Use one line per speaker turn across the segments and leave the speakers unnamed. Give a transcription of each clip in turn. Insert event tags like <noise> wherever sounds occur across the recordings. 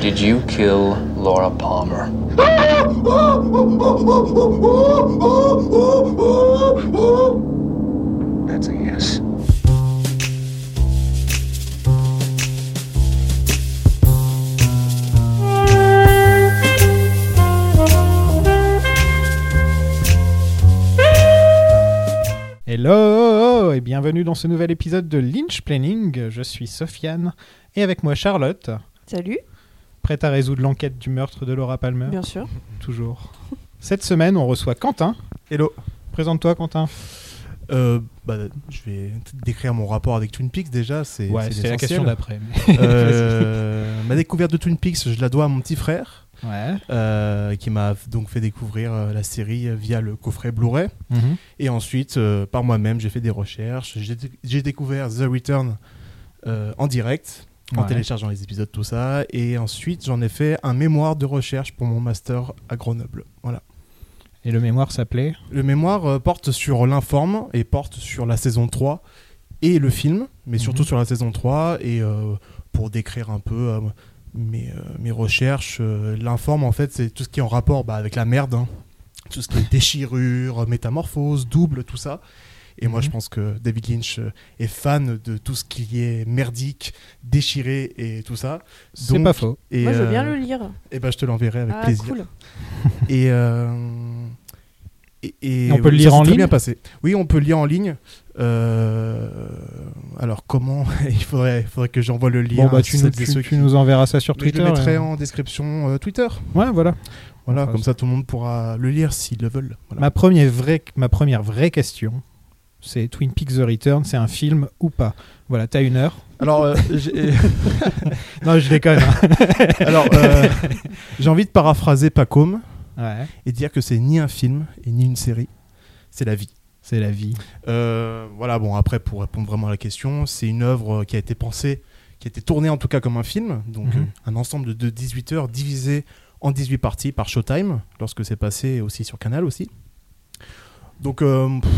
Did you kill Laura Palmer? That's a yes.
Hello et bienvenue dans ce nouvel épisode de Lynch Planning. Je suis Sofiane et avec moi Charlotte,
Salut,
prête à résoudre l'enquête du meurtre de Laura Palmer.
bien sûr.
Toujours. Cette semaine, on reçoit Quentin.
Hello.
Présente-toi Quentin.
Euh, bah, je vais t- décrire mon rapport avec Twin Peaks déjà. C'est
ouais,
c'est
c'est la question
l'essentiel.
d'après. <laughs>
Euh, <laughs> ma découverte de Twin Peaks, je la dois à mon petit frère, <laughs>
Ouais.
euh, qui m'a f- donc fait découvrir euh, la série euh, via le coffret Blu-ray.
Mhm.
Et ensuite, euh, par moi-même, j'ai fait des recherches. J'ai dé- J'ai découvert The Return euh, en direct, en
Ouais.
téléchargeant les épisodes, tout ça. Et ensuite, j'en ai fait un mémoire de recherche pour mon master à Grenoble. Voilà.
Et le mémoire s'appelait
Le mémoire euh, porte sur l'informe et porte sur la saison 3 et le film, mais surtout
Mhm.
sur la saison 3 et euh, pour décrire un peu euh, mes, euh, mes recherches, euh, l'informe en fait c'est tout ce qui est en rapport bah, avec la merde, hein. tout ce qui est déchirure, métamorphose, double, tout ça. Et moi
Mhm.
je pense que David Lynch euh, est fan de tout ce qui est merdique, déchiré et tout ça.
C'est
Donc,
pas faux.
Et,
Moi, je veux bien
euh,
le lire.
eh ben, je te l'enverrai avec
Ah,
plaisir.
cool.
Et, euh, et- et
On peut le
oui,
lire
ça s'est
en
très
ligne
bien passé. Oui, on peut le lire en ligne. Euh, alors comment <laughs> Il faudrait, il faudrait que j'envoie le lien.
Bon, bah,
à
tu,
celles
nous, tu-
et ceux
tu
qui-
nous enverras ça sur
Mais
Twitter. euh.
je le mettrai
et-
en description euh, Twitter.
Ouais, voilà.
Voilà,
Enfin,
comme
c'est-
ça tout le monde pourra le lire s'ils le veulent. Voilà.
Ah, Ma, première vraie, ma première vraie question, c'est Twin Peaks The Return, c'est un film ou pas Voilà, t'as une heure. <laughs>
Alors, euh, j'ai-
Non, je déconne. hein.
<laughs> alors, euh, j'ai envie de paraphraser Pacôme
Ouais,
et dire que c'est ni un film et ni une série, c'est la vie.
c'est la vie.
Euh, voilà, bon, après, pour répondre vraiment à la question, c'est une œuvre euh, qui a été pensée, qui a été tournée en tout cas comme un film, donc
Mhm.
euh, un ensemble de- de 18 heures divisé en 18 parties par Showtime, lorsque c'est passé aussi sur Canal aussi. Donc, euh, pff,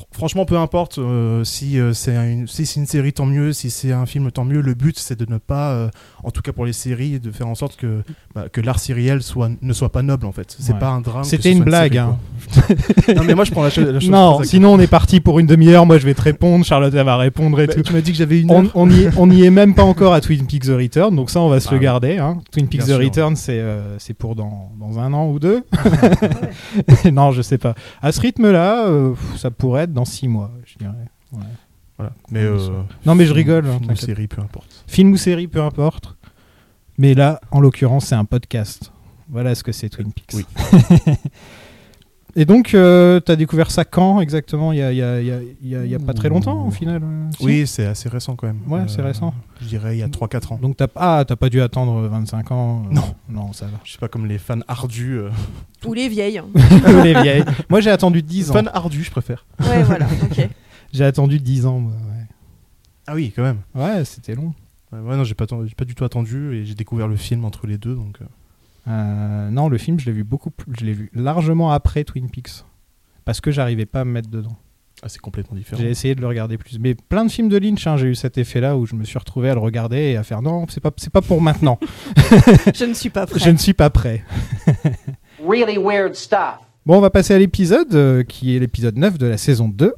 fr- franchement, peu importe euh, si euh, c'est une, si c'est une série, tant mieux, si c'est un film, tant mieux. Le but, c'est de ne pas, euh, en tout cas pour les séries, de faire en sorte que, bah, que l'art sériel soit, ne soit pas noble en fait. C'est
Ouais.
pas un drame. que
C'était
ce
une
soit
blague.
série,
hein.
quoi. <laughs> non, mais moi je prends la, cho- la chose.
Non,
très à
sinon on est parti pour une demi-heure. Moi, je vais te répondre. Charlotte, elle va répondre et
Bah,
tout.
tu m'as dit que j'avais une
On,
heure.
on y est, on y est
<laughs>
même pas encore à Twin Peaks The Return, donc ça on va se
Ah
le
oui.
garder. hein. Twin Peaks
Bien
The
sûr.
Return, c'est euh, c'est pour dans, dans un an ou deux. <laughs> non, je sais pas. À ce rythme-là, euh, pff, ça pourrait être dans six mois, je dirais.
Voilà. Mais euh,
Non, mais je
film-
rigole, hein,
Film ou
t'inquiète.
série, peu importe.
Film ou série, peu importe. Mais là, en l'occurrence, c'est un podcast. Voilà ce que c'est Twin Peaks.
Oui.
<laughs> Et donc, euh, t'as découvert ça quand exactement Il y a, il y a- il y a- il y a- il y a pas très longtemps au final euh, si
Oui, c'est assez récent quand même. Euh,
Ouais, c'est récent.
Je dirais il y a 3-4 ans.
Donc t'as ah, t'as pas dû attendre 25 ans euh,
Non.
Non, ça
<laughs>
va.
Je sais pas comme les fans ardus. euh,
Ou les vieilles.
Tous les vieilles. Moi, j'ai attendu 10 ans.
Fans ardus, je préfère.
Ouais, voilà, ok.
J'ai attendu 10 ans, moi, ouais.
Ah oui, quand même.
Ouais, c'était long.
Ouais, ouais, non, j'ai pas, attendu- j'ai pas du tout attendu et j'ai découvert le film entre les deux. Donc, euh,
Euh, non, le film, je l'ai vu beaucoup plus... Je l'ai vu largement après Twin Peaks. Parce que j'arrivais pas à me mettre dedans.
ah, c'est complètement différent.
J'ai essayé de le regarder plus. Mais plein de films de Lynch, hein, j'ai eu cet effet-là où je me suis retrouvé à le regarder et à faire non, c'est pas, c'est pas
<laughs>
pour maintenant.
Je ne suis pas prête.
Je ne suis pas prêt.
really weird stuff.
Bon, on va passer à l'épisode euh, qui est l'épisode 9 de la saison 2,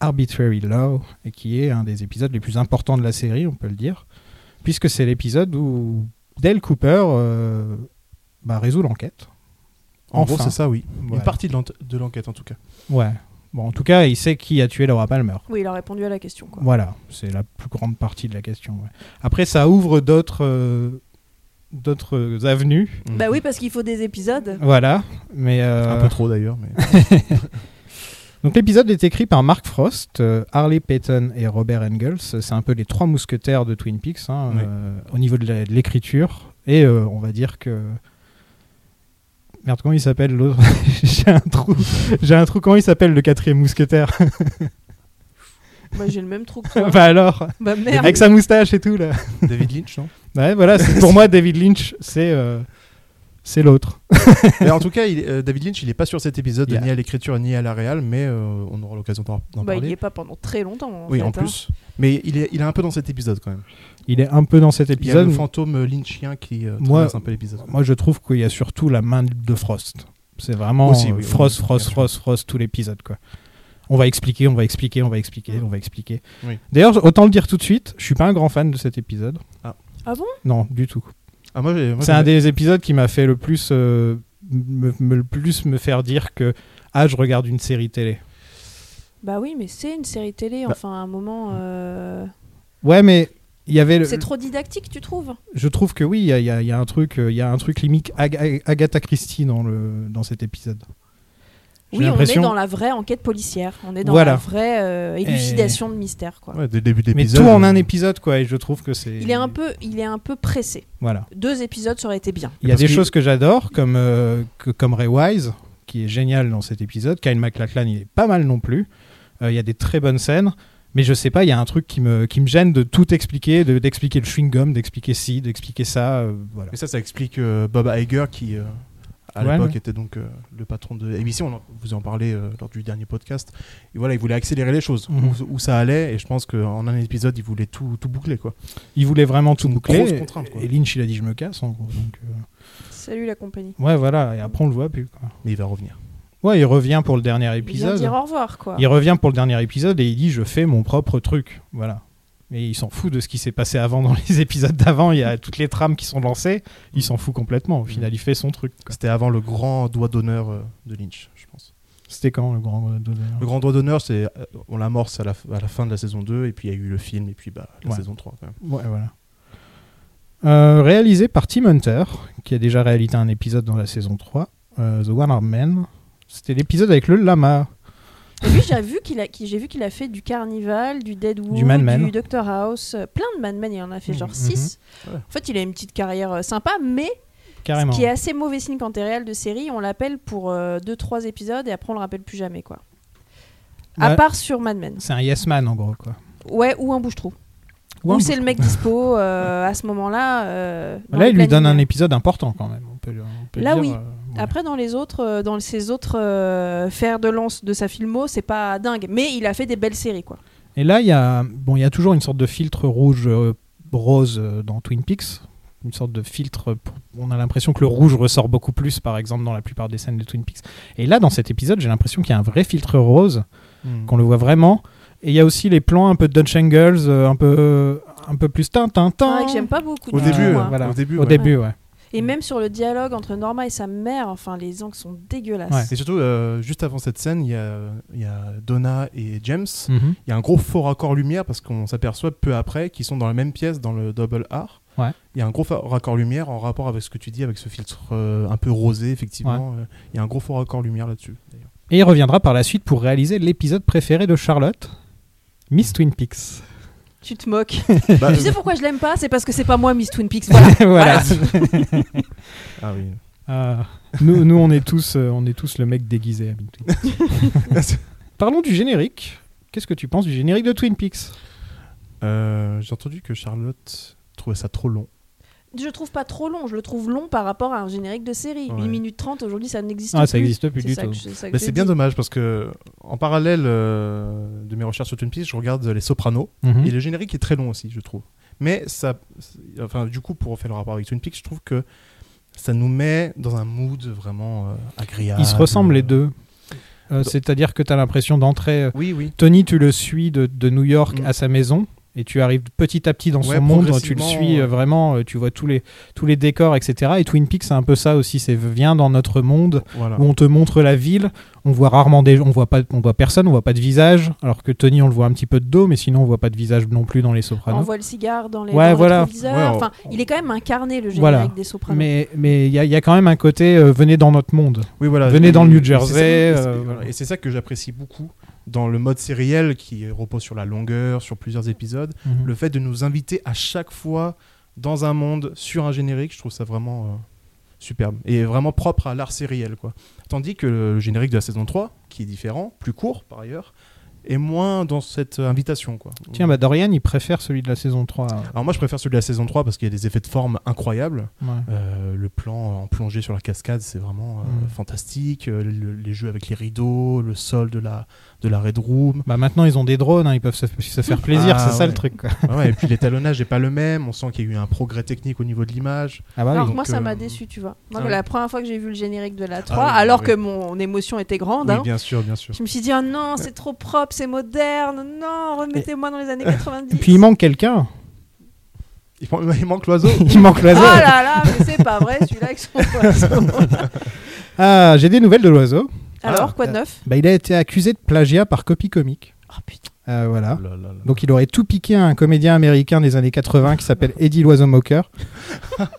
Arbitrary Law, et qui est un des épisodes les plus importants de la série, on peut le dire, puisque c'est l'épisode où Dale Cooper euh, bah, résout l'enquête.
En gros,
Enfin.
c'est ça, oui.
Voilà.
Une partie de l'en- de l'enquête en tout cas.
Ouais. Bon, en tout cas, il sait qui a tué Laura Palmer.
Oui, il a répondu à la question. Quoi.
Voilà, c'est la plus grande partie de la question. ouais. Après, ça ouvre d'autres euh, d'autres avenues.
Bah oui, parce qu'il faut des épisodes.
Voilà, mais
Un
euh,
peu trop d'ailleurs, mais
Donc l'épisode est écrit par Mark Frost, euh, Harley Payton et Robert Engels. C'est un peu les trois mousquetaires de Twin Peaks hein,
Oui.
euh, au niveau de la- de l'écriture. Et euh, on va dire que... Merde, comment il s'appelle l'autre <laughs> J'ai un trou. J'ai un trou. Comment il s'appelle le quatrième mousquetaire <laughs>
Moi, j'ai le même trou que toi.
Bah alors
bah merde.
Avec sa moustache et tout là.
<laughs> David Lynch, non
Ouais, voilà, c'est- pour moi David Lynch, c'est euh, c'est l'autre.
Mais en tout cas, il- euh, David Lynch, il n'est pas sur cet épisode,
Yeah.
ni à l'écriture, ni à la réal, mais euh, on aura l'occasion d'en d'en
Bah, il n'y
parler.
est pas pendant très longtemps.
oui,
fait,
en
hein.
plus. Mais il est, il est un peu dans cet épisode quand même.
Il est un peu dans cet
Il y a
épisode.
le fantôme lynchien qui euh,
Moi-
traverse un peu l'épisode.
Moi, je trouve qu'il y a surtout la main de Frost. C'est vraiment
Aussi,
euh,
oui,
Frost,
oui,
Frost,
bien sûr.
Frost, Frost, tout l'épisode, quoi. On va expliquer, on va expliquer, on va expliquer, on va expliquer.
Oui.
D'ailleurs, autant le dire tout de suite, je suis pas un grand fan de cet épisode.
Ah.
Ah bon
Non, du tout.
Ah, moi, j'ai- moi,
C'est
j'ai-
un des épisodes qui m'a fait le plus euh, me, me- le plus me faire dire que ah, je regarde une série télé.
Bah oui, mais c'est une série télé.
Bah.
Enfin, à un moment. euh,
Ouais, mais il y avait le-
C'est trop didactique, tu trouves
je trouve que oui, il y a, il y a- il y a un truc euh, il y a un truc limite Ag- Ag- Agatha Christie dans le dans cet épisode. J'ai
Oui, on est
l'impression-
dans la vraie enquête policière. On est dans
Voilà.
la vraie euh, élucidation de mystère, quoi.
Ouais, dès le début de
Mais
l'épisode.
tout en un
euh,
épisode quoi et je trouve que c'est
Il est un peu, il est un peu pressé.
voilà.
Deux épisodes, ça aurait été bien.
Il y a
Parce
des
que-
choses que j'adore, comme, euh, que- comme Ray Wise, qui est génial dans cet épisode. Kyle MacLachlan, il est pas mal non plus. Euh, il y a des très bonnes scènes. Mais je sais pas, il y a un truc qui me, qui me gêne de tout expliquer, de- d'expliquer le chewing-gum, d'expliquer ci, d'expliquer ça. euh, voilà.
Mais ça, ça explique euh, Bob Iger qui, euh, à
Ouais,
l'époque,
mais-
était donc euh, le patron de ABC. On en- vous en parlez euh, lors du dernier podcast. Et voilà, il voulait accélérer les choses,
Mhm.
où, où ça allait. Et je pense qu'en un épisode, il voulait tout, tout boucler. Quoi.
Il voulait vraiment tout
une grosse
boucler.
contrainte, quoi.
Et Lynch, il a dit je me casse. En gros, donc, euh,
Salut la compagnie.
Ouais, voilà. Et après, on le voit plus. quoi.
Mais il va revenir.
Ouais, il revient pour le dernier
Il vient
épisode.
dire au revoir, quoi.
Il revient pour le dernier épisode et il dit je fais mon propre truc. Voilà. Et il s'en fout de ce qui s'est passé avant dans les <laughs> épisodes d'avant. Il y a toutes les trames qui sont lancées. Il s'en fout complètement. Au final, il fait son truc. quoi.
C'était avant le grand doigt d'honneur euh, de Lynch, je pense.
C'était quand le grand euh, d'honneur
Le grand doigt d'honneur, c'est euh, on l'amorce à la, à la fin de la saison 2, et puis il y a eu le film, et puis bah, la
Ouais.
saison 3. Quand même.
Ouais, voilà. Euh, réalisé par Tim Hunter, qui a déjà réalisé un épisode dans la saison 3, euh, The One Armed Man. C'était l'épisode avec le lama.
Et lui, j'ai vu qu'il a, qu'il- j'ai vu qu'il a fait du Carnival, du Deadwood,
Du Mad Men.
Doctor House, euh, plein de Mad Men. Il en a fait
Mhm.
genre 6
Ouais.
En fait, il a une petite carrière euh, sympa, mais
Carrément.
ce qui est assez mauvais signe quand t'es réel de série, on l'appelle pour 2-3 épisodes et après on le rappelle plus jamais, quoi. À
Ouais.
part sur Mad Men.
C'est un yes man en gros. Quoi.
Ouais, ou un bouche-trou. Ou,
Ouais,
c'est le mec dispo euh, à ce moment-là. euh,
Bah,
dans
Là,
le
il lui donne
planning.
un épisode important quand même. On peut, on peut
Là,
dire,
oui.
euh, voilà.
Après, dans les autres, euh, dans ses autres euh, fers de lance de sa filmo, c'est pas dingue. Mais il a fait des belles séries, quoi.
Et là, il y a bon, il y a toujours une sorte de filtre rouge euh, rose euh, dans Twin Peaks, une sorte de filtre. pour- On a l'impression que le rouge ressort beaucoup plus, par exemple, dans la plupart des scènes de Twin Peaks. Et là, dans cet épisode, j'ai l'impression qu'il y a un vrai filtre rose, qu'on le voit vraiment. Et il y a aussi les plans un peu de Dutch Angles, euh, un peu un peu plus tin tin
C'est
tin.
vrai que j'aime pas beaucoup.
Au
du
début,
tout,
euh,
moi.
au début,
au
ouais.
début, ouais.
Mm.
Et même sur le dialogue entre Norma et sa mère, enfin, les angles sont
Ouais.
dégueulasses.
Et surtout, euh, juste avant cette scène, il y a, il y a Donna et James.
Mhm.
Il y a un gros faux raccord lumière parce qu'on s'aperçoit peu après qu'ils sont dans la même pièce dans le double R.
Ouais.
Il y a un gros fa- raccord lumière en rapport avec ce que tu dis, avec ce filtre euh, un peu rosé, effectivement. Euh, Il y a un gros faux raccord lumière là-dessus.
<laughs>
d'ailleurs.
Et il reviendra par la suite pour réaliser l'épisode préféré de Charlotte, Miss Twin Peaks. <laughs>
Tu te moques. <laughs>
Bah,
tu sais pourquoi je l'aime pas C'est parce que c'est pas moi, Miss Twin Peaks.
<laughs>
Voilà.
voilà.
ah oui.
Ah, nous, nous, on est tous, euh, on est tous le mec déguisé à Twin
<laughs>
Peaks. Parlons du générique. Qu'est-ce que tu penses du générique de Twin Peaks
Euh, J'ai entendu que Charlotte trouvait ça trop long.
Je le trouve pas trop long. Je le trouve long par rapport à un générique de série.
Ouais.
1 minute 30, aujourd'hui, ça n'existe
Ah,
plus.
ça n'existe plus
C'est
du
ça
tout.
que je- ça que
Bah,
je
c'est bien
dis.
dommage parce que, en parallèle euh, de mes recherches sur Twin Peaks, je regarde Les Sopranos.
Mhm.
Et le générique est très long aussi, je trouve. Mais ça, c'est- enfin, du coup, pour faire le rapport avec Twin Peaks, je trouve que ça nous met dans un mood vraiment euh, agréable.
Ils se ressemblent les deux. Euh, C'est-à-dire que tu as l'impression d'entrer. euh,
Oui, oui.
Tony, tu le suis de, de New York
Mm.
à sa maison. Et tu arrives petit à petit dans
Ouais,
son monde, tu le
progressivement,
suis euh,
ouais.
vraiment, euh, tu vois tous les, tous les décors, etc. Et Twin Peaks, c'est un peu ça aussi, c'est viens dans notre monde,
Voilà.
où on te montre la ville, on voit rarement des on voit pas on voit personne, on voit pas de visage, alors que Tony on le voit un petit peu de dos mais sinon on voit pas de visage non plus dans les
on
Sopranos.
voit le cigare dans les
Ouais,
dans le
voilà.
rétroviseur.
ah, Ouais, on-
Enfin, il est quand même incarné le générique
Voilà.
des Sopranos.
Mais mais il y, a- il y a quand même un côté euh, venez dans notre monde.
Oui, voilà.
Venez
Et-
dans le New
et c'est ça-
Jersey,
et c'est-
euh,
et
voilà.
c'est ça que j'apprécie beaucoup dans le mode sériel qui repose sur la longueur, sur plusieurs épisodes.
Mhm.
Le fait de nous inviter à chaque fois dans un monde, sur un générique, je trouve ça vraiment euh, superbe. Et vraiment propre à l'art sériel, quoi. Tandis que le générique de la saison 3, qui est différent, plus court par ailleurs, et moins dans cette euh, invitation. Quoi.
Tiens, bah Dorian, il préfère celui de la saison 3.
Alors moi je préfère celui de la saison 3 parce qu'il y a des effets de forme incroyables.
Ouais.
Euh, le plan en plongée sur la cascade, c'est vraiment euh,
Mm.
fantastique. Euh, le- les jeux avec les rideaux, le sol de la, de la Red Room.
Bah maintenant, ils ont des drones, hein, ils peuvent se, se faire plaisir,
Ah,
c'est ça
ouais.
le truc. quoi.
Ah ouais, et puis <laughs> l'étalonnage n'est pas le même. On sent qu'il y a eu un progrès technique au niveau de l'image.
Ah bah
alors
oui.
donc,
moi ça
euh,
m'a déçu, tu vois. Moi,
ah oui. Ah,
la première fois que j'ai vu le générique de la 3,
oui,
alors
oui.
que mon émotion était grande,
Oui,
hein,
bien sûr, bien sûr.
je me suis dit ah non, c'est trop propre, c'est moderne, non, remettez-moi dans les
<laughs>
années 90.
Et puis il manque
<laughs>
quelqu'un.
Il, man- il manque <laughs> l'oiseau.
Il manque
Oh
l'oiseau.
là là, mais c'est pas vrai celui-là
<laughs>
avec son oiseau.
Ah, j'ai des nouvelles de l'oiseau.
Alors, quoi de
euh,
neuf
Bah, il a été accusé de plagiat par copie comique.
Oh putain.
Euh, voilà.
Oh là là là.
Donc il aurait tout piqué à un comédien américain des années 80 qui s'appelle Eddie l'oiseau moqueur.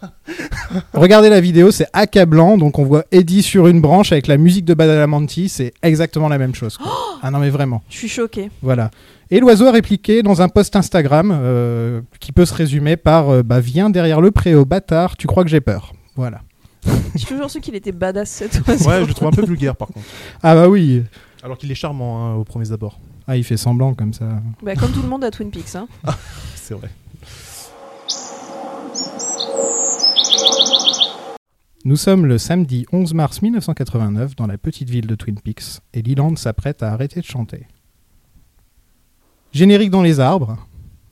<laughs> Regardez la vidéo, c'est accablant. Donc on voit Eddie sur une branche avec la musique de Badalamenti, c'est exactement la même chose. quoi. ah non mais vraiment,
Je suis choquée.
voilà. Et l'oiseau a répliqué dans un post Instagram euh, qui peut se résumer par euh, bah viens derrière le préau bâtard, tu crois que j'ai peur. Voilà.
Je suis toujours sûre qu'il était badass cet oiseau.
Ouais, je le trouve <laughs> un peu vulgaire par contre.
Ah bah oui.
Alors qu'il est charmant hein, aux premiers abords.
Ah il fait semblant comme ça.
Bah, comme tout le monde à Twin Peaks. Hein.
C'est vrai.
Nous sommes le samedi 11 mars 1989 dans la petite ville de Twin Peaks et Leland s'apprête à arrêter de chanter. Générique dans les arbres.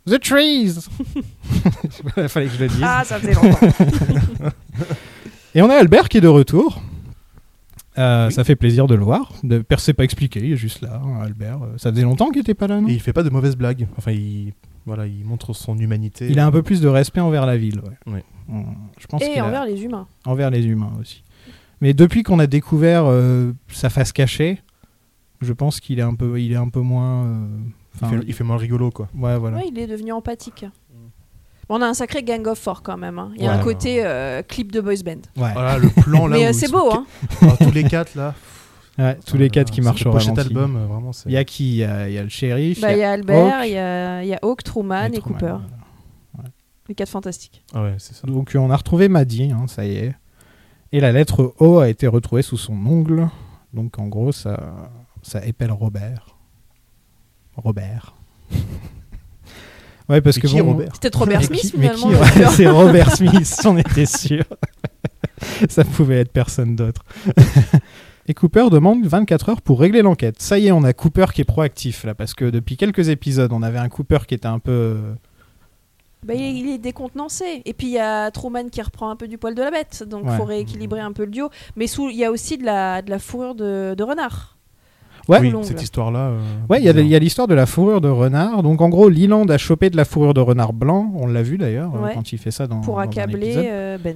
The trees <laughs> Voilà, fallait que je le dise.
Ah,
<laughs>
ça faisait longtemps.
Et on a Albert qui est de retour. Euh, Ça fait plaisir de le voir. De Père, c'est pas expliqué, il est juste là, hein, Albert. Euh, Ça faisait longtemps qu'il était pas là, non
Et il fait pas de mauvaises blagues. Enfin, il, voilà, il montre son humanité.
Il a un peu plus de respect envers la ville. ouais.
Ouais.
On- Je pense qu'il
Et
a-
envers les humains.
envers les humains aussi. Mais depuis qu'on a découvert euh, sa face cachée, je pense qu'il est un peu, il est un peu moins. euh,
Il
enfin,
fait, il fait moins rigolo quoi.
ouais, voilà.
Ouais, il est devenu empathique. Bon, on a un sacré gang of four quand même. hein. Il y a
Ouais.
un côté euh, clip de boys band.
Ouais.
Voilà, le plan là.
Mais euh,
où ils
c'est
sont-
beau, hein
Ah, tous les quatre là.
Ouais, <laughs> tous
Euh,
les quatre qui marchent au
Pochette
ralenti.
album, euh, vraiment. c'est-
Il y a qui Il y a, il y a le shérif.
Bah, Il y a
Hawk,
Albert, il y a, il y a Hawk, Truman et,
Truman,
Cooper.
voilà.
Les quatre fantastiques.
Ah ouais, c'est ça.
Donc euh, on a retrouvé Maddy, hein, ça y est. Et la lettre O a été retrouvée sous son ongle. Donc en gros, ça, ça épelle Robert. Robert. <laughs> ouais, parce
Mais
que
qui est
bon,
Robert
C'était Robert
Mais
Smith
qui- mais
finalement.
qui- ouais, c'est
<laughs>
Robert Smith, j'en étais sûr. <laughs> Ça pouvait être personne d'autre. <laughs> Et Cooper demande 24 heures pour régler l'enquête. Ça y est, on a Cooper qui est proactif là, parce que depuis quelques épisodes, on avait un Cooper qui était un peu. euh,
Bah, il, est, il est décontenancé. Et puis il y a Truman qui reprend un peu du poil de la bête. Donc il
Ouais.
faut rééquilibrer un peu le duo. Mais sous, il y a aussi de la, de la fourrure de, de renard.
Ouais.
oui,
Longue.
cette euh, histoire là.
Ouais, il y a- il y a l'histoire de la fourrure de renard. Donc en gros, Leland a chopé de la fourrure de renard blanc. On l'a vu d'ailleurs euh,
Ouais.
quand il fait ça dans.
Pour
dans un
accabler
épisode.
euh, Ben.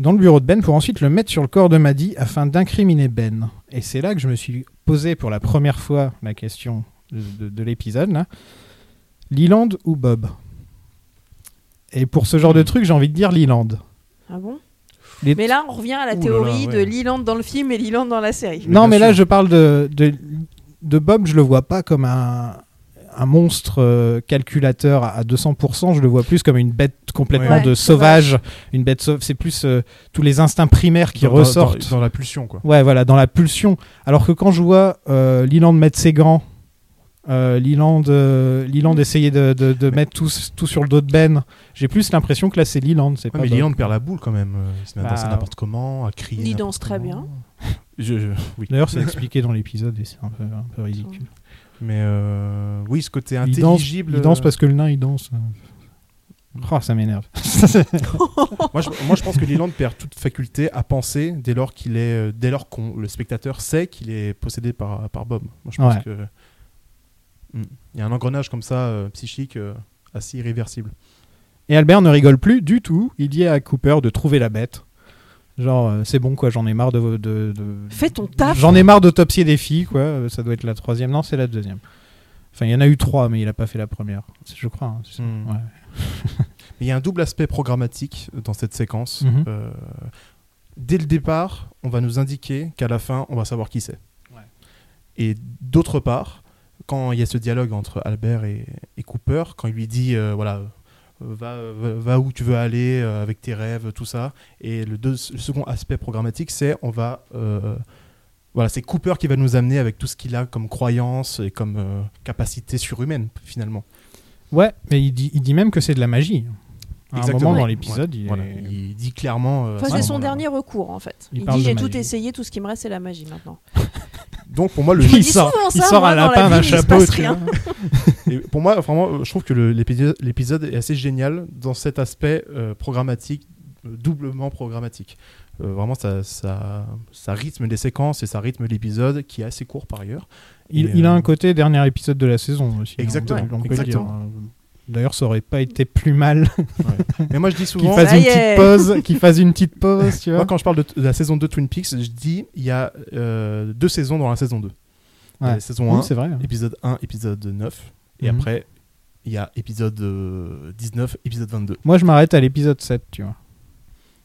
dans le bureau de Ben pour ensuite le mettre sur le corps de Maddy afin d'incriminer Ben. Et c'est là que je me suis posé pour la première fois la question de, de- de l'épisode. là. Leland ou Bob Et pour ce genre de truc, j'ai envie de dire Leland.
Ah bon
Les-
Mais là, on revient à la
Ouh là
théorie
là,
de
ouais.
Leland dans le film et Leland dans la série.
non,
bien
mais là,
sûr.
je parle de, de, de Bob, je le vois pas comme un, un monstre euh, calculateur à à 200%, je le vois plus comme une bête complètement
Ouais.
de
Ouais,
sauvage. Une bête sauve, c'est plus euh, tous les instincts primaires qui ressortent.
dans, la pulsion quoi.
Ouais, voilà, dans la pulsion. Alors que quand je vois euh, Leland mettre ses gants, euh, Leland, euh, Leland essayer de, de- de mettre tout, tout sur le dos de Ben, j'ai plus l'impression que là c'est Leland, c'est
Ouais,
pas
mais
Bob.
Leland perd la boule quand même. euh, Il se met à
Ah Bah,
danser n'importe comment, à crier.
Il
n'importe
danse très
comment.
bien.
Je- je- oui.
D'ailleurs, c'est expliqué dans l'épisode et c'est un peu, un peu ridicule.
Mais euh, oui, ce côté
Il danse,
intelligible.
il danse
euh,
parce que le nain il danse. Oh, ça m'énerve. <laughs>
moi, je, moi, je pense que Leland perd toute faculté à penser dès lors qu'il est, euh, dès lors qu'on le spectateur sait qu'il est possédé par, par Bob. Moi, je pense
Ouais.
que Hmm. il y a un engrenage comme ça euh, psychique euh, assez irréversible.
Et Albert ne rigole plus du tout. Il dit à Cooper de trouver la bête. Genre, euh, c'est bon quoi, j'en ai marre de. vos- de, de-
Fais ton taf.
J'en ai marre d'autopsier des filles, quoi. Euh, Ça doit être la troisième. Non, c'est la deuxième. Enfin, il y en a eu trois, mais il a pas fait la première. C'est- Je crois. hein, c'est ça.
Hmm.
Ouais.
Mais il y a un double aspect programmatique dans cette séquence.
Mhm.
Euh, dès le départ, on va nous indiquer qu'à la fin, on va savoir qui c'est.
Ouais.
Et d'autre part, quand il y a ce dialogue entre Albert et, et Cooper, quand il lui dit euh, voilà, euh, va, va- va où tu veux aller euh, avec tes rêves, tout ça. Et le, deux- le second aspect programmatique, c'est on va euh, Voilà, c'est Cooper qui va nous amener avec tout ce qu'il a comme croyance et comme euh, capacité surhumaine, finalement.
Ouais, mais il dit, il dit même que c'est de la magie. À un
Exactement.
moment dans
Ouais.
l'épisode, il,
Voilà,
est-
il dit clairement. euh,
Enfin,
à ce
c'est son
moment-là.
dernier recours en fait.
Il
Il,
parle
dit
de
j'ai
magie.
tout essayé, tout ce qui me reste c'est la magie maintenant.
Donc pour
<laughs>
moi, le,
<laughs>
Il
il
dit
sort,
souvent
il
ça,
sort
moi,
un
dans la
lapin
vie,
d'un
il se
chapeau.
passe
tu
rien.
vois.
Et pour moi, vraiment, euh, je trouve que le- l'épisode l'épisode est assez génial dans cet aspect euh, programmatique, euh, doublement programmatique. Euh, vraiment, ça, ça, ça rythme les séquences et ça rythme l'épisode, qui est assez court par ailleurs.
Il,
Et,
il a
euh,
un côté dernier épisode de la saison aussi. hein,
Exactement,
on peut- on peut le
exactement.
dire. hein. D'ailleurs, ça aurait pas été plus mal <laughs>
Mais moi, je dis
qu'il
souvent,
fasse
Ça
une
y
petite
est.
pause, qu'il fasse une petite pause,
<laughs>
tu
moi,
vois.
quand je parle de, t- de la saison 2 Twin Peaks, je dis il y a euh, deux saisons dans la saison 2. Il y a
Ouais. Mmh.
la saison 1,
Oui, c'est vrai. hein.
épisode 1, épisode 9. Et
Mhm.
après, il y a épisode euh, 19, épisode 22.
Moi, je m'arrête à l'épisode 7, tu vois.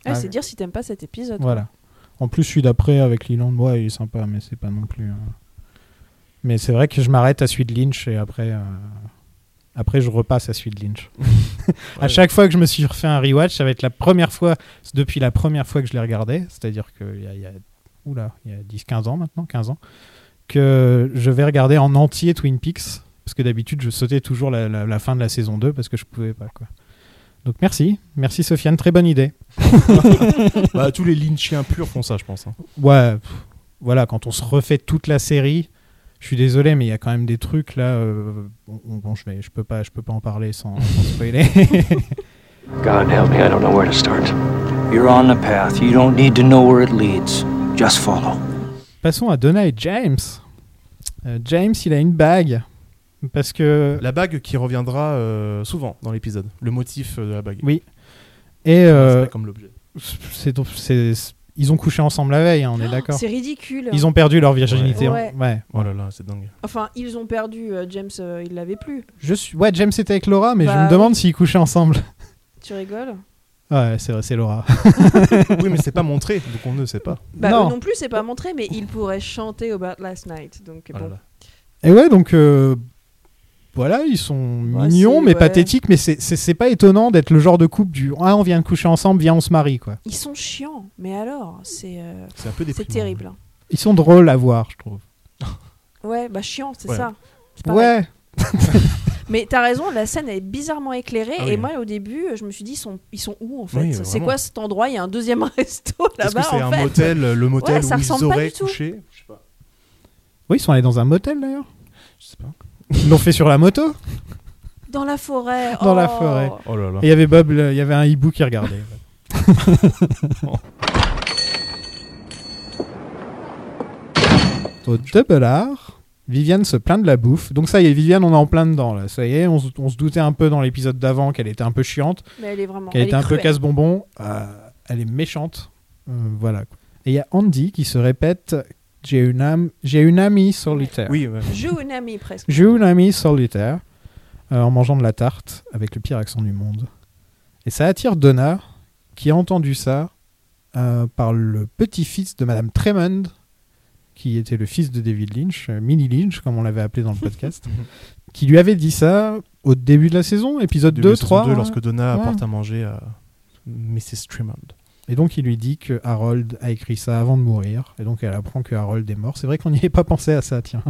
Ah,
Ouais.
c'est dire si t'aimes pas cet épisode.
Voilà. En plus, celui d'après avec Leland, ouais, il est sympa, mais c'est pas non plus. euh. Mais c'est vrai que je m'arrête à celui de Lynch et après, euh, après je repasse à celui de Lynch. à
Ouais.
chaque fois que je me suis refait un rewatch, ça va être la première fois, c'est depuis la première fois que je l'ai regardé, c'est-à-dire qu'il y a, il y a, oula, il y a 10-15 ans maintenant, 15 ans, que je vais regarder en entier Twin Peaks, parce que d'habitude je sautais toujours la, la- la fin de la saison 2 parce que je pouvais pas. Quoi. Donc merci, merci Sofiane, très bonne idée.
Bah, tous les Lynchiens purs font ça, je pense. hein.
Ouais, pff, voilà, quand on se refait toute la série, je suis désolé, mais il y a quand même des trucs là. euh, bon, bon, je vais, je peux pas, je peux pas en parler sans, sans spoiler.
<laughs>
God help me, I don't know where to start. You're on the path. You don't need to know where it leads. Just follow.
Passons à Donna et James. Euh, James, il a une bague parce que
La bague qui reviendra euh, souvent dans l'épisode. Le motif euh, de la bague. Ah,
oui. Et euh,
C'est comme l'objet.
c'est, c'est- c'est- ils ont couché ensemble la veille, hein, on est
quoi.
d'accord.
Oh, C'est ridicule.
Ils ont perdu leur virginité.
Ouais.
hein. Ouais.
Oh là là, c'est
<laughs>
dingue.
Enfin, ils ont perdu. euh, James, euh, il l'avait plus.
Je suis... ouais, James était avec Laura, mais je
Bah
me demande s'ils couchaient ensemble.
Tu rigoles
Ouais, c'est vrai, c'est Laura.
oui, mais c'est pas montré, donc on ne sait pas.
Bah,
Non.
eux non plus, c'est pas montré, mais ils pourraient chanter About Last Night. Donc,
Oh là
bon.
là.
Et ouais, donc euh, voilà, ils sont mignons,
c'est-
mais
ouais.
pathétiques, mais c'est- c'est c'est pas étonnant d'être le genre de couple du Ah, on vient de coucher ensemble, viens, on se marie, quoi.
Ils sont chiants, mais alors, c'est euh,
C'est un peu
c'est
déprimant.
terrible. hein.
Ils sont drôles à voir, je trouve.
Ouais, bah chiant, c'est
Ouais.
ça. C'est pareil.
Ouais,
Mais t'as raison, la scène est bizarrement éclairée.
Ah
et
oui.
moi, au début, euh, je me suis dit, ils sont, ils sont où en fait
Oui,
C'est
vraiment.
quoi cet endroit Il y a un deuxième <laughs> resto
Est-ce
là-bas
que c'est
Ah bah, en
un
fait.
motel, euh, le motel
Ouais, ça
où ils
ressemble pas
auraient
du tout.
couché Je sais pas.
oui, ils sont allés dans un motel d'ailleurs.
Je sais pas.
Ils l'ont fait sur la moto.
Dans la forêt.
Dans la
oh.
forêt.
Oh là là.
Et il y avait Bob, le- il y avait un hibou qui regardait. Au double R, Viviane se plaint de la bouffe. Donc ça y est, Viviane, on est en plein dedans là. Ça y est, on, se- on se doutait un peu dans l'épisode d'avant qu'elle était un peu chiante,
Mais elle est vraiment.
qu'elle
elle
était
est
un peu
cruelle.
casse-bonbon. Euh, elle est méchante. Euh, voilà. quoi. Et il y a Andy qui se répète J'ai une âme, j'ai une amie solitaire.
euh,
Oui, ouais.
Joue une amie presque.
J'ai eu une amie solitaire euh, en mangeant de la tarte avec le pire accent du monde. Et ça attire Donna, qui a entendu ça euh, par le petit-fils de Madame Tremond, qui était le fils de David Lynch, euh, Minnie Lynch, comme on l'avait appelé
<laughs>
dans le podcast, qui lui avait dit ça au début de la saison, épisode
Début de
2,
saison
3.
deux,
hein.
lorsque Donna
Ouais.
apporte à manger à Mrs. Tremond.
Et donc il lui dit que Harold a écrit ça avant de mourir. Et donc elle apprend que Harold est mort. C'est vrai qu'on n'y <laughs> avait pas pensé à ça,
Mm,
tiens.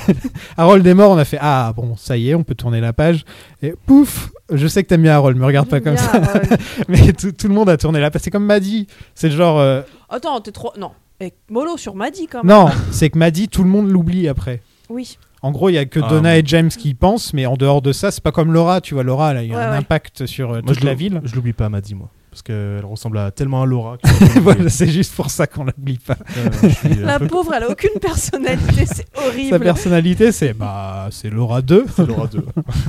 <laughs> Harold est mort, on a fait Ah bon, ça y est, on peut tourner la page. Et pouf, je sais que t'aimes bien Harold, me regarde pas comme
Bien,
ça. <laughs>
Harold.
Mais tout, tout le monde a tourné la page. C'est comme Maddy. C'est le genre. euh,
Attends, t'es trop. Non. Et mollo sur Maddy quand même.
Non, c'est que Maddy, tout le monde l'oublie après.
Oui.
En gros, il y a que
Ah,
Donna
ouais.
et James qui y pensent, mais en dehors de ça, c'est pas comme Laura. Tu vois, Laura, elle a eu
Ouais,
un
ouais.
impact sur euh,
Moi,
toute
je
la
l'ou-
ville.
Je l'oublie pas, Maddy, moi. Parce qu'elle ressemble à, tellement
<laughs>
à Laura.
<laughs>
que-
Voilà, c'est juste pour ça qu'on l'oublie pas.
Euh, je suis un
La
peu-
pauvre, elle a aucune personnalité, c'est
Sa
horrible.
personnalité, c'est bah, c'est Laura 2.
C'est Laura 2.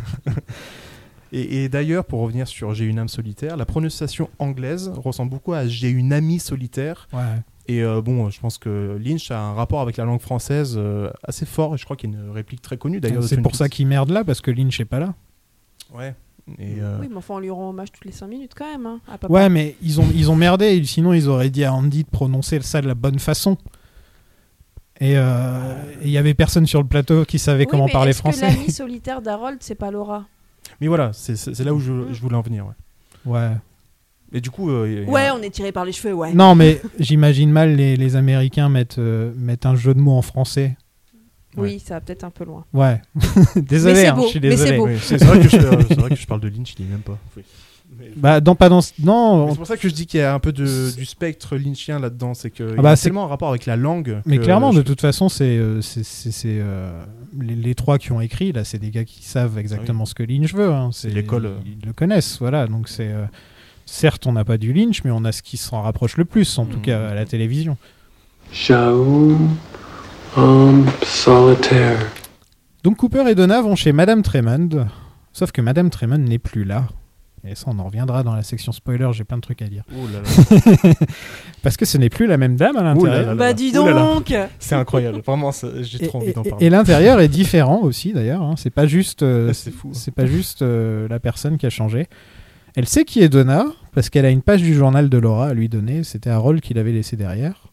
<laughs> Et, et d'ailleurs, pour revenir sur J'ai une âme solitaire, la prononciation anglaise ressemble beaucoup à J'ai une amie solitaire.
Ouais.
Et euh, bon, je pense que Lynch a un rapport avec la langue française euh, assez fort. Et je crois qu'il y a une réplique très connue d'ailleurs. de
C'est
Twin
pour ça
Peaks.
qu'il merde là, parce que Lynch est pas là.
Ouais. Et, euh,
Oui, mais enfin, on lui rend hommage toutes les 5 minutes quand même. Hein, à papa.
Ouais, mais ils ont, ils ont merdé, sinon ils auraient dit à Andy de prononcer ça de la bonne façon. Et euh, et il y avait personne sur le plateau qui savait
Oui,
comment
mais
parler
est-ce
français.
que <laughs> l'ami solitaire d'Harold, c'est pas Laura Mm.
Mais voilà, c'est c'est- c'est là où je, je voulais en venir. ouais.
Ouais.
Et du coup, euh, il y a-
Ouais, on est tiré par les cheveux, ouais.
Non, mais j'imagine mal les, les Américains mettent, euh, mettent un jeu de mots en français.
Oui, ça va peut-être un peu loin.
Ouais. <laughs> désolé,
Mais c'est
hein,
beau,
je suis
mais c'est
désolé.
beau.
Oui, c'est c'est vrai, que je- euh, c'est vrai que je parle de Lynch, il n'y même pas.
Bah, dans, pas dans, ce- non,
Mais
on-
C'est pour ça que je dis qu'il y a un peu de, du spectre lynchien là-dedans, c'est que il y
bah,
a
c'est-
tellement un rapport avec la langue.
mais
que
clairement,
je-
de toute façon, c'est euh, c'est- c'est- c'est, euh, les, les trois qui ont écrit, là, c'est des gars qui savent exactement ce que Lynch veut. hein. C'est-
Ah l'école, euh.
Ils, le connaissent, voilà. Donc, c'est. euh, certes, on n'a pas du Lynch, mais on a ce qui s'en rapproche le plus, en tout
Mhm.
cas à la télévision.
Shaum um solitaire.
Donc, Cooper et Donna vont chez Madame Tremond, sauf que Madame Tremond n'est plus là. Et ça, on en reviendra dans la section spoiler, j'ai plein de trucs à dire.
Oh là là.
Parce que ce n'est plus la même dame à
Oh là
l'intérieur.
là là.
Bah dis
Oh là là.
donc
C'est incroyable, vraiment, ça- j'ai
Et,
trop envie d'en
et-
parler.
et l'intérieur est différent aussi d'ailleurs. hein. C'est pas juste, euh,
<laughs> Ah, c'est fou.
c'est pas juste euh, la personne qui a changé. Elle sait qui est Donna parce qu'elle a une page du journal de Laura à lui donner. C'était un rôle qu'il avait laissé derrière.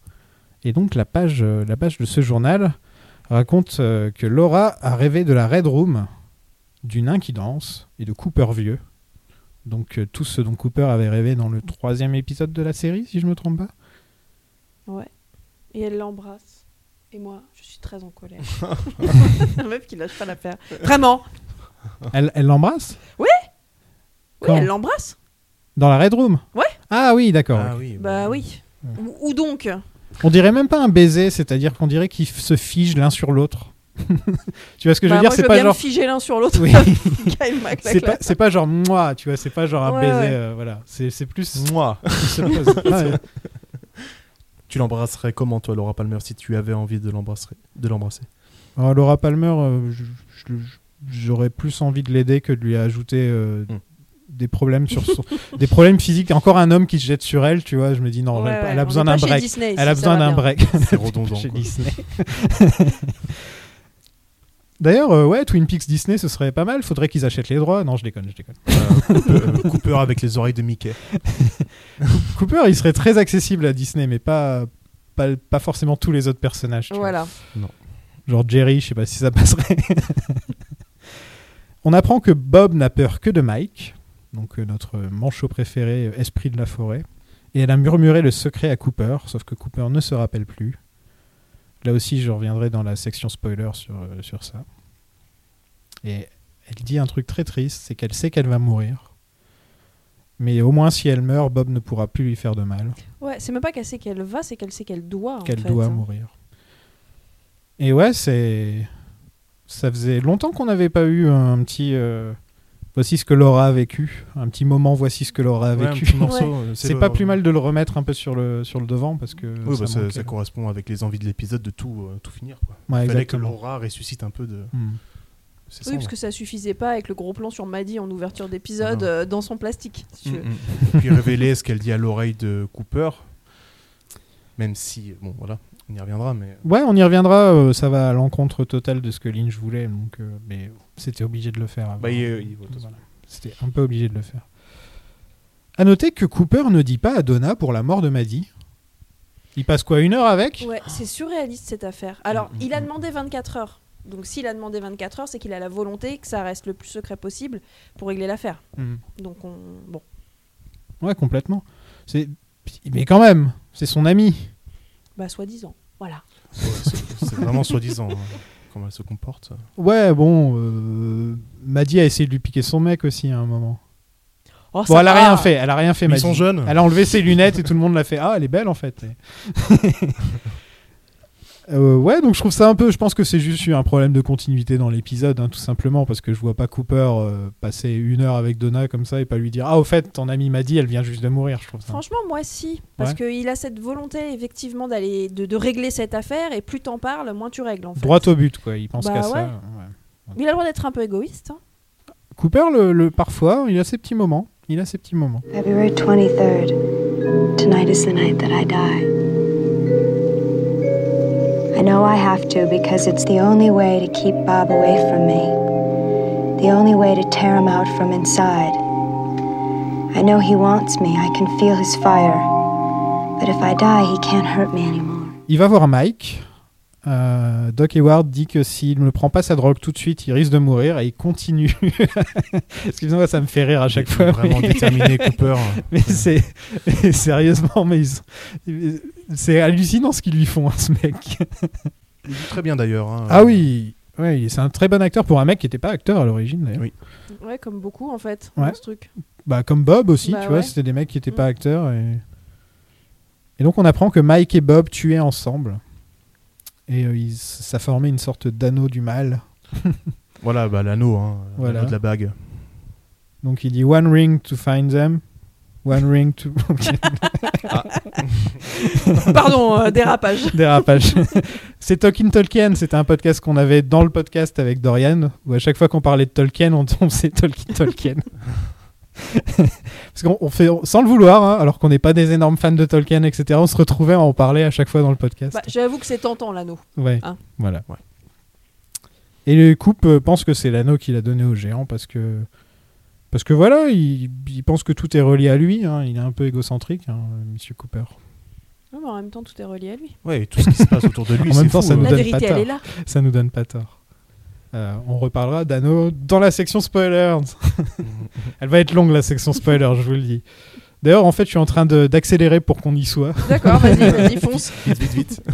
Et donc la page, euh, la page de ce journal raconte euh, que Laura a rêvé de la Red Room, du nain qui danse et de Cooper vieux. Donc euh, tout ce dont Cooper avait rêvé dans le troisième épisode de la série, si je me trompe pas.
Ouais. Et elle l'embrasse. Et moi, je suis très en colère. La meuf qui lâche pas l'affaire. Vraiment
Ah.
Elle elle l'embrasse
Oui,
Quand
elle l'embrasse
dans la Red Room.
Ouais.
Ah oui, d'accord.
Ah
ok.
oui,
Bah oui. Ou, ou donc
On dirait même pas un baiser, c'est-à-dire qu'on dirait qu'ils f- se figent l'un sur l'autre. <laughs> tu vois ce que je
Bah,
veux dire
moi,
C'est
veux
pas
bien
genre.
me figer l'un sur l'autre. <laughs>
Oui.
Kyle Mac, la
C'est pas,
classe.
c'est pas genre moi, tu vois, c'est pas genre un
Ouais,
baiser,
ouais.
euh, voilà. C'est c'est plus.
Moi.
ils se
<laughs>
posent. Ouais.
Tu l'embrasserais comment, toi, Laura Palmer, si tu avais envie de l'embrasser de l'embrasser
Alors, Laura Palmer, euh, je- je- je- j'aurais plus envie de l'aider que de lui ajouter euh,
Hmm.
des problèmes sur son- des problèmes physiques. Encore un homme qui se jette sur elle, tu vois. Je me dis non,
Ouais,
elle,
ouais,
elle a
on
besoin
est pas
d'un
chez
break.
Disney,
Elle
ça,
a
ça
besoin
va
d'un
bien.
break.
<laughs>
<laughs>
C'est redondant.
chez
quoi.
Disney. <laughs> D'ailleurs, euh, ouais, Twin Peaks Disney, ce serait pas mal. Faudrait qu'ils achètent les droits. Non, je déconne, je déconne.
Euh, Cooper avec les oreilles de Mickey.
Cooper, il serait très accessible à Disney, mais pas, pas, pas forcément tous les autres personnages. tu vois.
Voilà.
Genre Jerry, je sais pas si ça passerait. <laughs> On apprend que Bob n'a peur que de Mike, donc euh, notre manchot préféré, euh, esprit de la forêt. Et elle a murmuré le secret à Cooper, sauf que Cooper ne se rappelle plus. Là aussi, je reviendrai dans la section spoiler sur, euh, sur ça. Et elle dit un truc très triste, c'est qu'elle sait qu'elle va mourir. Mais au moins, si elle meurt, Bob ne pourra plus lui faire de mal
Ouais, c'est même pas qu'elle sait qu'elle va, c'est qu'elle sait qu'elle doit. en
qu'elle
fait,
doit
hein.
mourir. Et ouais, c'est. Ça faisait longtemps qu'on n'avait pas eu un petit. euh, Voici ce que Laura a vécu. Un petit moment, voici ce que Laura a
Ouais, un
vécu.
petit morceau,
<laughs>
euh,
c'est
le-
pas plus mal de le remettre un peu sur le, sur le devant parce que.
Oui,
ça
bah, ça,
manquait.
ça correspond avec les envies de l'épisode de tout, euh, tout finir. Quoi.
Ouais,
Il fallait que
exactement.
Laura ressuscite un peu de.
Hmm.
C'est
Oui, parce que ça suffisait pas avec le gros plan sur Maddy en ouverture d'épisode
Ah.
euh, dans son plastique. si tu
Mm.
Mm,
veux.
Et puis révéler ce qu'elle dit à l'oreille de Cooper. Même si, bon, voilà, on y reviendra, mais.
Ouais, on y reviendra. euh, ça va à l'encontre totale de ce que Lynch voulait. Donc, euh, mais c'était obligé de le faire. avant.
Bah, il- il- de toute façon.
Voilà. C'était un peu obligé de le faire. À noter que Cooper ne dit pas à Donna pour la mort de Maddy. Il passe quoi, une heure avec
Ouais, c'est surréaliste cette affaire. Alors,
Mm, mm,
il a
mm.
demandé 24 heures. Donc, s'il a demandé 24 heures, c'est qu'il a la volonté que ça reste le plus secret possible pour régler l'affaire.
Hmm.
Donc, on. Bon.
Ouais, complètement. C'est mais quand même, c'est son ami.
Bah, soi-disant. Voilà.
Ouais, c'est c'est vraiment soi-disant hein, comment elle se comporte.
Ouais, bon, euh, Maddy a essayé de lui piquer son mec aussi hein, à un moment.
Oh, ça
Bon, elle a
va.
rien fait, elle a rien fait,
Mais ils
Maddy.
sont jeunes.
<laughs> Elle a enlevé ses lunettes et tout le monde l'a fait. Ah, elle est belle en
<laughs>
fait. Euh, ouais, donc je trouve ça un peu. Je pense que c'est juste eu un problème de continuité dans l'épisode, hein, tout simplement, parce que je vois pas Cooper euh, passer une heure avec Donna comme ça et pas lui dire Ah, au fait, ton ami Maddy, elle vient juste de mourir. Je trouve ça.
Franchement, moi, si. Parce
Ouais.
qu'il a cette volonté, effectivement, d'aller de, de régler cette affaire. Et plus t'en parles, moins tu règles, en fait.
Droit au but, quoi. Il pense
Bah
qu'à ça.
ouais.
ouais.
Mais il a le droit d'être un peu égoïste. hein.
Cooper, le, le- parfois, il a ses petits moments. Il a ses petits moments.
February 23rd. Tonight is the night that I die. I know I have to because it's the only way to keep Bob away from me. The only way to tear him out from inside. I know he wants me. I can feel his fire. But if I die, he can't hurt me anymore.
Il va voir Mike Euh, Doc Hayward dit que s'il ne prend pas sa drogue tout de suite, il risque de mourir et il continue. <laughs> Excusez-moi, ça me fait rire à chaque
Il est
fois.
Vraiment
mais-
déterminé, Cooper.
<laughs>
hein.
Mais c'est mais sérieusement, mais ils sont- c'est hallucinant ce qu'ils lui font, hein, ce mec.
Il joue très bien d'ailleurs. hein.
Ah oui, ouais, c'est un très bon acteur pour un mec qui n'était pas acteur à l'origine. d'ailleurs.
Oui.
Ouais, comme beaucoup en fait,
Ouais.
dans
<laughs>
ce truc.
Bah comme Bob aussi,
Bah
tu
ouais.
vois, c'était des mecs qui n'étaient pas acteurs. Et... et donc on apprend que Mike et Bob tuaient ensemble. Et euh, ils- ça formait une sorte d'anneau du mal.
Voilà, bah, l'anneau, hein,
Voilà.
l'anneau de la bague.
Donc il dit one ring to find them, one ring to <laughs> Ok,
Pardon, euh, dérapage.
dérapage. c'est Talking Tolkien, c'était un podcast qu'on avait dans le podcast avec Dorian où à chaque fois qu'on parlait de Tolkien, on tombe <laughs> c'est Talking Tolkien. Parce qu'on on fait on- sans le vouloir, hein, alors qu'on n'est pas des énormes fans de Tolkien, etc. On se retrouvait à en parler à chaque fois dans le podcast.
Bah, J'avoue que c'est tentant l'anneau.
ouais.
hein.
Voilà.
Ouais.
Et le couple pense que c'est l'anneau qu'il a donné au géant parce que parce que voilà, il, il pense que tout est relié à lui. hein. Il est un peu égocentrique, hein, Monsieur Cooper.
Ouais, mais en même temps, tout est relié à lui.
Ouais, et tout ce qui se passe autour de lui,
En même
c'est
temps,
fou,
ça
euh.
nous
La
donne
vérité,
pas
elle
tort.
est là.
Ça nous donne pas tort. Euh, on reparlera d'Anno dans la section spoilers. Elle va être longue la section spoilers, je vous le dis. D'ailleurs, en fait, je suis en train de- d'accélérer pour qu'on y soit.
D'accord, vas-y, vas-y, fonce.
Vite, vite, vite.
<laughs>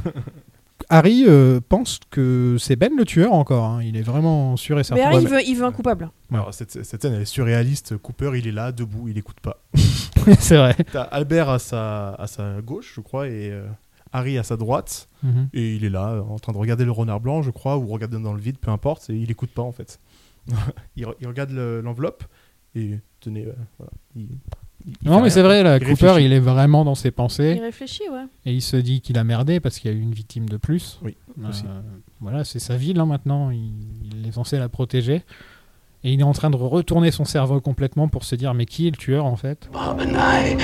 Harry euh, pense que c'est Ben le tueur encore. hein. Il est vraiment sûr et
Mais
certain.
Harry,
Ouais,
il veut, il veut un coupable.
Alors, cette, cette scène, elle est surréaliste. Cooper, il est là, debout, il écoute
<laughs>
pas.
mais- bah, c'est
<laughs>
vrai.
T'as Albert à sa, à sa gauche, je crois, et euh, Harry à sa droite.
Mhm.
Et il est là, euh, en train de regarder le renard blanc, je crois, ou regarder dans le vide, peu importe. Et il écoute pas, en fait. <laughs> il, re- il regarde le- l'enveloppe, et tenez, euh, voilà. Il- il- il
Non,
fait
mais c'est
rien.
vrai, là,
Il
Cooper,
réfléchit.
il est vraiment dans ses
Il
pensées
réfléchit, ouais.
et il se dit qu'il a merdé parce qu'il y a eu une victime de plus.
Oui,
Euh,
aussi.
voilà, c'est sa ville hein, maintenant. Il, il est censé la protéger. Et il est en train de retourner son cerveau complètement pour se dire mais qui est le tueur en fait
Bob and I,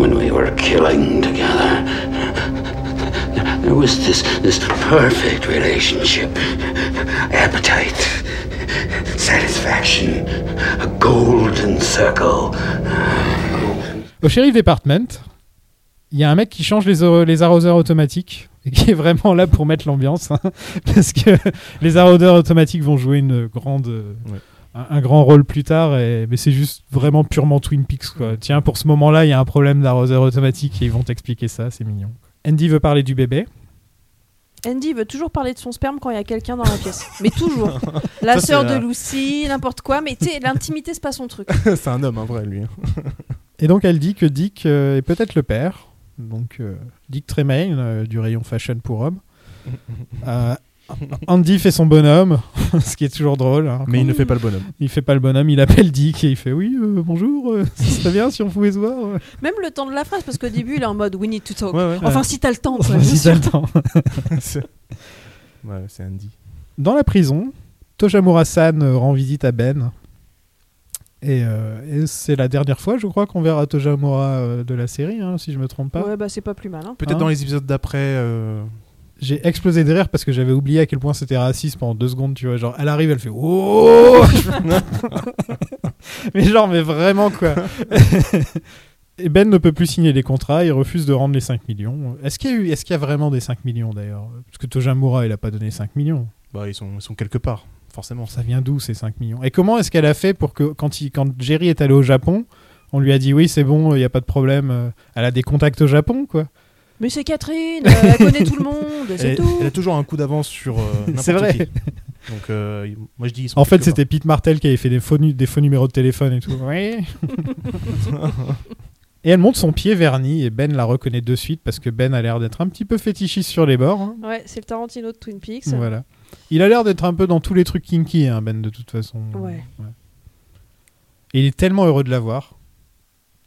when we were killing together, there was this, this perfect relationship. Appetite, satisfaction, a golden circle.
Au shérif department, il y a un mec qui change les, o- les arroseurs automatiques et qui est vraiment là pour mettre l'ambiance hein, <laughs> parce que les arroseurs automatiques vont jouer une grande euh,
Ouais.
un, un grand rôle plus tard et, mais c'est juste vraiment purement Twin Peaks quoi. Tiens pour ce moment-là, il y a un problème d'arroseur automatique et ils vont t'expliquer ça, c'est mignon. Andy veut parler du bébé.
Andy veut toujours parler de son sperme quand il y a quelqu'un dans la
<laughs>
pièce. Mais toujours. La
Ça, c'est
sœur de
la-
Lucy, n'importe quoi. Mais tu sais, l'intimité, c'est pas son truc.
<laughs> c'est un homme, en vrai, lui. hein.
Et donc elle dit que Dick euh, est peut-être le père, donc euh, Dick Tremaine euh, du rayon fashion pour
<laughs>
hommes. Euh, Andy fait son bonhomme, <laughs> ce qui est toujours drôle. hein,
Mais il ne fait pas le bonhomme.
Il fait pas le bonhomme, il appelle Dick et il fait oui, euh, bonjour, euh, <laughs> ce serait bien si on pouvait se voir. euh.
Même le temps de la phrase, parce qu'au début, il est en mode We need to talk.
Ouais,
Enfin, si t'as le temps,
<laughs>
quoi.
Vas-y, t'as le temps.
ouais. c'est ouais, c'est Andy.
Dans la prison, Tojamura-san euh, rend visite à Ben. Et, euh, et c'est la dernière fois, je crois, qu'on verra Tojamura euh, de la série, hein, si je me trompe pas.
Ouais, bah c'est pas plus mal. Hein.
Peut-être
Hein
dans les épisodes d'après. euh,
J'ai explosé de rire parce que j'avais oublié à quel point c'était raciste pendant deux secondes, tu vois. Genre, elle arrive, elle fait Oh <laughs> Mais genre, mais vraiment quoi <laughs> Et Ben ne peut plus signer les contrats, il refuse de rendre les 5 millions. Est-ce qu'il y a, eu, est-ce qu'il y a vraiment des 5 millions d'ailleurs Parce que Tojamura, il a pas donné 5 millions.
Bah, ils sont, ils sont quelque part, forcément.
Ça vient d'où ces 5 millions Et comment est-ce qu'elle a fait pour que, quand, il- quand Jerry est allé au Japon, on lui a dit Oui, c'est bon, il n'y a pas de problème, euh, elle a des contacts au Japon quoi
Mais c'est
<laughs>
Catherine, euh, elle connaît tout le monde, c'est
Elle,
tout.
elle a toujours un coup d'avance sur euh, n'importe
<laughs> C'est vrai.
qui. Donc, euh, ils- moi, je dis. ils sont
En fait,
quelque
c'était Pete Martel qui avait fait des faux, nu- des faux numéros de téléphone et tout. Oui. <laughs> et elle monte son pied verni et Ben la reconnaît de suite parce que Ben a l'air d'être un petit peu fétichiste sur les bords. hein.
Ouais, c'est le Tarantino de Twin Peaks.
Voilà. Il a l'air d'être un peu dans tous les trucs kinky, hein, Ben, de toute façon.
Ouais.
Et il est tellement heureux de la voir.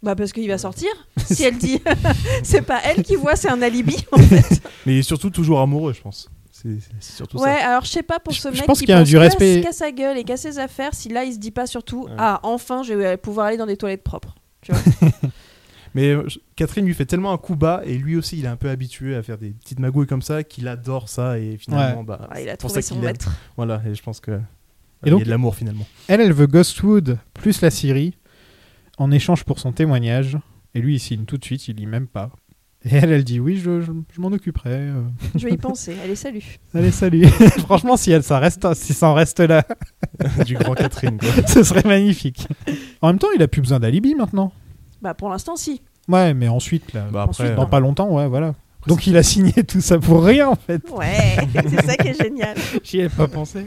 Bah parce qu'il va sortir.
<laughs>
Si elle dit, <laughs> c'est pas elle qui voit, c'est un alibi en fait.
part. Mais surtout toujours amoureux, je pense. C'est c'est surtout
ouais, alors je sais pas pour
Je-
ce
je
mec
pense
qui
qu'il y a
pense
du
qu'à-
respect.
qu'à sa gueule et qu'à ses affaires, si là il se dit pas surtout,
Ouais.
ah enfin je vais pouvoir aller dans des toilettes propres.
ça. Mais euh, je- Catherine lui fait tellement un coup bas et lui aussi, il est un peu habitué à faire des petites magouilles comme ça qu'il adore ça et finalement, bah,
Ah, il a
c'est pour
trouvé
ça
son
qu'il aime.
maître.
Voilà, et je pense que.
Et
Et
donc-
il y a de l'amour finalement. <laughs>
Elle, elle veut Ghostwood plus la Syrie en échange pour son témoignage. Et lui, il signe tout de suite, il lit même pas. Et elle, elle dit oui, je, je- je m'en occuperai. euh.
Je vais y penser. Allez, salut.
Allez, salut. <laughs> Franchement, si elle, ça reste, si ça en reste là,
du grand Catherine. quoi.
<laughs> ce serait magnifique. En même temps, il a plus besoin d'alibi maintenant.
Bah, pour l'instant, si.
Ouais, mais ensuite, là,
Bah,
Ensuite,
après,
dans
euh,
pas longtemps, ouais, voilà. Donc il a signé tout ça pour rien en fait.
Ouais, c'est ça qui est génial.
<laughs> J'y ai pas pensé.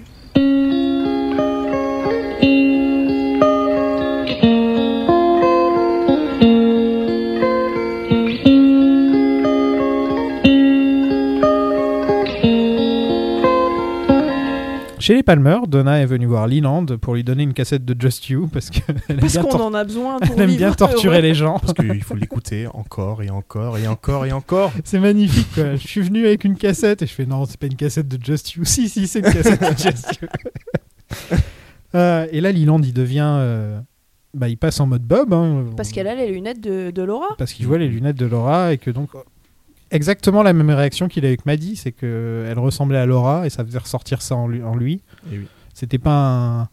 Chez les Palmer, Donna est venue voir Leland pour lui donner une cassette de Just You parce <laughs> qu'elle aime,
Parce
bien,
qu'on
tor-
en a besoin
elle
pour
aime
vivre.
bien torturer les gens.
parce qu'il faut l'écouter encore et encore et encore et encore.
C'est magnifique quoi. Je suis venu avec une cassette et je fais non, c'est pas une cassette de Just You. Si, si, c'est une cassette de Just You.
<laughs>
Euh, et là, Leland, il devient. euh, Bah, il passe en mode Bob. hein.
Parce qu'elle a les lunettes de, de Laura.
Parce qu'il voit les lunettes de Laura et que donc. Exactement la même réaction qu'il a avec Maddy, c'est que elle ressemblait à Laura et ça faisait ressortir ça en lui. en lui.
Et oui.
C'était pas un.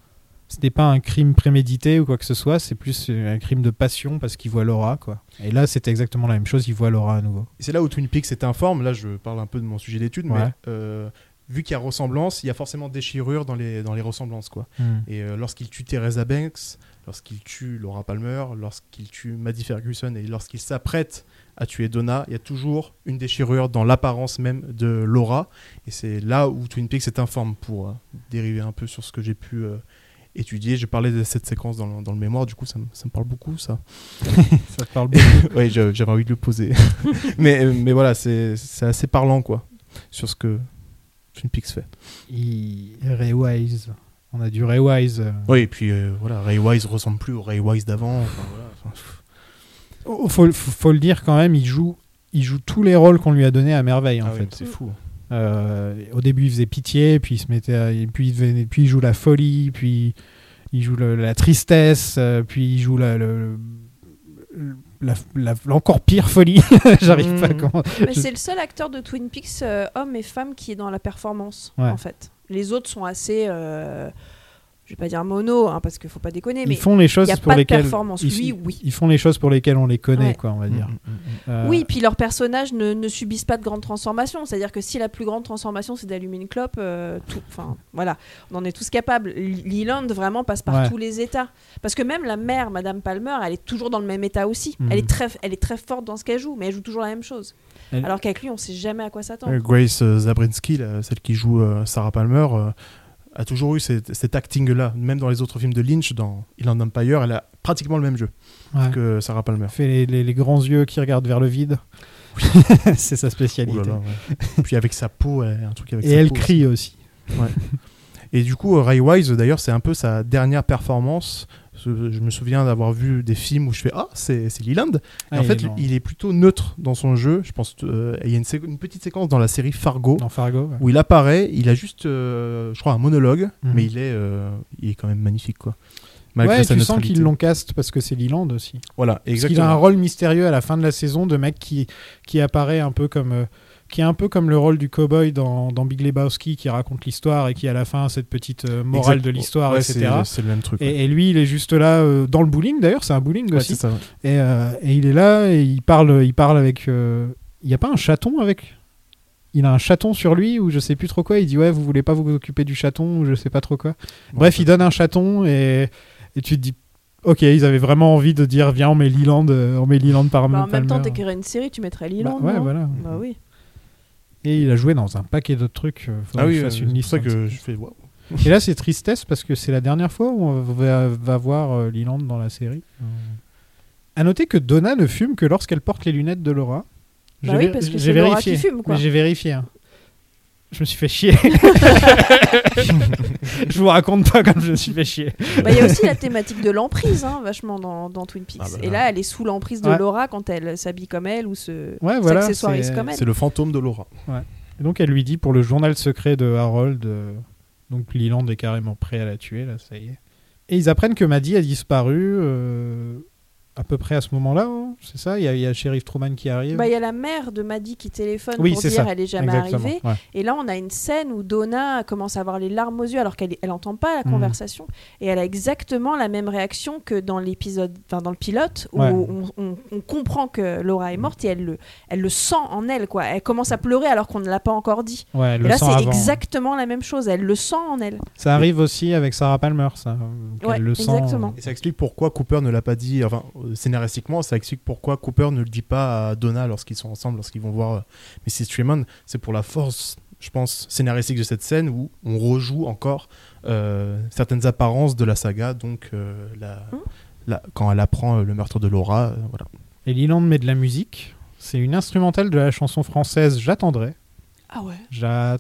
C'était pas un crime prémédité ou quoi que ce soit, c'est plus un crime de passion parce qu'il voit Laura, quoi. Et là, c'était exactement la même chose, il voit Laura à nouveau.
Et C'est là où Twin Peaks est informe. Là, je parle un peu de mon sujet d'étude,
Ouais.
mais euh, vu qu'il y a ressemblance, il y a forcément déchirure dans les, dans les ressemblances. quoi. Et euh, lorsqu'il tue Teresa Banks, lorsqu'il tue Laura Palmer, lorsqu'il tue Maddie Ferguson et lorsqu'il s'apprête à tuer Donna, il y a toujours une déchirure dans l'apparence même de Laura. Et c'est là où Twin Peaks est informe pour euh, dériver un peu sur ce que j'ai pu euh, étudier. J'ai parlé de cette séquence dans le, dans le mémoire, du coup, ça, me- ça me parle beaucoup, ça.
Ça te parle
Oui, j'avais envie de le poser. mais, mais voilà, c'est c'est assez parlant, quoi, sur ce que Twin Peaks fait.
Il... Raywise. On a du Raywise. euh.
Oui, et puis euh, voilà, Ray Wise ressemble plus au Ray Wise d'avant. enfin, voilà, enfin, pff.
Oh, faut, faut- faut le dire quand même, il joue, il joue tous les rôles qu'on lui a donnés à merveille en
Ah oui,
fait.
c'est fou.
Euh, au début, il faisait pitié, puis il se mettait, à- et puis il, devenait- puis il joue la folie, puis il joue le- la tristesse, euh, puis il joue la, le- le- la- la- l'encore pire folie. <laughs> J'arrive
Mhm.
pas à comment.
Mais
Je-
Ah, bah, c'est le seul acteur de Twin Peaks, euh, homme et femme, qui est dans la performance,
Ouais.
en fait. Les autres sont assez. euh, je vais pas dire mono, hein, parce qu'il faut pas déconner, mais
Ils font les choses
y a
pour
pas de
lesquelles
performance.
ils,
Lui, oui.
ils font les choses pour lesquelles on les connaît,
Ouais.
quoi, on va
Mm,
dire. Euh,
Oui, puis leurs personnages ne, ne subissent pas de grandes transformations. C'est-à-dire que si la plus grande transformation, c'est d'allumer une clope, euh, tout, enfin, voilà, on en est tous capables. L- Leland vraiment passe par
Ouais.
tous les états. Parce que même la mère, Madame Palmer, elle est toujours dans le même état aussi.
Mhm.
Elle, est très, elle est très forte dans ce qu'elle joue, mais elle joue toujours la même chose.
Elle-
Alors qu'avec lui, on sait jamais à quoi s'attendre. Bah,
Euh, Grace euh, Zabrinski, là, celle qui joue euh, Sarah Palmer, euh, a toujours eu cet, cet acting-là. Même dans les autres films de Lynch, dans Inland Empire, elle a pratiquement le même jeu
ouais.
que Sarah Palmer.
fait les, les- les grands yeux qui regardent vers le vide. <laughs> c'est sa spécialité.
Ouh là là, <laughs> ouais. puis avec sa peau, elle- un truc avec
Et
sa
elle
peau
crie aussi.
Et du coup, euh, Ray Wise, euh, d'ailleurs, c'est un peu sa dernière performance. Je je me souviens d'avoir vu des films où je fais Ah, c'est c'est Leland. Et
Ah,
en
il
fait,
est
il est,
dans-
plutôt neutre dans son jeu. Je pense. euh, il y a une, sé- une petite séquence dans la série Fargo
dans Fargo. ouais.
où il apparaît. Il a juste, euh, je crois, un monologue,
Mhm.
mais il est, euh, il est quand même magnifique, quoi.
Ouais, tu sens
neutralité.
qu'ils l'ont cast parce que c'est Leland aussi.
Voilà,
Parce qu'il a
exactement.
un rôle mystérieux à la fin de la saison de mec qui, qui apparaît un peu comme. euh, qui est un peu comme le rôle du cowboy dans, dans Big Lebowski qui raconte l'histoire et qui à la fin a cette petite euh, morale
Exact-
de l'histoire,
Ouais,
etc.
c'est- C'est le même truc. ouais.
Et, et lui, il est juste là euh, dans le bowling d'ailleurs, c'est un bowling
Ouais,
aussi.
c'est ça, ouais.
Et, euh, et il est là et il parle, il parle avec. euh, Il n'y a pas un chaton avec Il a un chaton sur lui ou je sais plus trop quoi. Il dit ouais, vous voulez pas vous occuper du chaton ou je sais pas trop quoi. Bref, il donne un chaton et, et tu te dis ok, ils avaient vraiment envie de dire viens on met Leland, euh, on met Leland par
Bah, en même temps,
Palmer.
t'écrirais une série, tu mettrais
Bah,
Leland.
ouais,
non
voilà.
Bah oui.
Et il a joué dans un paquet de trucs. euh, faudrait
Ah
que
oui,
je
euh,
fasse
c'est
une
pour
liste
ça
comme
que je fais. waouh.
Et là, c'est tristesse parce que c'est la dernière fois où on va, va voir euh, Leland dans la série. À noter que Donna ne fume que lorsqu'elle porte les lunettes de Laura.
Bah
J'ai
oui,
vé-
parce que
j'ai
c'est Laura qui fume, quoi.
Mais J'ai vérifié. hein. Je me suis fait
<laughs>
chier. <laughs> je vous raconte pas comme je me suis fait chier.
Bah, Il y a aussi la thématique de l'emprise, hein, vachement, dans, dans Twin Peaks.
Ah bah
Et
là.
là, elle est sous l'emprise de
Ouais.
Laura quand elle s'habille comme elle ou se
Ouais, voilà,
s'accessoirise
c'est-
comme elle.
C'est le fantôme de Laura.
Et donc, elle lui dit pour le journal secret de Harold. euh, donc, Leland est carrément prêt à la tuer, là, ça y est. Et ils apprennent que Maddie a disparu. euh, à peu près à ce moment-là, hein, c'est ça Il y a, il y a Sheriff Truman qui arrive.
Bah, il y a la mère de Maddy qui téléphone
Oui,
pour
c'est
dire
ça.
elle est jamais
Exactement.
arrivée.
ouais.
Et là, on a une scène où Donna commence à avoir les larmes aux yeux alors qu'elle elle entend pas la
Mhm.
conversation. Et elle a exactement la même réaction que dans l'épisode, enfin, dans le pilote, où
Ouais. Mm.
on, on- on comprend que Laura est morte et elle le, elle le sent en elle. quoi. Elle commence à pleurer alors qu'on ne l'a pas encore dit.
Ouais, elle
et
le
là,
sent
c'est
avant.
exactement la même chose. Elle le sent en elle.
Ça arrive aussi avec Sarah Palmer, ça. euh, qu'elle
Ouais,
le sent,
exactement.
Et ça explique pourquoi Cooper ne l'a pas dit, enfin euh, scénaristiquement, ça explique pourquoi Cooper ne le dit pas à Donna lorsqu'ils sont ensemble, lorsqu'ils vont voir euh, Mrs. Tremont. C'est pour la force, je pense, scénaristique de cette scène où on rejoue encore euh, certaines apparences de la saga, donc euh, la-
Hmm.
la- quand elle apprend euh, le meurtre de Laura, euh, voilà.
Et Leland met de la musique. C'est une instrumentale de la chanson française J'attendrai.
Ah ouais.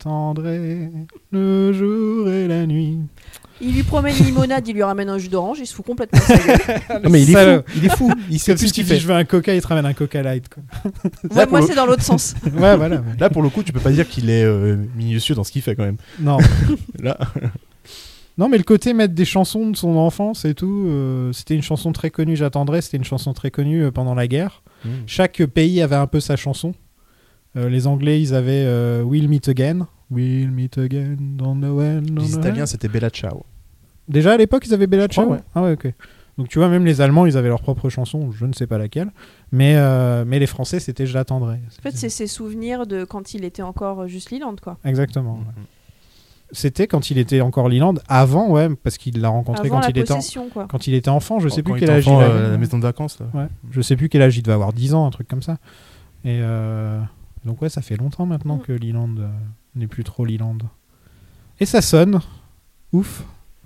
J'attendrai le jour et la nuit.
Il lui promet une limonade, il lui ramène un jus d'orange, il se
<laughs>
fout complètement. de sa gueule.
Non, Ah, mais il est
Salaud.
fou, il est
<laughs>
fou, il
Parce
sait
que
plus
si
ce
tu
qu'il
dis
fait.
je veux un coca, il te ramène un coca light. quoi.
Moi, moi,
pour le-
c'est
<laughs>
dans l'autre sens.
ouais,
<laughs>
voilà.
Là, pour le coup, tu peux pas dire qu'il est euh, minutieux dans ce qu'il fait quand même.
Non.
Là,
non, mais le côté mettre des chansons de son enfance et tout, euh, c'était une chanson très connue, J'attendrai, c'était une chanson très connue euh, pendant la guerre.
Hmm.
Chaque pays avait un peu sa chanson. Euh, les Anglais, ils avaient euh, We'll Meet Again. We'll Meet Again, don't know when, don't
les
know
Italiens,
when.
c'était Bella Ciao.
Déjà à l'époque, ils avaient Bella
Je crois,
Ciao
ouais.
Ah ouais, ok. Donc tu vois, même les Allemands, ils avaient leur propre chanson, je ne sais pas laquelle. Mais, euh, mais les Français, c'était Je l'attendrai.
En fait, c'est ses souvenirs de quand il était encore euh, juste Liland, quoi.
Exactement.
Mhm.
ouais. C'était quand il était encore Liland, avant, ouais, parce qu'il l'a rencontré
Avant
quand,
la
il était en-
possession, quoi.
quand il était enfant. Je sais
Quand
plus
il
quel
était
âge il
enfant,
avait.
euh, à la maison de vacances, là.
Ouais. Je sais plus quel âge il devait avoir, 10 ans, un truc comme ça. Et euh, donc ouais, ça fait longtemps maintenant
Mm.
que Leland euh, n'est plus trop Leland. Et ça sonne. Ouf.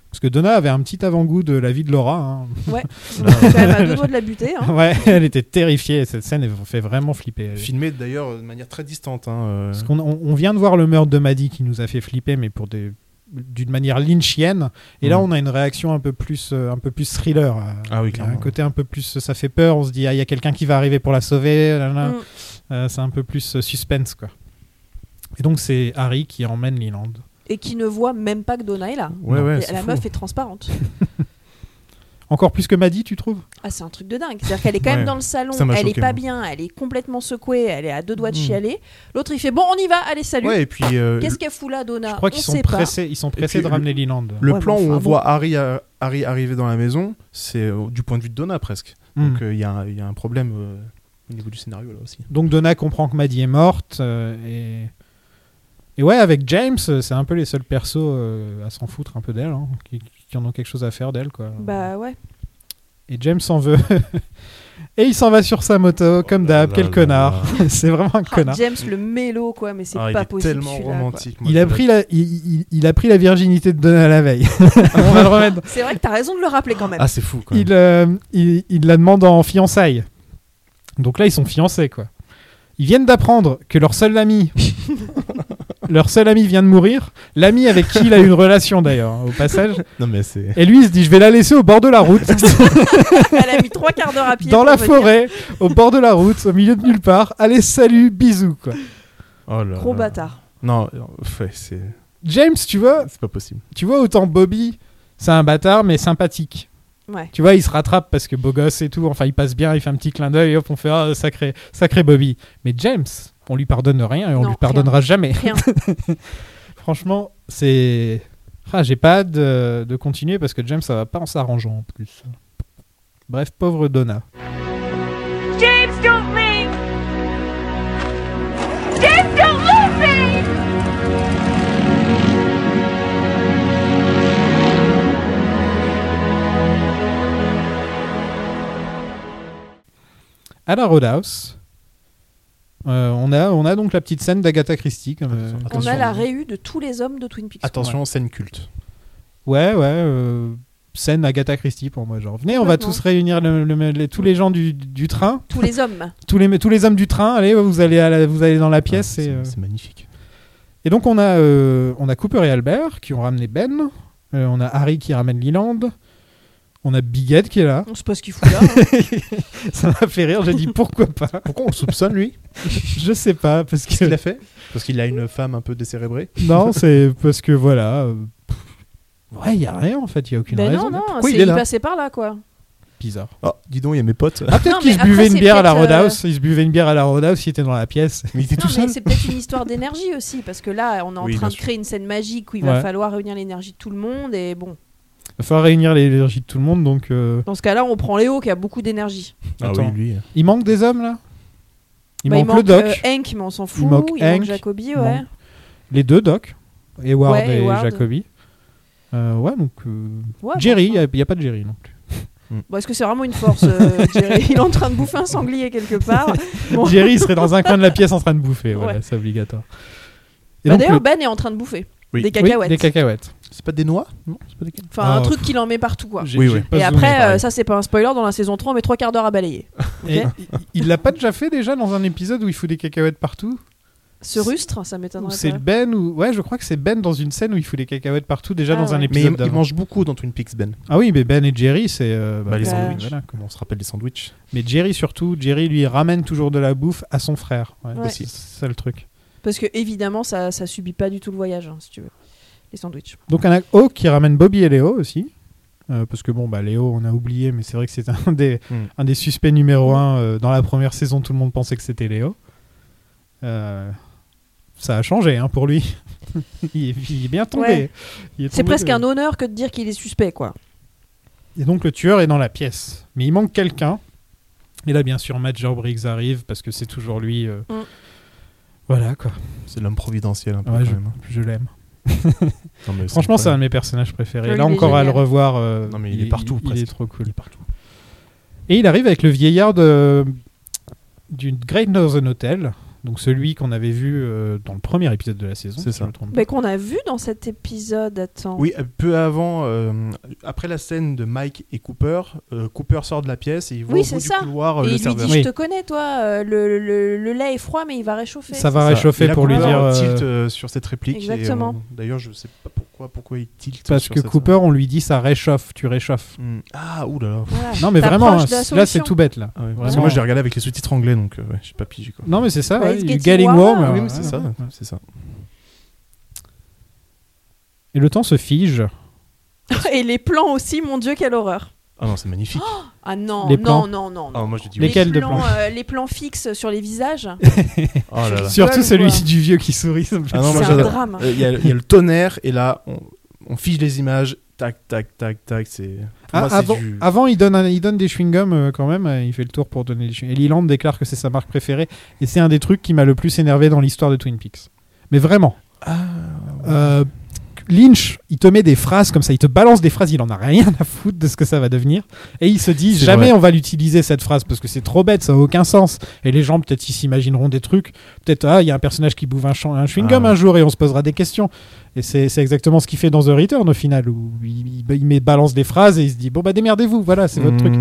Parce que Donna avait un petit avant-goût de la vie de Laura. <laughs>
Ouais, on est quand même à
<laughs>
deux doigts de la buter.
hein.
Hein.
ouais, elle était terrifiée. Cette scène elle fait vraiment flipper. Elle-
Filmé d'ailleurs euh, de manière très distante. hein, euh.
Parce qu'on on- on vient de voir le meurtre de Maddy qui nous a fait flipper, mais pour des d'une manière lynchienne. Et là,
Mm.
on a une réaction un peu plus, euh, un peu plus thriller. euh,
Ah oui,
il y a
clairement.
Un côté un peu plus, ça fait peur. On se dit, ah, il y a quelqu'un qui va arriver pour la sauver. là, là.
Mm.
Euh, c'est un peu plus euh, suspense, quoi. Et donc, c'est Harry qui emmène Leland.
Et qui ne voit même pas que Donna est là.
Ouais, ouais,
Et
c'est
la
fou.
meuf est transparente.
Encore plus que Maddy, tu trouves
Ah, c'est un truc de dingue. C'est-à-dire qu'elle est quand
Ouais.
même dans le salon,
Ça m'a
elle
choqué,
est pas
moi.
bien, elle est complètement secouée, elle est à deux doigts de
Mm.
chialer. L'autre, il fait Bon, on y va, allez, salut.
Ouais, et puis euh,
Qu'est-ce qu'elle fout là, Donna
Je crois qu'ils
Bah, On
sont
sait pas.
pressés, ils sont pressés
puis,
de
le-
ramener Leland.
le
Ouais,
plan
mais
où
enfin,
on
bon.
voit Harry, euh, Harry arriver dans la maison, c'est euh, du point de vue de Donna presque.
Mm.
Donc euh, il y, a un- il y a un problème euh, au niveau du scénario là aussi.
Donc Donna comprend que Maddie est morte euh, et et ouais avec James euh, c'est un peu les seuls persos euh, à s'en foutre un peu d'elle hein, qui, qui en ont quelque chose à faire d'elle quoi.
Bah ouais.
Et James s'en veut <laughs> et il s'en va sur sa moto comme
Oh là
d'hab
là
quel
là
connard <laughs> c'est vraiment un
Ah,
connard.
James, le mélo, quoi, mais c'est
Ah, il
pas
est
possible.
tellement
celui-là, quoi.
romantique. moi,
Il a
je-
pris la il, il- il a pris la virginité de Donna la veille. <laughs> On va le remettre.
C'est vrai que t'as raison de le rappeler quand même.
Ah c'est fou quand même.
Il, euh, il il la demande en fiançailles. Donc là ils sont fiancés quoi. Ils viennent d'apprendre que leur seul
<laughs>
ami, leur seul ami vient de mourir. L'ami avec qui il a eu une relation d'ailleurs, hein, au passage.
Non mais c'est.
Et lui, il se dit, je vais la laisser au bord de la route,
Elle a mis trois quarts d'heure à pied.
dans
pour
la
venir.
forêt, au bord de la route, au milieu de nulle part. Allez, salut, bisous quoi.
<laughs> Oh là
Gros
là.
bâtard.
Non, euh, ouais, c'est
James, tu vois,
c'est pas possible.
tu vois autant Bobby, c'est un bâtard mais sympathique.
Ouais.
Tu vois, il se rattrape parce que beau gosse et tout. Enfin, il passe bien, il fait un petit clin d'œil, et hop, on fait ah, sacré, sacré Bobby. Mais James, on lui pardonne rien et on
Non,
lui pardonnera jamais.
Rien.
<laughs> Franchement, c'est. Ah, j'ai pas hâte de, de continuer parce que James, ça va pas en s'arrangeant en plus. Bref, pauvre Donna.
James, don't leave! James, don't leave me!
À la Roadhouse, euh, on, a, on a donc la petite scène d'Agatha Christie. Comme, euh,
Attention,
On
comme-
a la réu de tous les hommes de Twin Peaks.
Attention scène culte.
Ouais, ouais. euh, scène Agatha Christie pour moi. Genre, venez, on va
Complètement.
tous réunir le- le- les- tous les gens du, du train,
Tous les
<laughs>
hommes.
tous les, tous les hommes du train. Allez, vous allez, à la- vous allez dans la pièce.
Ah,
et,
c'est
euh,
c'est magnifique.
Et donc on a, euh, on a Cooper et Albert qui ont ramené Ben. Euh, on a Harry qui ramène Leland. On a Big Ed qui est là. <laughs>
On sait pas ce qu'il fout là. hein.
Ça m'a fait rire, j'ai dit pourquoi
<laughs>
pas.
Pourquoi on le soupçonne lui
Je sais pas, parce
Qu'est-ce qu'il
que...
a fait Parce qu'il a une femme un peu décérébrée. <laughs>
Non, c'est parce que voilà... euh, pff, Ouais, il y a rien en fait, il y a aucune
Ben
raison.
non, non,
Pourquoi
c'est
il est
il
là
passait par là, quoi.
bizarre.
Ah, dis donc, il y a mes potes.
Ah,
Non,
peut-être qu'il
mais
se buvait
après,
une
c'est
bière à la
peut-être, euh,
Roadhouse. Il se buvait une bière à la Roadhouse, il était dans la pièce.
Ah, Mais il était tout
Non, mais
seul.
c'est peut-être une histoire d'énergie aussi, parce que là, on est en
Oui,
train
bien
de
sûr.
créer une scène magique où il
Ouais.
va falloir réunir l'énergie de tout le monde. Et bon,
Il va falloir réunir l'énergie de tout le monde, donc. euh,
dans ce cas-là, on prend Léo qui a beaucoup d'énergie.
Ah
attends.
oui, lui.
Il manque des hommes, là il
Bah,
manque le doc,
euh, Hank, mais on s'en fout. Il
manque
manque,
Hank,
Jacobi,
il
ouais.
manque- les deux docs, Eward
Ouais,
et
Hayward.
Jacobi. Euh, ouais, donc. euh,
Ouais, bon,
Jerry, il
enfin.
n'y a, pas de Jerry non plus.
Bon, bah, Est-ce que c'est vraiment une
<laughs>
force euh, Jerry Il est en train de bouffer un sanglier quelque part. <laughs> Bon.
Jerry, il serait dans un coin de la pièce en train de bouffer, voilà,
Ouais.
c'est obligatoire. Et
Bah,
donc,
D'ailleurs,
le-
Ben est en train de bouffer
Oui.
des
Oui,
cacahuètes.
Oui, des cacahuètes.
C'est pas des noix Non, c'est pas des
Enfin,
Ah,
un truc qu'il en met partout, quoi.
J'ai-
Oui,
j'ai
oui.
pas
Et
zoomé,
après, euh,
pareil.
ça, c'est pas un spoiler, dans la saison 3, on met trois quarts d'heure
<laughs>
à balayer. Ok
Et il- il l'a pas déjà fait déjà dans un épisode où il fout des cacahuètes partout
Ce rustre, ça m'étonnerait
Ou
pas.
c'est Ben ou ouais, je crois que c'est Ben dans une scène où il fout des cacahuètes partout déjà
Ah
dans un
ouais.
Mais il,
épisode.
il
d'avant.
mange beaucoup dans Twin Peaks, Ben.
Ah oui, mais Ben et Jerry, c'est euh,
Bah, les
Ouais.
sandwichs.
voilà, quoi.
Comme on se rappelle les sandwichs.
Mais Jerry surtout, Jerry lui ramène toujours de la bouffe à son frère. Ouais,
Ouais.
C'est ça le truc.
Parce que, évidemment, ça, ça subit pas du tout le voyage, hein, si tu veux. Les sandwichs.
Donc on a Hawk qui ramène Bobby et Léo aussi. Euh, parce que bon, bah, Léo, on a oublié, mais c'est vrai que c'est un des,
Mm.
un des suspects numéro un. euh, dans la première saison, tout le monde pensait que c'était Léo. Euh, ça a changé hein, pour lui. <laughs> il, est, il est bien tombé.
Ouais.
Il est
C'est
tombé
presque
de-
un honneur que de dire qu'il est suspect, quoi.
Et donc le tueur est dans la pièce. Mais il manque quelqu'un. Et là, bien sûr, Major Briggs arrive parce que c'est toujours lui. euh,
Mm.
Voilà quoi.
C'est l'homme providentiel un peu
Ouais,
quand
je,
même. hein.
je l'aime.
Non, mais
Franchement, c'est un
incroyable.
de mes personnages préférés.
Oui,
là
il est
encore à le
génial.
revoir. euh,
Non, mais il est partout,
Il, est
presque.
trop cool.
Il est partout.
Et il arrive avec le vieillard de, du Great Northern Hotel, donc celui qu'on avait vu euh, dans le premier épisode de la saison.
C'est
si
ça.
je me trompe pas.
Mais qu'on a vu dans cet épisode, attends.
Oui, euh, peu avant, euh, après la scène de Mike et Cooper, euh, Cooper sort de la pièce et il voit
Oui,
au bout
c'est
du
ça.
couloir euh,
Et
le
il lui
serveur.
dit,
oh, Oui.
je te connais, toi, euh, le, le- le lait est froid, mais il va réchauffer.
Ça va
Ça. Et
réchauffer
là,
pour lui
Cooper,
dire.
euh,
euh,
tilt euh, sur cette réplique. et, euh,
Exactement.
D'ailleurs, je sais pas pourquoi, pourquoi il tilt.
parce
sur
que
cette-
Cooper, on lui dit ça réchauffe, tu réchauffes.
Hmm. Ah, oulala.
Voilà.
Non, mais
T'approches
vraiment, hein,
de la
là c'est
solution.
tout bête là.
Ah ouais, parce que
Vraiment.
moi, je l'ai regardé avec les sous-titres anglais, donc euh, ouais, j'ai pas pigé quoi.
Non, mais c'est ça,
Ouais,
ouais,
it's
you
getting
getting
warmer.
warmer.
oui,
Ah ouais,
mais c'est
ouais,
ça,
ouais.
c'est ça.
Et le temps se fige.
Et les plans aussi, mon Dieu, quelle horreur.
Ah non, c'est magnifique.
Ah non,
Les plans.
non, non, non,
Ah,
non.
moi, je dis.
Les- Lesquels de
plans,
plans
euh, Les plans fixes sur les visages,
Oh
<laughs>
là là.
Surtout
Ou
celui
quoi
du vieux qui sourit. ça me fait
Ah non, moi,
c'est un
j'adore.
drame.
Euh, Il y, a- il y a le tonnerre et là, on, on fige les images. Tac, tac, tac, tac. C'est. pour
Ah,
moi, c'est
avant,
du-
avant, il donne, un- il donne des chewing-gums euh, quand même. euh, il fait le tour pour donner des chewing-gums. Et Leland déclare que c'est sa marque préférée. Et c'est un des trucs qui m'a le plus énervé dans l'histoire de Twin Peaks. Mais vraiment.
Ah,
Euh, Lynch, il te met des phrases comme ça. Il te balance des phrases. Il en a rien à foutre de ce que ça va devenir. Et il se dit
C'est
jamais
vrai.
on va l'utiliser cette phrase parce que c'est trop bête. Ça a aucun sens. Et les gens, peut-être, ils s'imagineront des trucs. Peut-être, ah, il y a un personnage qui bouffe un, champ- un chewing-gum
Ah.
un jour et on se posera des questions. Et c'est c'est exactement ce qu'il fait dans The Return au final, où il, il- il met- balance des phrases et il se dit Bon, bah démerdez-vous, voilà, c'est votre
Hmm,
truc.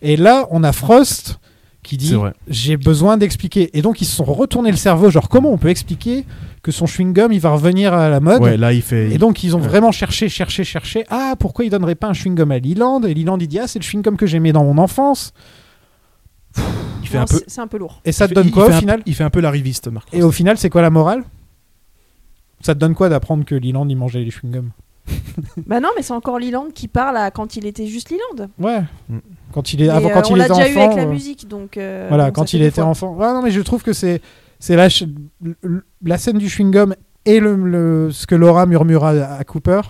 Et là, on a Frost qui
C'est
dit
vrai.
J'ai besoin d'expliquer. Et donc, ils se sont retournés le cerveau genre, comment on peut expliquer que son chewing-gum il va revenir à la mode
Ouais, là, il fait.
Et donc, ils ont
Ouais.
vraiment cherché, cherché, cherché Ah, pourquoi il donnerait pas un chewing-gum à Leland Et Leland, il dit Ah, c'est le chewing-gum que j'aimais dans mon enfance.
il fait
Non,
un peu.
c'est- C'est un peu lourd.
Et ça te
il fait-
donne
il
quoi
fait
au
un-
final
Il fait un peu l'arriviste, Marc.
Et au final, c'est quoi la morale Ça te donne quoi d'apprendre que Leland il mangeait les chewing-gums
bah non, mais c'est encore Liland qui parle à quand il était juste Liland.
Ouais.
Mm.
Quand il est avant
Mais,
quand
euh, on
il
l'a
était
déjà eu avec
enfant,
la
euh,
musique, donc. euh,
voilà,
donc ça
quand
fait
il
deux
était
fois.
enfant. Ouais, non mais je trouve que c'est c'est la ch- l- l- la scène du chewing gum et le, le- ce que Laura murmura à à Cooper.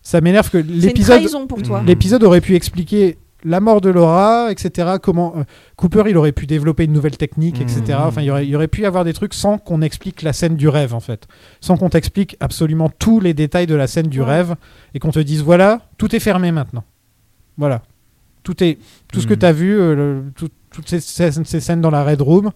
Ça m'énerve que
C'est une
l'épisode
trahison pour toi.
Mm.
l'épisode aurait pu expliquer la mort de Laura, etc. Comment euh, Cooper il aurait pu développer une nouvelle technique,
Mm.
etc. Enfin, il y aurait, il y aurait pu y avoir des trucs sans qu'on explique la scène du rêve en fait, sans qu'on t'explique absolument tous les détails de la scène du
Ouais.
rêve et qu'on te dise voilà, tout est fermé maintenant. Voilà, tout est tout ce que
Mm.
tu as vu, euh, le- tout- toutes ces, scènes- ces scènes dans la Red Room.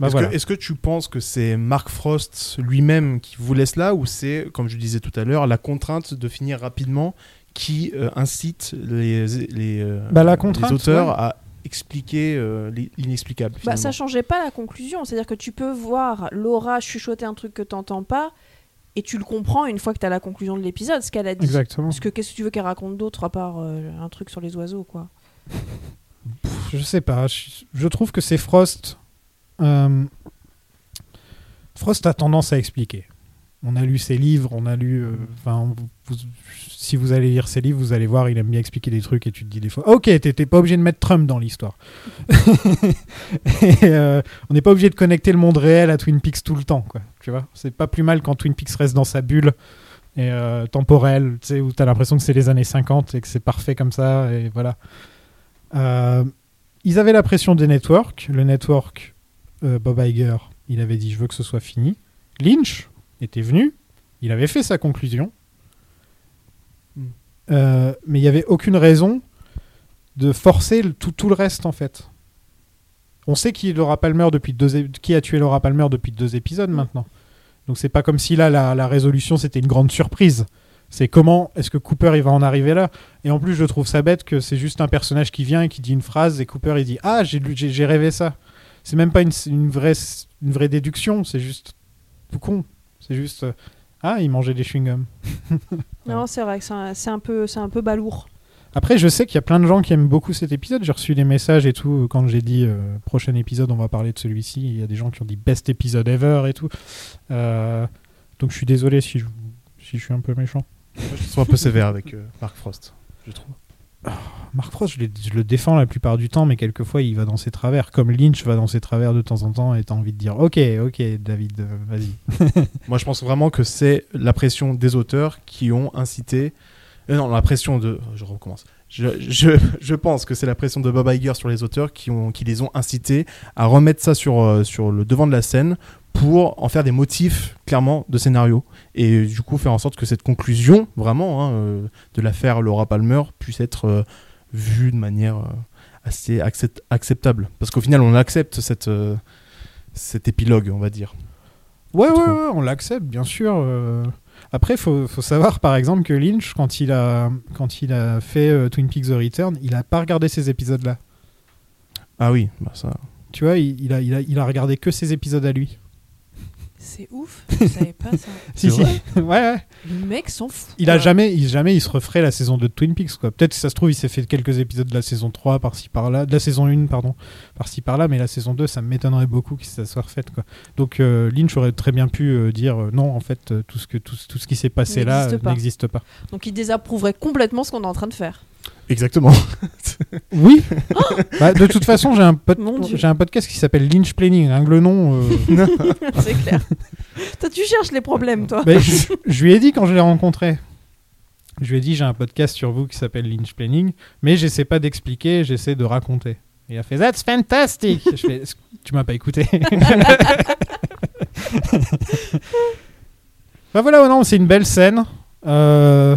Bah
Est-ce
voilà.
que, est-ce que tu penses que c'est Mark Frost lui-même qui vous laisse là ou c'est, comme je disais tout à l'heure, la contrainte de finir rapidement qui euh, incite les, les, euh,
Bah, la
les
contrainte,
auteurs
ouais.
à expliquer euh, l'in- l'inexplicable
Bah,
finalement.
ça changeait pas la conclusion. C'est-à-dire que tu peux voir Laura chuchoter un truc que t'entends pas et tu le comprends une fois que t'as la conclusion de l'épisode, ce qu'elle a dit.
Exactement.
Parce que qu'est-ce que tu veux qu'elle raconte d'autre à part euh, un truc sur les oiseaux, quoi.
je sais pas. Je, je trouve que c'est Frost. euh, Frost a tendance à expliquer. On a lu ses livres, on a lu. euh, Enfin, vous- si vous allez lire ses livres, vous allez voir, il aime bien expliquer des trucs et tu te dis des fois, ok, t'étais pas obligé de mettre Trump dans l'histoire. <laughs> Et, euh, on n'est pas obligé de connecter le monde réel à Twin Peaks tout le temps, quoi. Tu vois, c'est pas plus mal quand Twin Peaks reste dans sa bulle et euh, temporelle, tu sais, où t'as l'impression que c'est les années 50 et que c'est parfait comme ça, et voilà. Euh, ils avaient la pression des networks. Le network, euh, Bob Iger, il avait dit je veux que ce soit fini. Lynch était venu, il avait fait sa conclusion.
Mm.
Euh, mais il n'y avait aucune raison de forcer le- tout, tout le reste en fait. On sait qui, est Laura Palmer depuis deux é- qui a tué Laura Palmer depuis deux épisodes maintenant. Donc c'est pas comme si là la, la résolution c'était une grande surprise. C'est comment est-ce que Cooper il va en arriver là et en plus, je trouve ça bête que c'est juste un personnage qui vient et qui dit une phrase et Cooper il dit Ah, j'ai lu- j'ai j'ai rêvé ça. C'est même pas une, une vraie, une vraie déduction, c'est juste tout con. C'est juste euh, Ah, il mangeait des chewing-gums.
Non, c'est vrai que c'est un, c'est un peu, c'est un peu balourd.
Après, je sais qu'il y a plein de gens qui aiment beaucoup cet épisode. J'ai reçu des messages et tout quand j'ai dit euh, prochain épisode, on va parler de celui-ci. Il y a des gens qui ont dit best épisode ever et tout. Euh, donc je suis désolé si je, si je suis un peu méchant.
Ils sont un peu sévères avec euh, Mark Frost, je trouve.
Marc Frost, je, l'ai- je le défends la plupart du temps, mais quelquefois il va dans ses travers. Comme Lynch va dans ses travers de temps en temps, et t'as envie de dire Ok, ok, David, euh, vas-y.
Moi, je pense vraiment que c'est la pression des auteurs qui ont incité. euh, non, la pression de. Je recommence. Je, je- <laughs> je pense que c'est la pression de Bob Iger sur les auteurs qui, ont, qui les ont incités à remettre ça sur, euh, sur le devant de la scène pour en faire des motifs, clairement, de scénario. Et euh, du coup, faire en sorte que cette conclusion, vraiment, hein, euh, de l'affaire Laura Palmer puisse être euh, vue de manière euh, assez accept- acceptable. Parce qu'au final, on accepte cette, euh, cet épilogue, on va dire.
Ouais, ouais,
Trop.
ouais, on l'accepte, bien sûr. euh. Après, faut, faut savoir par exemple que Lynch, quand il a, quand il a fait euh, Twin Peaks The Return, il a pas regardé ces épisodes-là.
Ah oui, bah ça.
Tu vois, il, il a, il, a, il a regardé que ces épisodes à lui.
C'est ouf, je savais pas <laughs> ça.
Si,
C'est
si. <laughs> ouais, ouais.
Les mecs s'en foutent.
Il a
quoi.
jamais, il, jamais il se referait la saison 2 de Twin Peaks quoi. Peut-être si ça se trouve il s'est fait quelques épisodes de la saison 3 par-ci par-là, de la saison 1 pardon, par-ci par-là, mais la saison 2 ça m'étonnerait beaucoup que ça soit refait quoi. Donc euh, Lynch aurait très bien pu euh, dire euh, non en fait euh, tout ce que tout, ce- tout ce qui s'est passé là
N'existe
euh,
pas.
n'existe pas.
Donc il désapprouverait complètement ce qu'on est en train de faire. <laughs>
Exactement.
Oui. <laughs> Bah, de toute façon
<laughs>
j'ai un pod-
Mon Dieu.
j'ai un podcast qui s'appelle Lynch Planning, rien que le nom.
<laughs>
euh,
c'est clair.
<laughs>
toi, tu cherches les problèmes, toi. <laughs>
Ben, je, je lui ai dit quand je l'ai rencontré. Je lui ai dit j'ai un podcast sur vous qui s'appelle Lynch Planning, mais j'essaie pas d'expliquer, j'essaie de raconter. Et il a fait That's fantastic. je fais Est-ce que tu m'as pas écouté. <laughs> ben voilà, ouais, non, c'est une belle scène. Euh,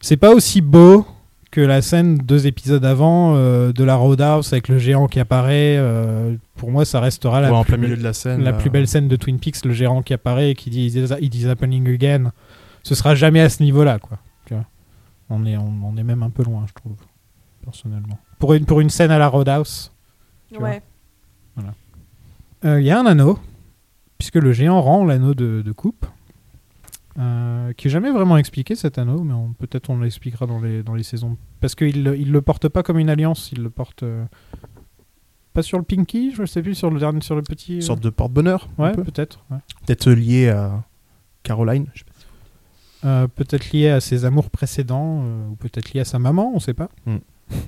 c'est pas aussi beau que la scène deux épisodes avant euh, de la Roadhouse avec le géant qui apparaît. euh, pour moi, ça restera la
Ouais, en
plus
plein milieu de la scène. euh,
la
là.
plus belle scène de Twin Peaks, le gérant qui apparaît et qui dit It is- It is happening again. Ce sera jamais à ce niveau-là, quoi. Tu vois. on, est, on, on est même un peu loin, je trouve, personnellement. Pour une, pour une scène à la Roadhouse, tu vois.
Ouais.
euh, il y a un anneau, puisque le géant rend l'anneau de, de coupe, euh, qui est jamais vraiment expliqué cet anneau, mais on- peut-être on l'expliquera dans les, dans les saisons. Parce qu'il ne le porte pas comme une alliance, il le porte. euh, pas sur le pinky, je sais plus, sur le, dernier, sur le petit. euh,
Une sorte de porte-bonheur. un
Ouais,
peu.
peut-être. ouais.
Peut-être lié à Caroline. je sais pas.
Euh, peut-être lié à ses amours précédents, euh, ou peut-être lié à sa maman, on sait pas.
Mm.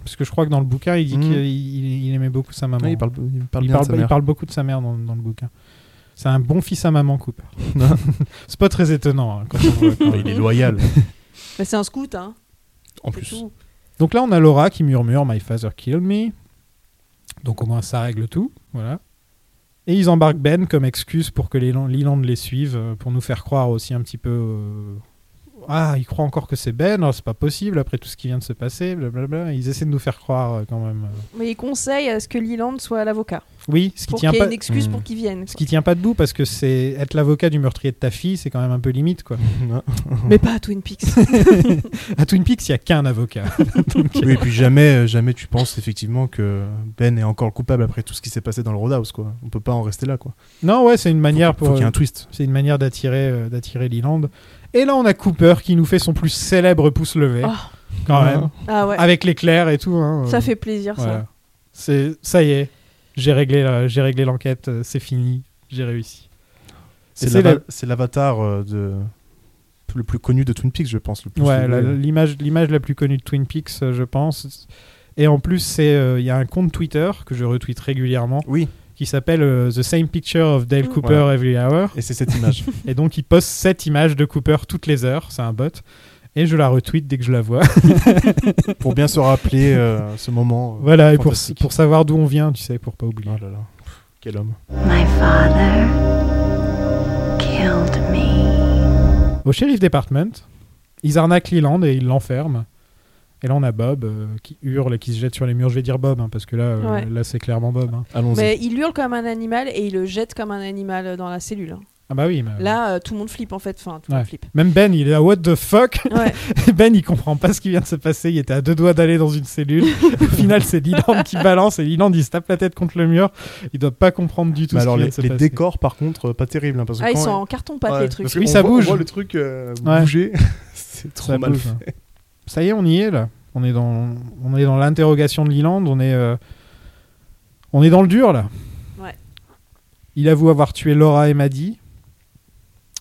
Parce que je crois que dans le bouquin, il dit
Mm.
qu'il il- il aimait beaucoup sa maman.
Ouais, il parle, il parle
Il
bien
parle-
de sa
il
mère.
parle beaucoup de sa mère dans, dans le bouquin. C'est un bon fils à maman,
<laughs>
Cooper. c'est pas très étonnant. hein, quand on voit- quand-
Ouais, il
<laughs>
est loyal,
Mais c'est un scout, hein.
en
C'est
plus.
tout.
Donc là, on a Laura qui murmure My father killed me. Donc au moins, ça règle tout. Voilà. Et ils embarquent Ben comme excuse pour que les Lan- Leland les suive, euh, pour nous faire croire aussi un petit peu. euh, Ah, ils croient encore que c'est Ben, oh, c'est pas possible après tout ce qui vient de se passer, blablabla. Ils essaient de nous faire croire euh, quand même. euh.
Mais il conseille à ce que Leland soit l'avocat.
Oui, ce qui
Pour qu'il
tient
y ait
pas.
une excuse
Hmm.
pour qu'il vienne.
Ce qui tient pas debout parce que c'est être l'avocat du meurtrier de ta fille, c'est quand même un peu limite quoi.
Mais pas à Twin
<laughs>
Peaks.
à Twin Peaks, il y a qu'un avocat. Donc,
oui, et puis jamais, euh, jamais tu penses effectivement que Ben est encore le coupable après tout ce qui s'est passé dans le Roadhouse. Quoi. On peut pas en rester là. Quoi.
Non, ouais, c'est une manière
faut
pour. euh,
qu'il y ait un twist.
C'est une manière d'attirer euh, d'attirer Leland. Et là, on a Cooper qui nous fait son plus célèbre pouce levé,
Ah.
quand même,
ah ouais.
avec l'éclair et tout. hein, euh,
Ça fait plaisir,
voilà. C'est ça y est, j'ai réglé la- j'ai réglé l'enquête, euh, c'est fini, j'ai réussi.
C'est
c'est
l'ava-
la-
c'est l'avatar euh, de... le plus connu de Twin Peaks, je pense. Le plus
Ouais, la-
le-
l'image, l'image la plus connue de Twin Peaks, euh, je pense. Et en plus, c'est euh, il y a un compte Twitter que je retweet régulièrement
Oui,
qui s'appelle euh, The Same Picture of Dale
Mm.
Cooper Every Hour.
et c'est cette image.
Et donc, il poste cette image de Cooper toutes les heures. C'est un bot. Et je la retweet dès que je la vois. <laughs>
pour bien se rappeler euh, ce moment. euh,
voilà, et pour,
fantastique.
pour savoir d'où on vient, tu sais, pour pas oublier.
Oh là là. Pff, Quel homme.
My father killed me.
Au shérif department, ils arnaquent Leland et ils l'enferment. Et là, on a Bob euh, qui hurle et qui se jette sur les murs. Je vais dire Bob, hein, parce que là, euh,
Ouais.
là c'est clairement Bob. hein.
Allons-y.
Mais il hurle comme un animal et il le jette comme un animal dans la cellule. hein.
Ah bah oui, mais-
Là, euh, tout le monde flippe en fait. Enfin, tout le
Ouais.
monde
<laughs>
flippe.
Même Ben, il est là, what the fuck
Ouais.
<laughs> Ben, il comprend pas ce qui vient de se passer. Il était à deux doigts d'aller dans une cellule.
<laughs>
Au final, c'est Leland qui balance et Leland, il se tape la tête contre le mur. Il doit pas comprendre du tout
Mais
ce
alors,
qui vient
les,
de se
les
passer.
décors, par contre, euh, pas terribles. hein, parce que
Ah, ils
quand-
sont en carton pâte
Ouais,
les trucs.
parce que
Oui,
on
ça
voit-
bouge.
On voit le truc euh,
Ouais.
<laughs> bouger. c'est trop
Ça
mal
bouge,
fait.
hein. Ça y est, on y est là. On est dans, on est dans l'interrogation de Leland. On est, euh, on est dans le dur là.
Ouais.
Il avoue avoir tué Laura et Maddy.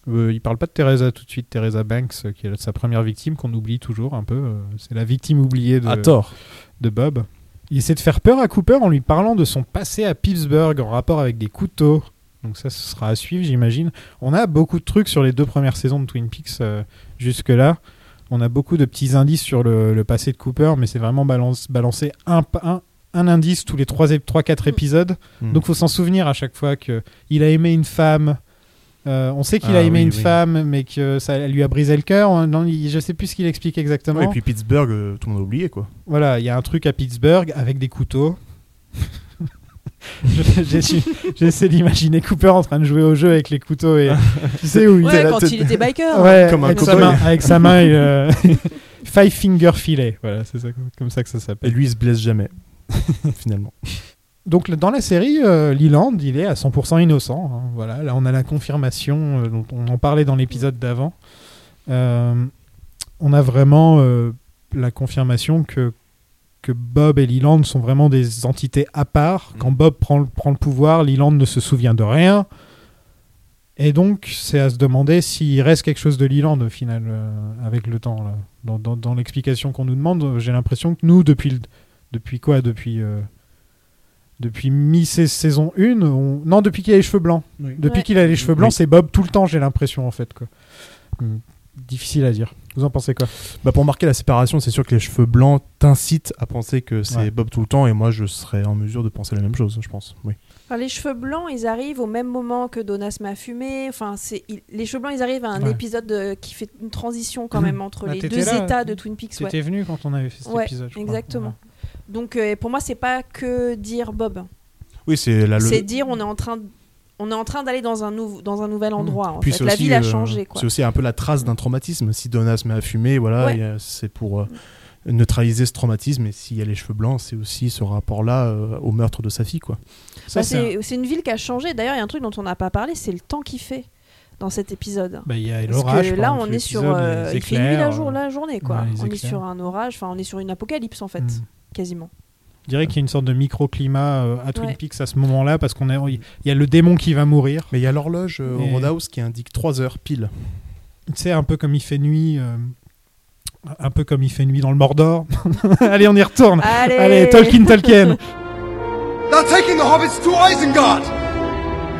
Euh, il parle pas de Teresa tout de suite, Teresa Banks, euh, qui est sa première victime, qu'on oublie toujours un peu. euh, C'est la victime oubliée de,
À tort.
de Bob. Il essaie de faire peur à Cooper en lui parlant de son passé à Pittsburgh en rapport avec des couteaux. Donc ça, ce sera à suivre, j'imagine. On a beaucoup de trucs sur les deux premières saisons de Twin Peaks euh, jusque-là. On a beaucoup de petits indices sur le, le passé de Cooper, mais c'est vraiment balance, balancé un, pa- un, un indice tous les 3-4 épisodes.
Mm.
Donc faut s'en souvenir à chaque fois que il a aimé une femme. Euh, on sait qu'il
Ah
a aimé
oui,
une
oui.
femme, mais que ça elle lui a brisé le cœur. On- non, il- je sais plus ce qu'il explique exactement.
Ouais, et puis Pittsburgh, euh, tout le monde a oublié <laughs> quoi.
Voilà, il y a un truc à Pittsburgh avec des couteaux. <laughs> Je- j'essaie- J'essaie d'imaginer Cooper en train de jouer au jeu avec les couteaux et tu sais où il
Ouais,
a la
quand
tête-
il était biker.
<laughs> Ouais,
Ah, Comme un
avec, sa
cow-boy.
main, avec sa main, il,
<laughs>
euh, five finger filet. Voilà, c'est ça, comme ça que ça s'appelle.
Et lui, il se blesse jamais. <laughs> Finalement.
Donc le- dans la série, euh, Leland, il est à 100% innocent. hein. voilà, là on a la confirmation euh, dont on en parlait dans l'épisode d'avant. Euh, on a vraiment euh, la confirmation que, que Bob et Leland sont vraiment des entités à part.
Mm.
Quand Bob prend, le- prend le pouvoir, Leland ne se souvient de rien. Et donc c'est à se demander s'il reste quelque chose de Leland au final euh, avec le temps. là. Dans, dans- dans l'explication qu'on nous demande, euh, j'ai l'impression que nous, depuis, le- depuis quoi Depuis... euh, depuis mi-saison 1, on- non, depuis qu'il a les cheveux blancs.
Oui.
Depuis
Ouais.
qu'il a les cheveux blancs,
Oui.
c'est Bob tout le temps, j'ai l'impression, en fait. Quoi. Hum, Difficile à dire. Vous en pensez quoi
Bah, pour marquer la séparation, c'est sûr que les cheveux blancs t'incitent à penser que c'est
Ouais.
Bob tout le temps, et moi, je serais en mesure de penser la même chose, je pense. Oui.
Enfin, les cheveux blancs, ils arrivent au même moment que Donas m'a fumé. Enfin, c'est il- les cheveux blancs, ils arrivent à un
Ouais.
épisode euh, qui fait une transition quand
Mhm.
même entre
Bah,
les
t'étais
deux
là.
états de Twin Peaks. ouais.
C'était venu quand on avait fait cet
Ouais,
épisode. je crois.
exactement. Donc euh, pour moi, c'est pas que dire Bob.
Oui, c'est la Bah, le-
C'est dire on est en train de- on est en train d'aller dans un nouveau dans un
Hmm.
nouvel endroit. en
Puis
fait.
c'est
La
aussi,
ville a
euh,
changé quoi.
C'est aussi un peu la trace d'un traumatisme. Si Donas met à fumer, voilà,
Ouais.
et, euh, c'est pour euh, neutraliser ce traumatisme. Et s'il y a les cheveux blancs, c'est aussi ce rapport-là euh, au meurtre de sa fille, quoi.
Ça,
Bah,
c'est un-
c'est c'est une ville qui a changé. D'ailleurs, il y a un truc dont on n'a pas parlé, c'est le temps qu'il fait dans cet épisode.
Bah, il y a
Parce
l'orage.
que là,
pendant
on
tout
est sur,
l'épisode,
euh,
les
il fait nuit la,
éclairs,
jour,
euh,
la journée quoi.
ouais, les
on est
éclairs.
sur un orage, enfin on est sur une apocalypse en fait,
hum.
quasiment.
Je dirais qu'il y a une sorte de microclimat euh, à Twin
Ouais.
Peaks à ce moment-là, parce qu'on est, il y a le démon qui va mourir.
Mais il y a l'horloge euh, au
Et-
Roadhouse qui indique 3 heures pile.
Tu sais, un peu comme il fait nuit, euh, un peu comme il fait nuit dans le Mordor. <laughs> Allez, on y retourne.
Allez,
<laughs> Allez, Tolkien, Tolkien.
<laughs>
Now taking the hobbits to Isengard!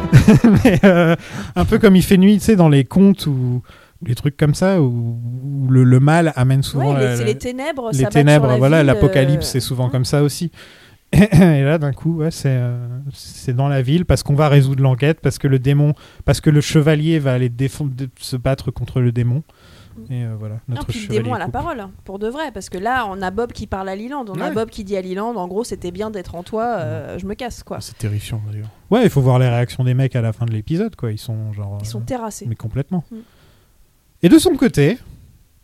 <laughs> Mais, euh, un peu comme il fait nuit, tu sais, dans les contes ou les trucs comme ça, où, où le, le mal amène souvent
Ouais, les-
la-
c'est les ténèbres.
les
s'abattent sur
ténèbres.
la
voilà,
ville,
l'apocalypse,
euh,
c'est souvent comme ça aussi. <laughs> Et là, d'un coup, ouais, c'est euh, c'est dans la ville parce qu'on va résoudre l'enquête, parce que le démon, parce que le chevalier va aller défendre, de- se battre contre le démon. Et euh, voilà,
Non,
notre
puis le
chevalier
démon à la
coupe.
parole, hein, pour de vrai, parce que là, on a Bob qui parle à Liland, on a
Ouais.
Bob qui dit à Liland, en gros, c'était bien d'être en toi, euh, je me casse, quoi.
C'est terrifiant d'ailleurs.
Ouais, il faut voir les réactions des mecs à la fin de l'épisode, quoi. Ils sont genre.
Ils
euh,
sont terrassés.
Mais complètement.
Mm.
Et de son côté,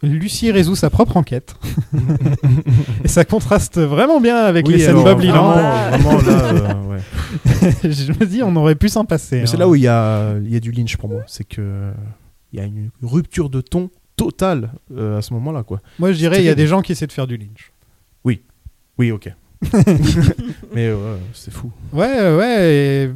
Lucie résout sa propre
<laughs>
enquête. et ça contraste vraiment bien avec les scènes
alors,
Bob
vraiment,
Leland.
Ah.
vraiment, là, <laughs> euh, ouais.
<laughs> Je me dis, on aurait pu s'en passer.
Mais c'est
hein.
là où il y a, il y a du lynch pour moi. C'est que euh, il y a une rupture de ton totale euh, à ce moment-là, quoi.
Moi, je dirais,
c'est
il y a
terrible.
des gens qui essaient de faire du lynch.
<laughs> Oui, ok. Mais euh, c'est fou.
Ouais, ouais. et- Et,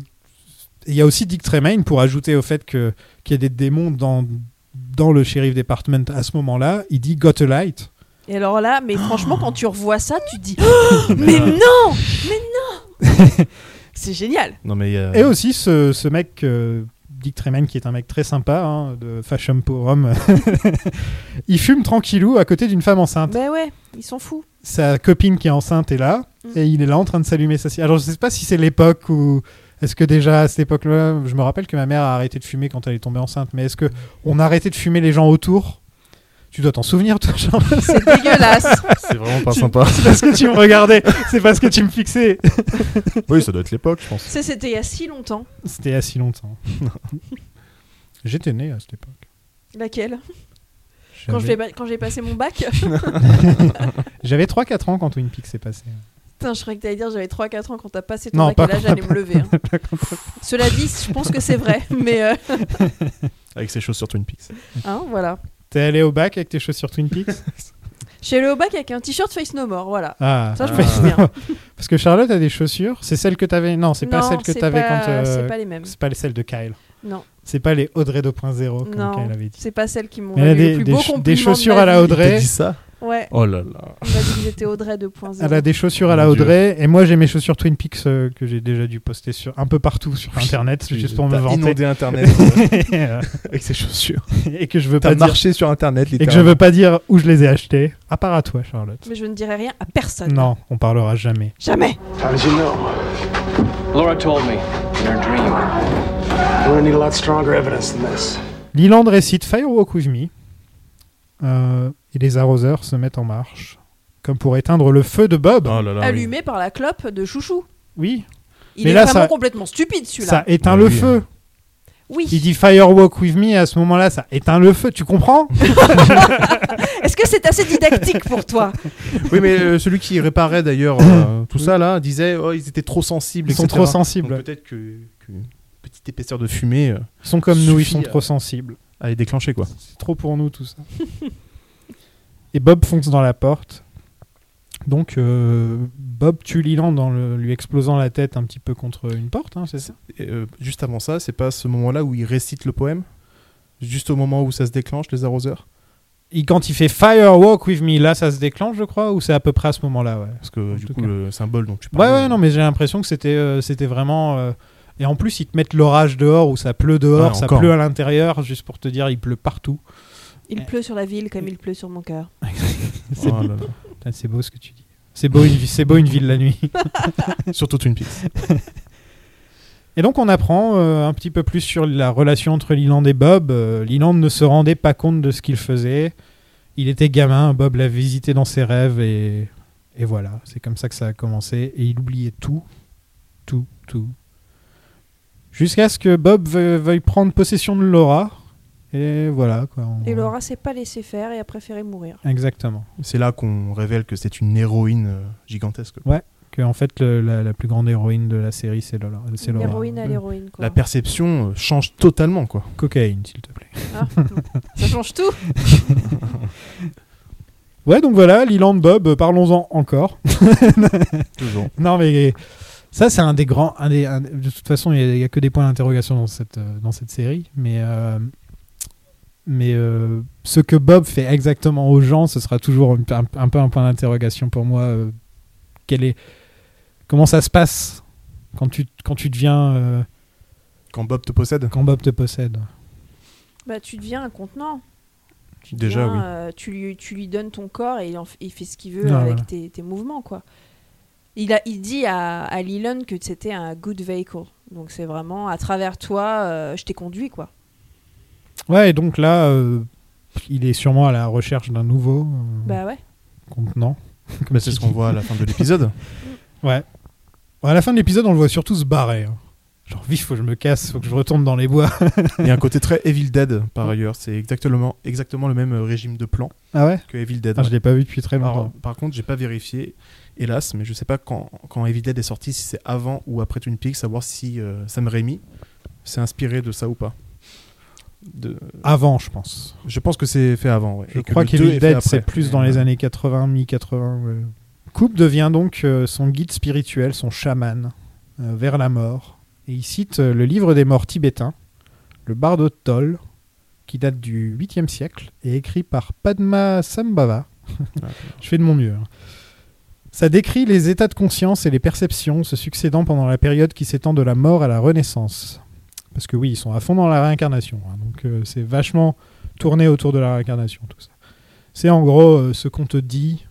il y a aussi Dick Tremaine pour ajouter au fait que qu'il y a des démons dans dans le sheriff department à ce moment-là. Il dit Got a light.
Et alors là,
<gasps>
mais franchement, quand tu revois ça, tu te dis Oh, Mais non
<laughs>
Mais non C'est génial
Non, mais. euh,
Et aussi ce, ce mec, euh, Dick Tremaine, qui est un mec très sympa, hein, de Fashion Forum, <laughs> il fume tranquillou à côté d'une femme enceinte.
Ben ouais, ils s'en foutent.
Sa copine qui est enceinte est là,
Mm.
et il est là en train de s'allumer sa cigarette. Alors je sais pas si c'est l'époque ou... Est-ce que déjà à cette époque-là, je me rappelle que ma mère a arrêté de fumer quand elle est tombée enceinte, mais est-ce que on a arrêté de fumer les gens autour Tu dois t'en souvenir, toi, Jean
C'est dégueulasse <laughs>
C'est vraiment pas sympa.
C'est parce que tu me regardais, c'est parce que tu me fixais.
<laughs> oui, ça doit être l'époque, je pense.
Ça, c'était il y a si longtemps.
C'était il y a si longtemps. J'étais né à cette époque.
Laquelle Quand
J'avais-
je l'ai pas- quand j'ai passé mon
<laughs>
bac
J'avais 3-4 ans quand Twin Peaks s'est passé.
Putain, je croyais que t'allais dire j'avais 3-4 ans quand t'as passé ton
Non,
bac,
pas
et là
quand
j'allais
t'as
me lever. hein. Cela dit, je pense que
<laughs>
c'est vrai, mais euh,
Avec ses chaussures Twin Peaks.
hein, voilà.
T'es allé au bac avec tes chaussures Twin
<laughs>
Peaks
Je suis allée au bac avec un t-shirt Face No More, voilà.
Ah,
Ça, je
me
souviens.
<laughs> Parce que Charlotte a des chaussures. C'est celles que t'avais. Non, c'est pas
Non,
celles que t'avais
pas-
quand. euh,
C'est pas les mêmes.
C'est pas celles de Kyle.
Non,
C'est pas les Audrey 2.0 comme
Non.
Kyle avait dit.
c'est pas celles qui m'ont
Mais elle a
valu
des,
le plus
des
beau
cha-
compliment
des
de
chaussures
ma
à la
vie.
Audrey.
ça
Ouais,
Oh là là.
on m'a dit que j'étais Audrey 2.0.
Elle a des chaussures à la
Mon Dieu.
Audrey. Et moi, j'ai mes chaussures Twin Peaks euh, que j'ai déjà dû poster sur, un peu partout sur internet, juste pour me
Ah, T'as
vanter.
inondé internet
Et, euh,
<laughs> avec ses chaussures.
<laughs> et que je veux pas
T'as
dire.
marché sur internet
Et que je
littéralement.
veux pas dire où je les ai achetées. À part à toi, Charlotte.
Mais je ne dirai rien à personne.
Non, on parlera jamais.
Jamais
How did you know?
Laura told me. In her dream.
We're gonna need a lot stronger evidence than this.
Leland récite Firewalk with me. Euh, et les arroseurs se mettent en marche. Comme pour éteindre le feu de Bob.
Oh là là. oui.
Allumé par la clope de Chouchou.
Oui,
Il
Mais
est
là,
vraiment
ça-
complètement stupide celui-là.
ça éteint
Mais
le
oui,
feu.
Oui.
Il dit Firewalk with me. À ce moment-là, ça éteint le feu. Tu comprends
Est-ce que c'est assez didactique pour
<laughs>
toi
Oui, mais euh, celui qui réparait d'ailleurs
<coughs>
euh, tout ça là disait oh, ils étaient trop sensibles.
Ils sont
etc.
trop sensibles.
Donc Peut-être que, que une petite épaisseur de fumée euh,
Ils sont comme nous, ils
Suffit,
sont
euh.
trop sensibles.
allait déclencher quoi.
C'est trop pour nous tout ça. et Bob fonce dans la porte. Donc euh, Bob tue Leland en le- lui explosant la tête un petit peu contre une porte, hein, c'est ça
Et, euh, juste avant ça, c'est pas ce moment-là où il récite le poème Juste au moment où ça se déclenche, les arroseurs
Et quand il fait Firewalk with me, là ça se déclenche, je crois, ou c'est à peu près à ce moment-là, ouais.
Parce que du
tout
coup,
cas.
le symbole dont tu
Ouais,
parles.
ouais, non, mais j'ai l'impression que c'était euh, c'était vraiment. euh, Et en plus, ils te mettent l'orage dehors, ou ça pleut dehors,
Ouais,
ça
encore. Oh
pleut à l'intérieur, juste pour te dire, il pleut partout.
Il pleut sur la ville comme il pleut sur mon cœur.
c'est
Oh là là.
Putain, c'est beau ce que tu dis. C'est beau, une vi- c'est beau une ville la nuit.
Surtout Twin Peaks.
Et donc on apprend euh, un petit peu plus sur la relation entre Leland et Bob. Euh, Leland ne se rendait pas compte de ce qu'il faisait. Il était gamin, Bob l'a visité dans ses rêves et, et voilà, c'est comme ça que ça a commencé. Et il oubliait tout, tout, tout. Jusqu'à ce que Bob veu- veuille prendre possession de Laura. Et voilà quoi. on-
Et Laura s'est pas laissée faire et a préféré mourir.
Exactement.
C'est là qu'on révèle que c'est une héroïne euh, gigantesque.
Que en fait le- la, la plus grande héroïne de la série c'est Laura. c'est Laura.
L'héroïne à l'héroïne quoi.
La perception euh, change totalement quoi.
Cocaïne s'il te plaît.
Ah,
<laughs>
ça change tout.
Ouais, donc voilà, Leland Bob, euh, parlons-en encore.
Toujours.
Non, mais ça, c'est un des grands. Un des, un- de toute façon, il n'y a, que des points d'interrogation dans cette, euh, dans cette série. Mais, euh, mais euh, ce que Bob fait exactement aux gens, ce sera toujours un, un- un peu un point d'interrogation pour moi. euh, quel est, comment ça se passe quand tu, quand tu deviens. euh,
Quand Bob te possède
quand Bob te possède
Bah tu deviens un contenant. Tu
Déjà,
deviens,
oui.
euh, tu, lui, tu lui donnes ton corps et il, en f- il fait ce qu'il veut
Ah,
Ouais,
avec
voilà.
tes, tes mouvements quoi. Il, a, il dit à, à Leland que c'était un good vehicle. Donc c'est vraiment à travers toi, euh, je t'ai conduit quoi.
Ouais, et donc là, euh, il est sûrement à la recherche d'un nouveau euh,
Mm.
Bah ouais.
contenant.
Bah, c'est ce qu'on voit à la fin de l'épisode.
Ouais. Bon, à la fin de l'épisode, on le voit surtout se barrer. hein. Genre, vif, faut que je me casse, faut que je retourne dans les bois.
Il y a un côté très Evil Dead par ailleurs. C'est exactement, exactement le même euh, régime de plan
Ah ouais
que Evil Dead.
Je l'ai pas vu depuis très
Alors,
longtemps.
par contre, j'ai pas vérifié, hélas, mais je sais pas quand, quand Evil Dead est sorti, si c'est avant ou après Twin Peaks, savoir si euh, Sam Raimi s'est inspiré de ça ou pas. De-
Avant, je pense.
Je pense que c'est fait avant. ouais.
Je
Et que
crois
le 2 est
qu'Evil
fait
Dead,
après.
c'est plus dans les
Ouais.
années 80, mi-80. ouais. Coupe devient donc euh, son guide spirituel, son chaman, euh, vers la mort. Et il cite euh, le livre des morts tibétains, le bardo Toll, qui date du 8e siècle et écrit par Padma Sambhava. <laughs> Je fais de mon mieux. hein. Ça décrit les états de conscience et les perceptions se succédant pendant la période qui s'étend de la mort à la renaissance. Parce que oui, ils sont à fond dans la réincarnation. hein, donc euh, c'est vachement tourné autour de la réincarnation, tout ça. C'est en gros euh, ce qu'on te dit.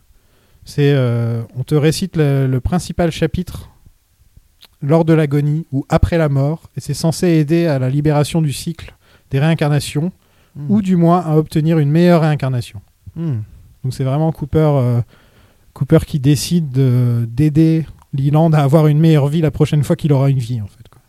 C'est euh, on te récite le, le principal chapitre lors de l'agonie ou après la mort, et c'est censé aider à la libération du cycle des réincarnations,
Hmm.
ou du moins à obtenir une meilleure réincarnation.
Hmm.
Donc c'est vraiment Cooper, euh, Cooper qui décide de- d'aider Leland à avoir une meilleure vie la prochaine fois qu'il aura une vie en fait. quoi.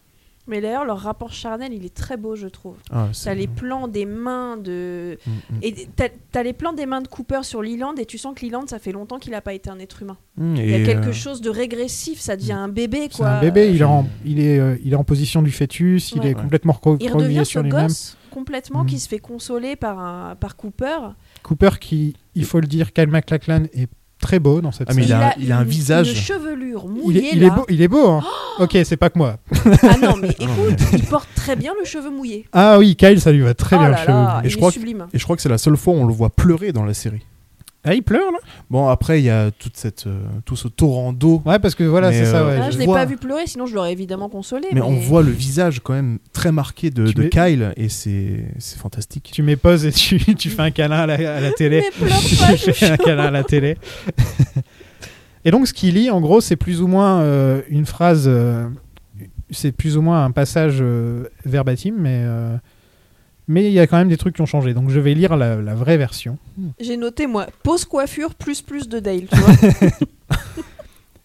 Mais d'ailleurs, leur rapport charnel, il est très beau, je trouve.
Ah,
T'as
c'est-
les plans des mains de.
Hmm, hmm.
Et t'as t'as les plans des mains de Cooper sur Leland et tu sens que Leland, ça fait longtemps qu'il n'a pas été un être humain.
Hmm,
Il y a
et,
quelque
euh, Mm.
chose de régressif, ça devient un bébé,
C'est
quoi.
un bébé, il est, en,
Puis-
il, est, euh, il est en position du fœtus, il
Ouais.
est
Ouais.
complètement recro-
Il
recroquevillé
redevient ce
sur lui-même.
gosse complètement
Mhm.
qui se fait consoler par, un, par Cooper.
Cooper qui, il faut le dire, Kyle MacLachlan est très beau dans cette
Ah, mais
scène.
il a- un
une-
visage.
Une chevelure
Il est,
mouillée.
il est
là. Oh
beau, il est beau. hein. ok, c'est pas que moi.
Ah non, mais écoute, il porte très bien le cheveu mouillé.
Ah oui, Kyle, ça lui va très
oh
bien.
là
le cheveu.
là,
Et
il
je
est
crois que-
sublime.
et je crois que c'est la seule fois où on le voit pleurer dans la série.
Ah, il pleure là
Bon, après, il y a toute cette, euh, tout ce torrent d'eau.
Ouais, parce que voilà,
Mais,
c'est ça.
euh,
ouais,
Ah,
je-
je l'ai
vois.
pas vu pleurer, sinon je l'aurais évidemment consolé.
Mais on voit le visage quand même très marqué de,
Tu
de
mets-
Kyle et c'est c'est fantastique.
Tu mets pause et tu, <laughs> tu fais un câlin à la, à la télé.
Mais pleure pas,
<laughs> tu fais un câlin à la télé. et donc, ce qu'il lit, en gros, c'est plus ou moins euh, une phrase. euh, c'est plus ou moins un passage euh, verbatim, mais. euh, mais il y a quand même des trucs qui ont changé. Donc, je vais lire la, la vraie version.
J'ai noté, moi, pose coiffure plus plus de Dale, tu vois.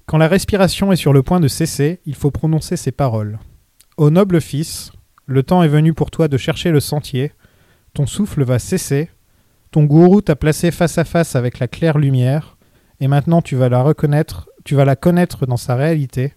Quand la respiration est sur le point de cesser, il faut prononcer ces paroles. Ô noble fils, le temps est venu pour toi de chercher le sentier. Ton souffle va cesser. Ton gourou t'a placé face à face avec la claire lumière. Et maintenant tu vas la reconnaître, tu vas la connaître dans sa réalité,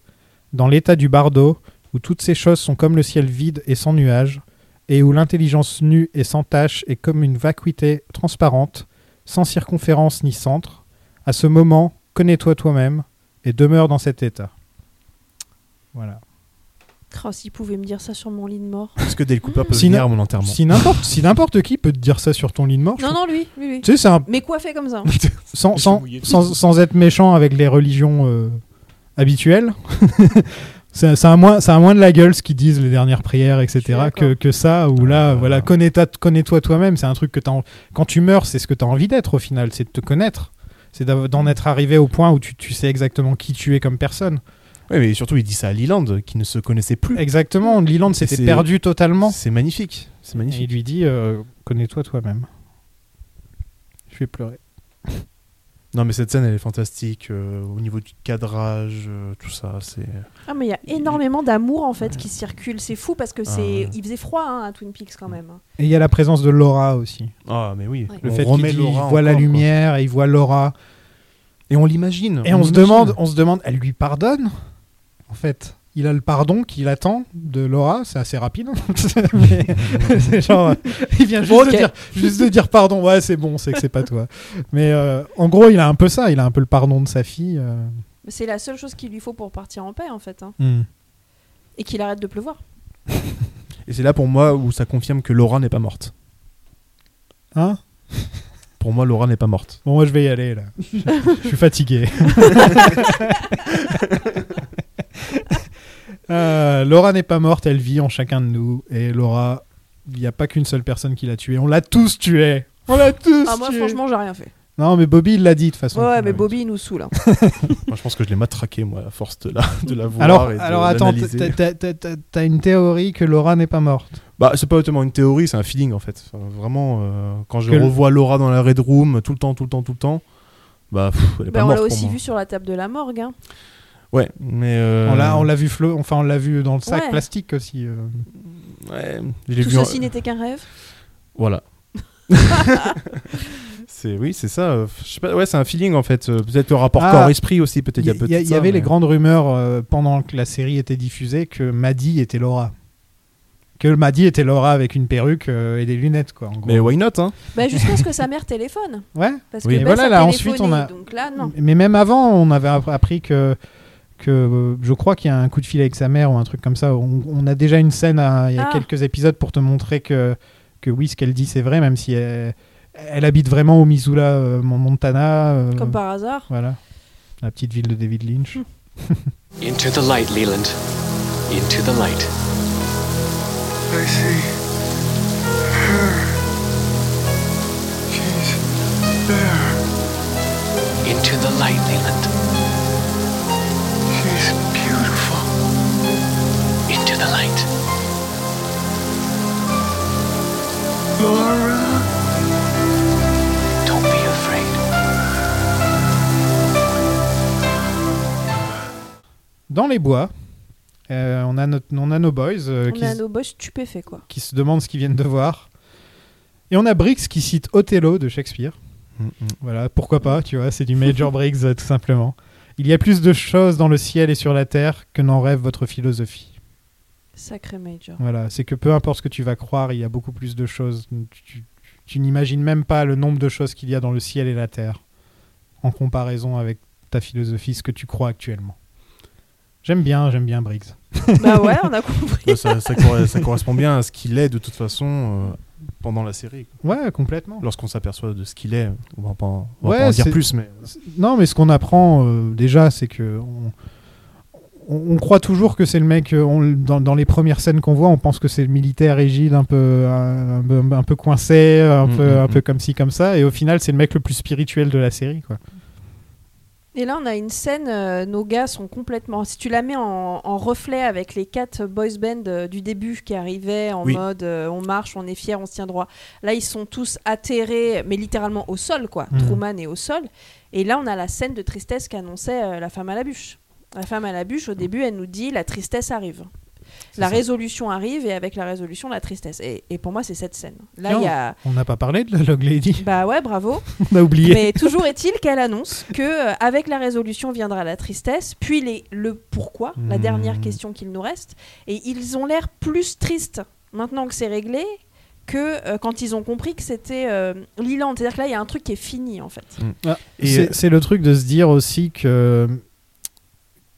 dans l'état du bardo, où toutes ces choses sont comme le ciel vide et sans nuages, et où l'intelligence nue et sans tache est comme une vacuité transparente, sans circonférence ni centre. À ce moment, connais-toi toi-même et demeure dans cet état. Voilà.
Oh, S'il pouvait me dire ça sur mon lit de mort.
Est-ce que Dale Cooper peut
Sinon-
venir à mon enterrement
Si n'importe si n'importe qui peut te dire ça sur ton lit de mort, je
Non,
trouve-
non, lui, lui, lui.
tu sais, c'est un-
Mais coiffé comme ça. hein.
sans, sans, sans, sans être méchant avec les religions euh, habituelles, <laughs> c'est c'est un, moins- c'est un moins de la gueule ce qu'ils disent, les dernières prières,
suis
etc.,
d'accord.
que, que ça, ou là, voilà, connais-toi connais toi-même, c'est un truc que t'as en- quand tu meurs, c'est ce que tu as envie d'être au final, c'est de te connaître, c'est d'av- d'en être arrivé au point où tu, tu sais exactement qui tu es comme personne.
Oui, mais surtout, il dit ça à Leland qui ne se connaissait plus.
Exactement, Leland s'était
c'est-
perdu totalement.
C'est magnifique.
Et
C'est
il
magnifique.
lui dit euh, Connais-toi toi-même. Je vais pleurer.
Non, mais cette scène, elle est fantastique euh, au niveau du cadrage, euh, tout ça. C'est.
Ah, mais il y a énormément d'amour en fait qui circule. C'est fou parce que c'est,
ouais.
il faisait froid hein, à Twin Peaks quand même.
Et il y a la présence de Laura aussi.
Ah, mais oui.
Ouais.
Le
On
fait qu'il
remet
dit, il
Laura
voit la
encore, quoi.
lumière et il voit Laura.
Et on l'imagine.
Et on, se
l'imagine.
demande, on se demande, elle lui pardonne En fait, il a le pardon qu'il attend de Laura, c'est assez rapide. hein. <laughs> Mais c'est genre, euh, il vient juste,
Ok.
de dire, juste de dire pardon, ouais, c'est bon, c'est que c'est pas toi. Mais euh, en gros, il a un peu ça, il a un peu le pardon de sa fille. euh.
C'est la seule chose qu'il lui faut pour partir en paix en fait, hein.
Hmm.
et qu'il arrête de pleuvoir.
Et c'est là pour moi où ça confirme que Laura n'est pas morte.
Hein
Pour moi, Laura n'est pas morte.
Bon, moi je vais y aller là. je suis fatigué. Euh, Laura n'est pas morte, elle vit en chacun de nous. Et Laura, il n'y a pas qu'une seule personne qui l'a tuée. On l'a tous tuée. On l'a tous
Ah moi
tuée.
franchement j'ai rien fait.
Non, mais Bobby, il l'a dit de toute façon.
Ouais, mais Bobby il nous saoule. hein.
moi, je pense que je l'ai matraqué, moi, à force de la, de la voir.
Alors,
et de
alors attends,
l'analyser.
t'as- t'as- t'as t'as- t'as une théorie que Laura n'est pas morte.
Bah, c'est pas tellement une théorie, c'est un feeling en fait. Enfin, vraiment, euh, quand je
Que le-
revois Laura dans la Red Room tout le temps, tout le temps, tout le temps, bah, pff, elle est
Ben,
pas
on
morte.
l'a
pour
aussi
moi.
vu sur la table de la morgue. hein.
Ouais, mais. euh,
On l'a- On l'a vu flo- enfin on l'a vu dans le sac
Ouais.
plastique aussi. euh.
ouais, je l'ai
Tout
vu en-
ceci n'était qu'un rêve.
<laughs>
<laughs>
Voilà. c'est oui, c'est ça. euh, Je sais pas, ouais, c'est un feeling en fait. euh, Peut-être le rapport
Ah,
corps-esprit aussi, peut-être.
Il y,
a peut-être
il y- il y
ça,
avait
mais-
les grandes rumeurs euh, pendant que la série était diffusée que Maddy était Laura. Que le Maddy était Laura avec une perruque euh, et des lunettes, quoi. en gros.
Mais why not hein
Ben, jusqu'à ce que sa mère téléphone.
Ouais.
Parce
Oui.
que
Et
ben,
voilà,
ça
là,
téléphonait,
ensuite, on a-
Donc là non.
Mais même avant, on avait app- appris que que euh, je crois qu'il y a un coup de fil avec sa mère ou un truc comme ça. On, on a déjà une scène à- il y a
Ah.
quelques épisodes pour te montrer que, que oui, ce qu'elle dit, c'est vrai, même si elle, elle habite vraiment au Missoula, euh, mon Montana. euh,
Comme par hasard.
Voilà. La petite ville de David Lynch.
Into the light, Leland. Into the light.
I see her. She's there.
Into the light, Leland.
She's beautiful.
Into the light.
Laura.
Don't be afraid.
Dans les bois, euh, on, a notre- on a nos boys euh,
on
qui,
a
se-
nos boss stupéfaits, quoi.
qui se demandent ce qu'ils viennent de voir. Et on a Briggs qui cite Othello de Shakespeare.
Mm,
<laughs>
Voilà, pourquoi pas, tu vois, c'est du Major Briggs euh, tout simplement. Il y a plus de choses dans le ciel et sur la terre que n'en rêve votre philosophie.
Sacré Major.
Voilà, c'est que peu importe ce que tu vas croire, il y a beaucoup plus de choses. Tu, tu- tu n'imagines même pas le nombre de choses qu'il y a dans le ciel et la terre en comparaison avec ta philosophie, ce que tu crois actuellement. J'aime bien, j'aime bien Briggs.
bah ouais, on a compris.
Bah, ça, ça cor- ça correspond bien à ce qu'il est de toute façon euh, pendant la série.
Ouais, complètement.
Lorsqu'on s'aperçoit de ce qu'il est, on va pas en, on va
Ouais,
pas en dire
c'est-
plus, mais
Non, mais ce qu'on apprend euh, déjà, c'est que on, on- on croit toujours que c'est le mec. euh, on le- dans, dans les premières scènes qu'on voit, on pense que c'est le militaire rigide, un peu, un, peu- un peu coincé, un,
Mm,
peu,
mm,
un
mm.
peu comme ci comme ça. Et au final, c'est le mec le plus spirituel de la série, quoi.
Et là, on a une scène, euh, nos gars sont complètement. Si tu la mets en, en reflet avec les quatre boys band euh, du début qui arrivaient en
Oui.
mode euh, on marche, on est fier, on se tient droit. Là, ils sont tous atterrés, mais littéralement au sol, quoi.
Mhm.
Truman est au sol. Et là, on a la scène de tristesse qu'annonçait euh, la femme à la bûche. La femme à la bûche, au début, elle nous dit la tristesse arrive. La résolution arrive et avec la résolution, la tristesse. Et, et pour moi, c'est cette scène. Là, il y a.
On n'a pas parlé de la Log Lady.
Bah ouais, bravo.
<laughs> on a oublié.
Mais toujours est-il qu'elle annonce que euh, avec la résolution viendra la tristesse, puis les, le pourquoi, la
Hmm.
dernière question qu'il nous reste. Et ils ont l'air plus tristes maintenant que c'est réglé que euh, quand ils ont compris que c'était euh, Leland. C'est-à-dire que là, il y a un truc qui est fini en fait.
et-
C'est- C'est le truc de se dire aussi que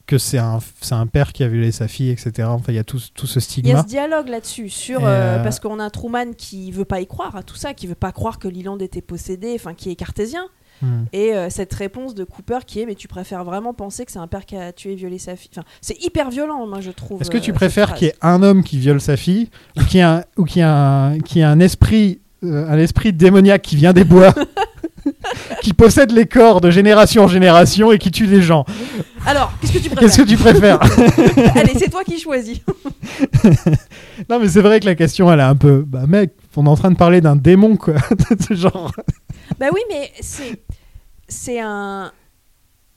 que c'est un, c'est un père qui a violé sa fille, etc. Enfin, il y a tout, tout ce
Il y a
stigma.
ce dialogue là-dessus sur
Et,
euh,
euh,
parce qu'on a un Truman qui veut pas y croire à tout ça, qui veut pas croire que Leland était possédé, enfin qui est cartésien.
Mm.
Et euh, cette réponse de Cooper qui est mais tu préfères vraiment penser que c'est un père qui a tué et violé sa fille. Enfin, c'est hyper violent, moi je trouve.
Est-ce que
euh,
tu
cette
préfères
phrase.
qu'il y ait un homme qui viole sa fille ou qu'il y ait un, ou qu'il y ait un, qu'il y ait un esprit euh, un esprit démoniaque qui vient des bois <laughs> qui possède les corps de génération en génération et qui tue les gens
Alors, qu'est-ce que tu
<laughs>
préfères
Qu'est-ce que tu
<laughs>
préfères
Allez, c'est toi qui choisis.
Non mais c'est vrai que la question elle est un peu bah mec, on est en train de parler d'un démon quoi, <laughs> de ce genre.
bah oui, mais c'est c'est un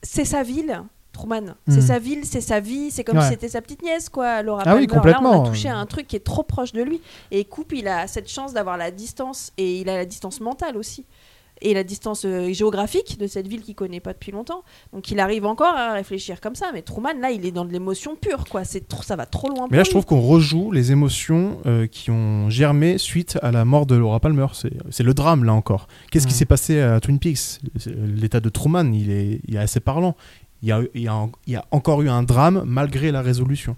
c'est sa ville, Truman.
Mm.
C'est sa ville, c'est sa vie. C'est comme
Ouais.
si c'était sa petite nièce, quoi. Laura
Ah oui,
Palmer. Là,
complètement.
on a touché à un truc qui est trop proche de lui. Et Coupe, il a cette chance d'avoir la distance et il a la distance mentale aussi. Et la distance euh, géographique de cette ville qu'il connaît pas depuis longtemps. Donc il arrive encore à réfléchir comme ça. Mais Truman, là, il est dans de l'émotion pure, quoi. C'est trop- ça va trop loin.
Mais là,
pour lui.
je trouve qu'on rejoue les émotions euh, qui ont germé suite à la mort de Laura Palmer. C'est c'est le drame, là encore. Qu'est-ce qui
Mm.
s'est passé à Twin Peaks C'est- L'état de Truman, il est, il est assez parlant. Il y, a, il, y a, en- il y a encore eu un drame malgré la résolution.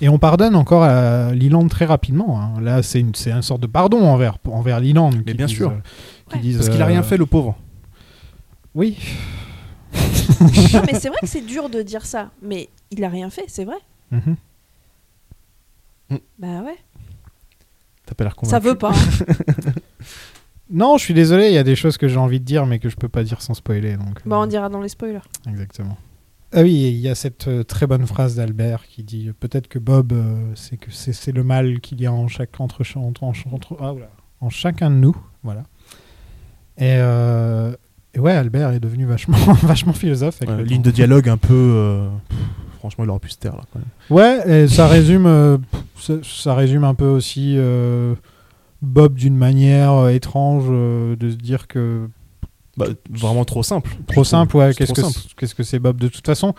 Et on pardonne encore à Liland très rapidement. hein. Là c'est une c'est un sorte de pardon envers envers Liland. euh,
Mais bien sûr.
Ouais.
Parce qu'il a rien fait, le pauvre.
Oui.
Non, mais c'est vrai que c'est dur de dire ça. Mais il a rien fait, c'est vrai.
Mhm.
Bah ouais.
T'as pas l'air
Ça
convaincu.
veut pas. hein.
Non, je suis désolé, il y a des choses que j'ai envie de dire mais que je peux pas dire sans spoiler donc.
Bah,
euh,
on dira dans les spoilers.
Exactement. Ah oui, et il y a cette euh, très bonne phrase d'Albert qui dit euh, peut-être que Bob, euh, c'est que c'est c'est le mal qu'il y a en chaque entre, entre, entre- entre- ah, oula, en chacun de nous, voilà. Et, euh, et ouais, Albert est devenu vachement <laughs> vachement philosophe. Avec
Ouais,
le
ligne
temps.
de dialogue un peu. euh, pff, franchement, il aurait pu se taire, là. quand même.
Ouais, et ça résume euh, pff, ça, ça résume un peu aussi euh, Bob d'une manière euh, étrange euh, de se dire que
Bah, vraiment trop simple.
Trop simple, ouais.
C'est
Qu'est-ce que
trop
c'est- qu'est-ce que c'est Bob De toute façon,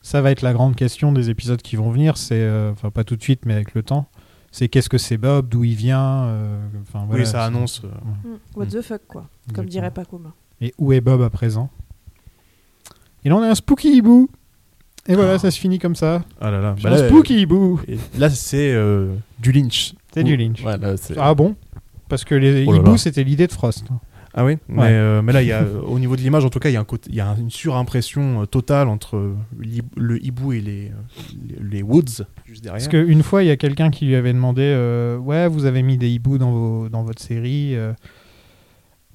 ça va être la grande question des épisodes qui vont venir. C'est euh, enfin pas tout de suite, mais avec le temps. C'est qu'est-ce que c'est Bob D'où il vient euh, Enfin voilà,
oui, ça
c'est-
annonce. euh,
Mm. What the fuck, quoi. Comme
Exactement.
dirait Paco.
Et où est Bob à présent Et là on a un spooky hibou Et voilà, ça se finit comme ça.
Ah là là.
Sur
bah là,
Spooky Boo.
euh, là, c'est euh, du Lynch.
C'est du Lynch.
Ouais, là, c'est-
Ah bon Parce que les
Oh là
hiboux,
là.
c'était l'idée de Frost.
Ah oui, mais, euh, mais là, il y a, euh, au niveau de l'image, en tout cas, il y a, un côté- il y a une surimpression euh, totale entre euh, l'hib- le hibou et les, euh, les, les woods, juste derrière.
Parce qu'une fois, il y a quelqu'un qui lui avait demandé euh, Ouais, vous avez mis des hiboux dans, vos, dans votre série, euh,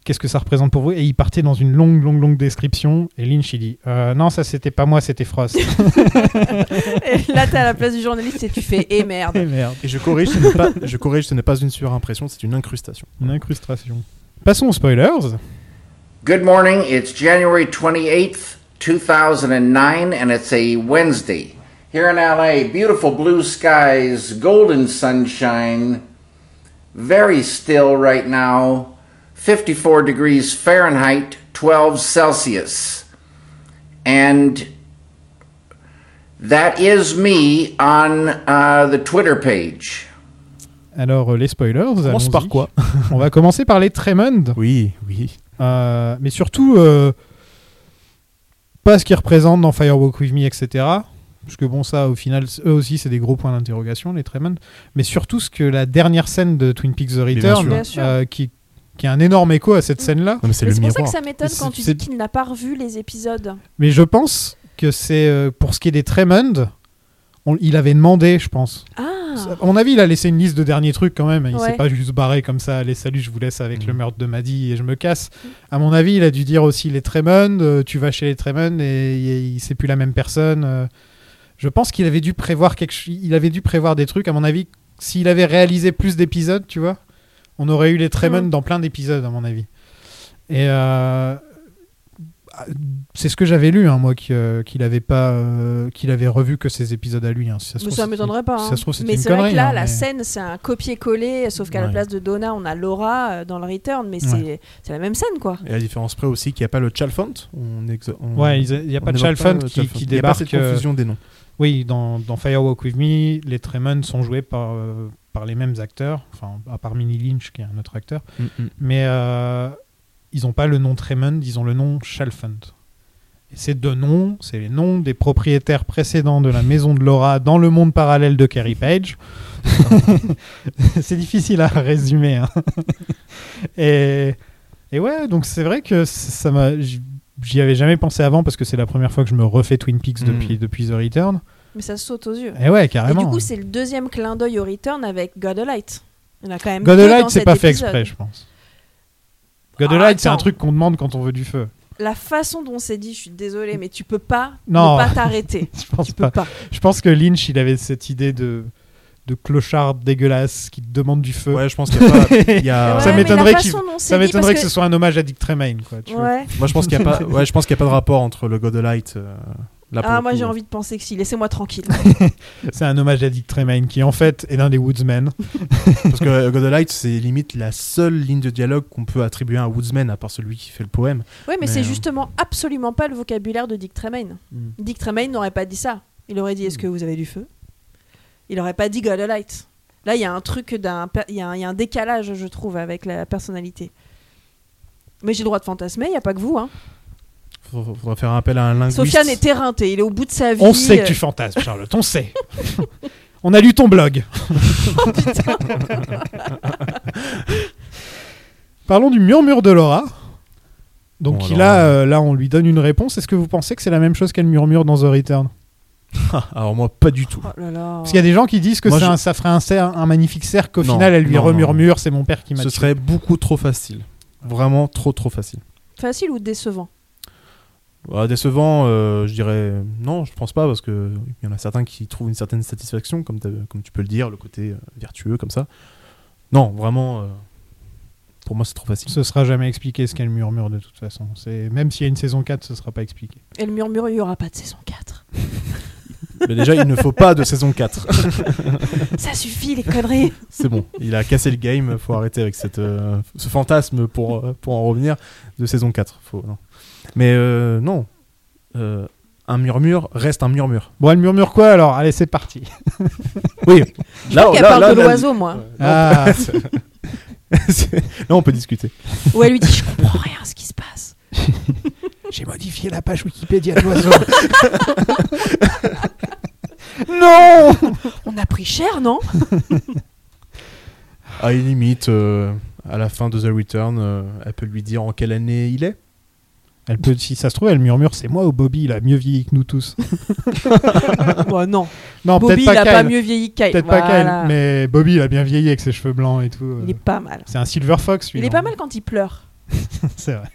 qu'est-ce que ça représente pour vous Et il partait dans une longue, longue, longue description. Et Lynch, il dit Euh, Non, ça, c'était pas moi, c'était
<laughs>
Frost.
<laughs> Et là, t'es à la place du journaliste et tu fais eh merde.
Et merde,
Et je corrige, ce n'est pas, je corrige, ce n'est pas une surimpression, c'est une incrustation.
une incrustation. Passons aux spoilers.
Good morning. It's January 28th, 2009, and it's a Wednesday. Here in LA, beautiful blue skies, golden sunshine, very still right now, 54 degrees Fahrenheit, 12 Celsius. And that is me on uh, the Twitter page.
Alors, euh, les spoilers.
On commence
allons-y.
par quoi
On va commencer par les Tremond.
Oui, oui.
Euh, mais surtout, euh, pas ce qu'ils représentent dans Firewalk With Me, etc. Parce que bon, ça, au final, c- eux aussi, c'est des gros points d'interrogation, les Tremont. Mais surtout, ce que la dernière scène de Twin Peaks The
bien
Return,
sûr.
Bien sûr. Mm.
euh, qui, qui a un énorme écho à cette scène-là.
Non, mais c'est
Mais
le
C'est pour
miroir.
ça que ça m'étonne
C'est-
quand tu
c'est-
dis qu'il n'a pas revu les épisodes.
Mais je pense que c'est, euh, pour ce qui est des Tremond, on- il avait demandé, je pense.
Ah
À mon avis, il a laissé une liste de derniers trucs quand même. Il
Ouais.
s'est pas juste barré comme ça. Allez, salut, je vous laisse avec
Mhm.
le meurtre de Maddy et je me casse.
Mm.
À mon avis, il a dû dire aussi les Tremond. euh, tu vas chez les Tremond et il il- c'est plus la même personne. euh. je pense qu'il avait dû prévoir quelque. ch- Il avait dû prévoir des trucs. À mon avis, s'il avait réalisé plus d'épisodes, tu vois, on aurait eu les Tremond
Mm.
dans plein d'épisodes, à mon avis. Et euh, ah, c'est ce que j'avais lu, hein, moi, que- euh, qu'il avait pas, euh, qu'il avait revu que ces épisodes à lui. hein. Si se
Mais
trouve,
ça
c'était-
m'étonnerait pas.
si
hein.
ça se trouve, c'était
mais
une
c'est vrai
connerie,
que là,
hein,
la
mais-
scène, c'est un copier-coller, sauf qu'à la
Ouais.
place de Donna, on a Laura euh, dans le Return, mais c'est c'est la même scène, quoi.
Et la différence près aussi qu'il n'y a pas le chalfont. On exa- on-
Ouais, il n'y a
on
pas de
n'évoque
Chalfant
le
qui,
Chalfont.
qui
Il y a pas cette
débarque. euh,
confusion des noms.
oui, dans, dans Firewalk With Me, les Tremond sont joués par, euh, par les mêmes acteurs, enfin, à part Minnie Lynch qui est un autre acteur, mais euh, ils n'ont pas le nom Tremond, ils ont le nom Chalfant. Et ces deux noms, c'est les noms des propriétaires précédents de la maison de Laura dans le monde parallèle de Carrie Page. <laughs> c'est difficile à résumer. hein. <laughs> Et, et ouais, donc c'est vrai que ça m'a. j- J'y avais jamais pensé avant parce que c'est la première fois que je me refais Twin Peaks
Mm.
depuis, depuis The Return.
Mais ça saute aux yeux.
Et ouais,
Et
carrément.
du coup, c'est le deuxième clin d'œil au Return avec God of Light. On a quand même.
God
deux
of
dans
Light, c'est
cet
pas fait
épisode.
exprès, je pense. God of
Ah,
Light, c'est un
attends.
truc qu'on demande quand on veut du feu. <laughs>
La façon dont c'est dit, je suis désolée, mais tu peux pas
Non.
ne pas t'arrêter.
<laughs> Je pense
tu
pas.
peux pas.
Je pense que Lynch, il avait cette idée de, de clochard dégueulasse qui te demande du <laughs> feu.
Ouais, je pense
<laughs>
qu'il n'y a pas. il y a-
Ouais, Ça mais m'étonnerait
la
qu'il-
façon dont c'est
Ça
dit,
m'étonnerait que...
parce
ce soit un hommage à Dick Tremaine, quoi. tu vois.
Ouais.
Moi, je pense qu'il n'y a pas. Ouais, je pense qu'il y a pas de rapport entre le God of Light. euh, là, pour
Ah,
le
moi
coup.
j'ai envie de penser que si, laissez-moi <laughs> tranquille.
C'est un hommage à Dick Tremaine qui, en fait, est l'un des Woodsmen.
Parce que euh, God of Light, c'est limite la seule ligne de dialogue qu'on peut attribuer à un Woodsman, à part celui qui fait le poème.
Oui, mais,
Mais,
c'est
euh,
justement absolument pas le vocabulaire de Dick Tremaine.
Mm.
Dick Tremaine n'aurait pas dit ça. Il aurait dit Est-ce que vous avez du feu Il aurait pas dit God of Light. Là, il y a un truc d'un. per- Il y, a un- il y a un décalage, je trouve, avec la personnalité. Mais j'ai le droit de fantasmer, il n'y a pas que vous. Hein.
Faudra faudra faire un appel à un linguiste.
Sofiane est éreintée, il est au bout de sa vie. euh.
On sait que tu fantasmes, Charlotte, on sait. on a lu ton
<laughs>
blog.
Oh,
<laughs> Parlons du murmure de Laura. Donc
Bon,
il
alors,
a, euh, là, on lui donne une réponse. Est-ce que vous pensez que c'est la même chose qu'elle murmure dans The Return
Alors, moi, pas du tout.
Oh là là.
Parce qu'il y a des gens qui disent que
Moi,
c'est
je-
un- ça ferait un, cerf- un magnifique cercle, qu'au
Non,
final, elle lui
non, non,
remurmure, c'est mon père qui m'a
Ce
tué.
serait beaucoup trop facile. Vraiment trop, trop facile.
Facile ou décevant
Ouais, décevant, euh, je dirais non, je pense pas, parce que il y en a certains qui trouvent une certaine satisfaction, comme, t'as- comme tu peux le dire, le côté euh, vertueux, comme ça. Non, vraiment, euh, pour moi, c'est
<laughs>
trop facile.
Ce sera jamais expliqué ce qu'elle murmure de toute façon. C'est Même s'il y a une saison 4, ce sera pas expliqué.
Et le murmure, il n'y aura pas de saison 4.
Mais déjà, il ne faut pas de saison 4.
ça suffit, les <laughs> conneries
C'est bon, il a cassé le game, faut arrêter avec cette, euh, ce fantasme pour, euh, pour en revenir de saison 4. Faut, non. Mais euh, non, Euh, un murmure reste un murmure.
Bon, elle murmure quoi alors Allez, c'est parti.
Oui, là,
Il y a parle de l'oiseau, moi.
Ah,
<laughs> là, on peut discuter.
Ou elle lui dit Je comprends rien à ce qui se passe.
J'ai modifié la page Wikipédia de l'oiseau. <laughs> non
On a pris
<laughs>
cher, non
À une limite, euh, à la fin de The Return, euh, elle peut lui dire en quelle année il est.
elle peut, Si ça se trouve, elle murmure c'est moi ou Bobby, il a mieux vieilli que nous tous.
Bah non.
Non,
Bobby,
peut-être
il
pas
a pas
Kyle.
mieux vieilli que Kyle.
Peut-être pas
Voilà.
Kyle, mais Bobby, il a bien vieilli avec ses cheveux blancs et tout. euh.
Il est pas mal.
C'est un Silver Fox, lui.
Il est
non
pas mal quand il pleure.
C'est vrai.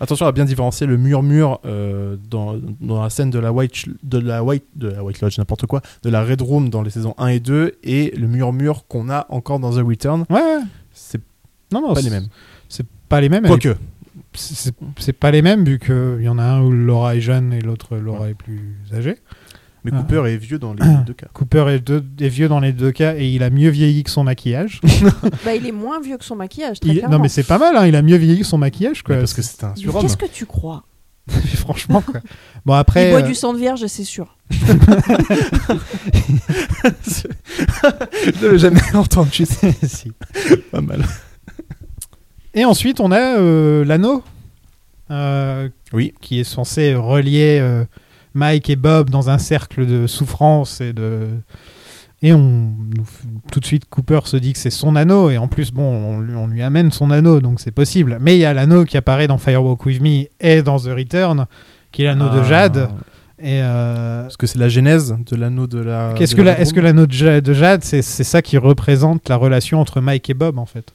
Attention à bien différencier le murmure euh, dans, dans la scène de la White, Ch- de la White, de la White Lodge, n'importe quoi, de la Red Room dans les saisons 1 et 2 et le murmure qu'on a encore dans The Return.
Ouais, ouais.
C'est
Non, non,
pas les
Oh, c'est-
mêmes.
C'est pas les mêmes. elle est
Quoique.
c'est c'est pas les mêmes vu qu'il y en a un où Laura est jeune et l'autre Laura est plus âgée.
Mais
Ah.
Cooper est vieux dans les deux cas.
Cooper est, deux- est vieux dans les deux cas et il a mieux vieilli que son
<laughs>
maquillage.
Bah, il est moins vieux que son maquillage, très
Il-
clairement.
non mais c'est pas mal, hein, il a mieux vieilli que son maquillage quoi.
Mais
<laughs>
parce que c'est un
Mais
surhomme.
Qu'est-ce que tu crois
franchement quoi. Bon
Il
après,
boit
euh,
<laughs>
du sang de vierge, c'est sûr.
Je ne l'ai jamais <laughs> entendu.
<laughs> si.
pas mal.
et ensuite on a euh, l'anneau, euh,
Oui.
qui est censé relier euh, Mike et Bob dans un cercle de souffrance et de et on nous f- tout de suite Cooper se dit que c'est son anneau et en plus bon on, lui- on lui amène son anneau donc c'est possible mais il y a l'anneau qui apparaît dans Firewalk with Me et dans The Return qui est l'anneau
Ah.
de Jade et euh,
Parce que c'est la genèse de l'anneau de la.
qu'est-ce
euh, de
que
la
la- est-ce que l'anneau de Ja- de Jade c'est c'est ça qui représente la relation entre Mike et Bob en fait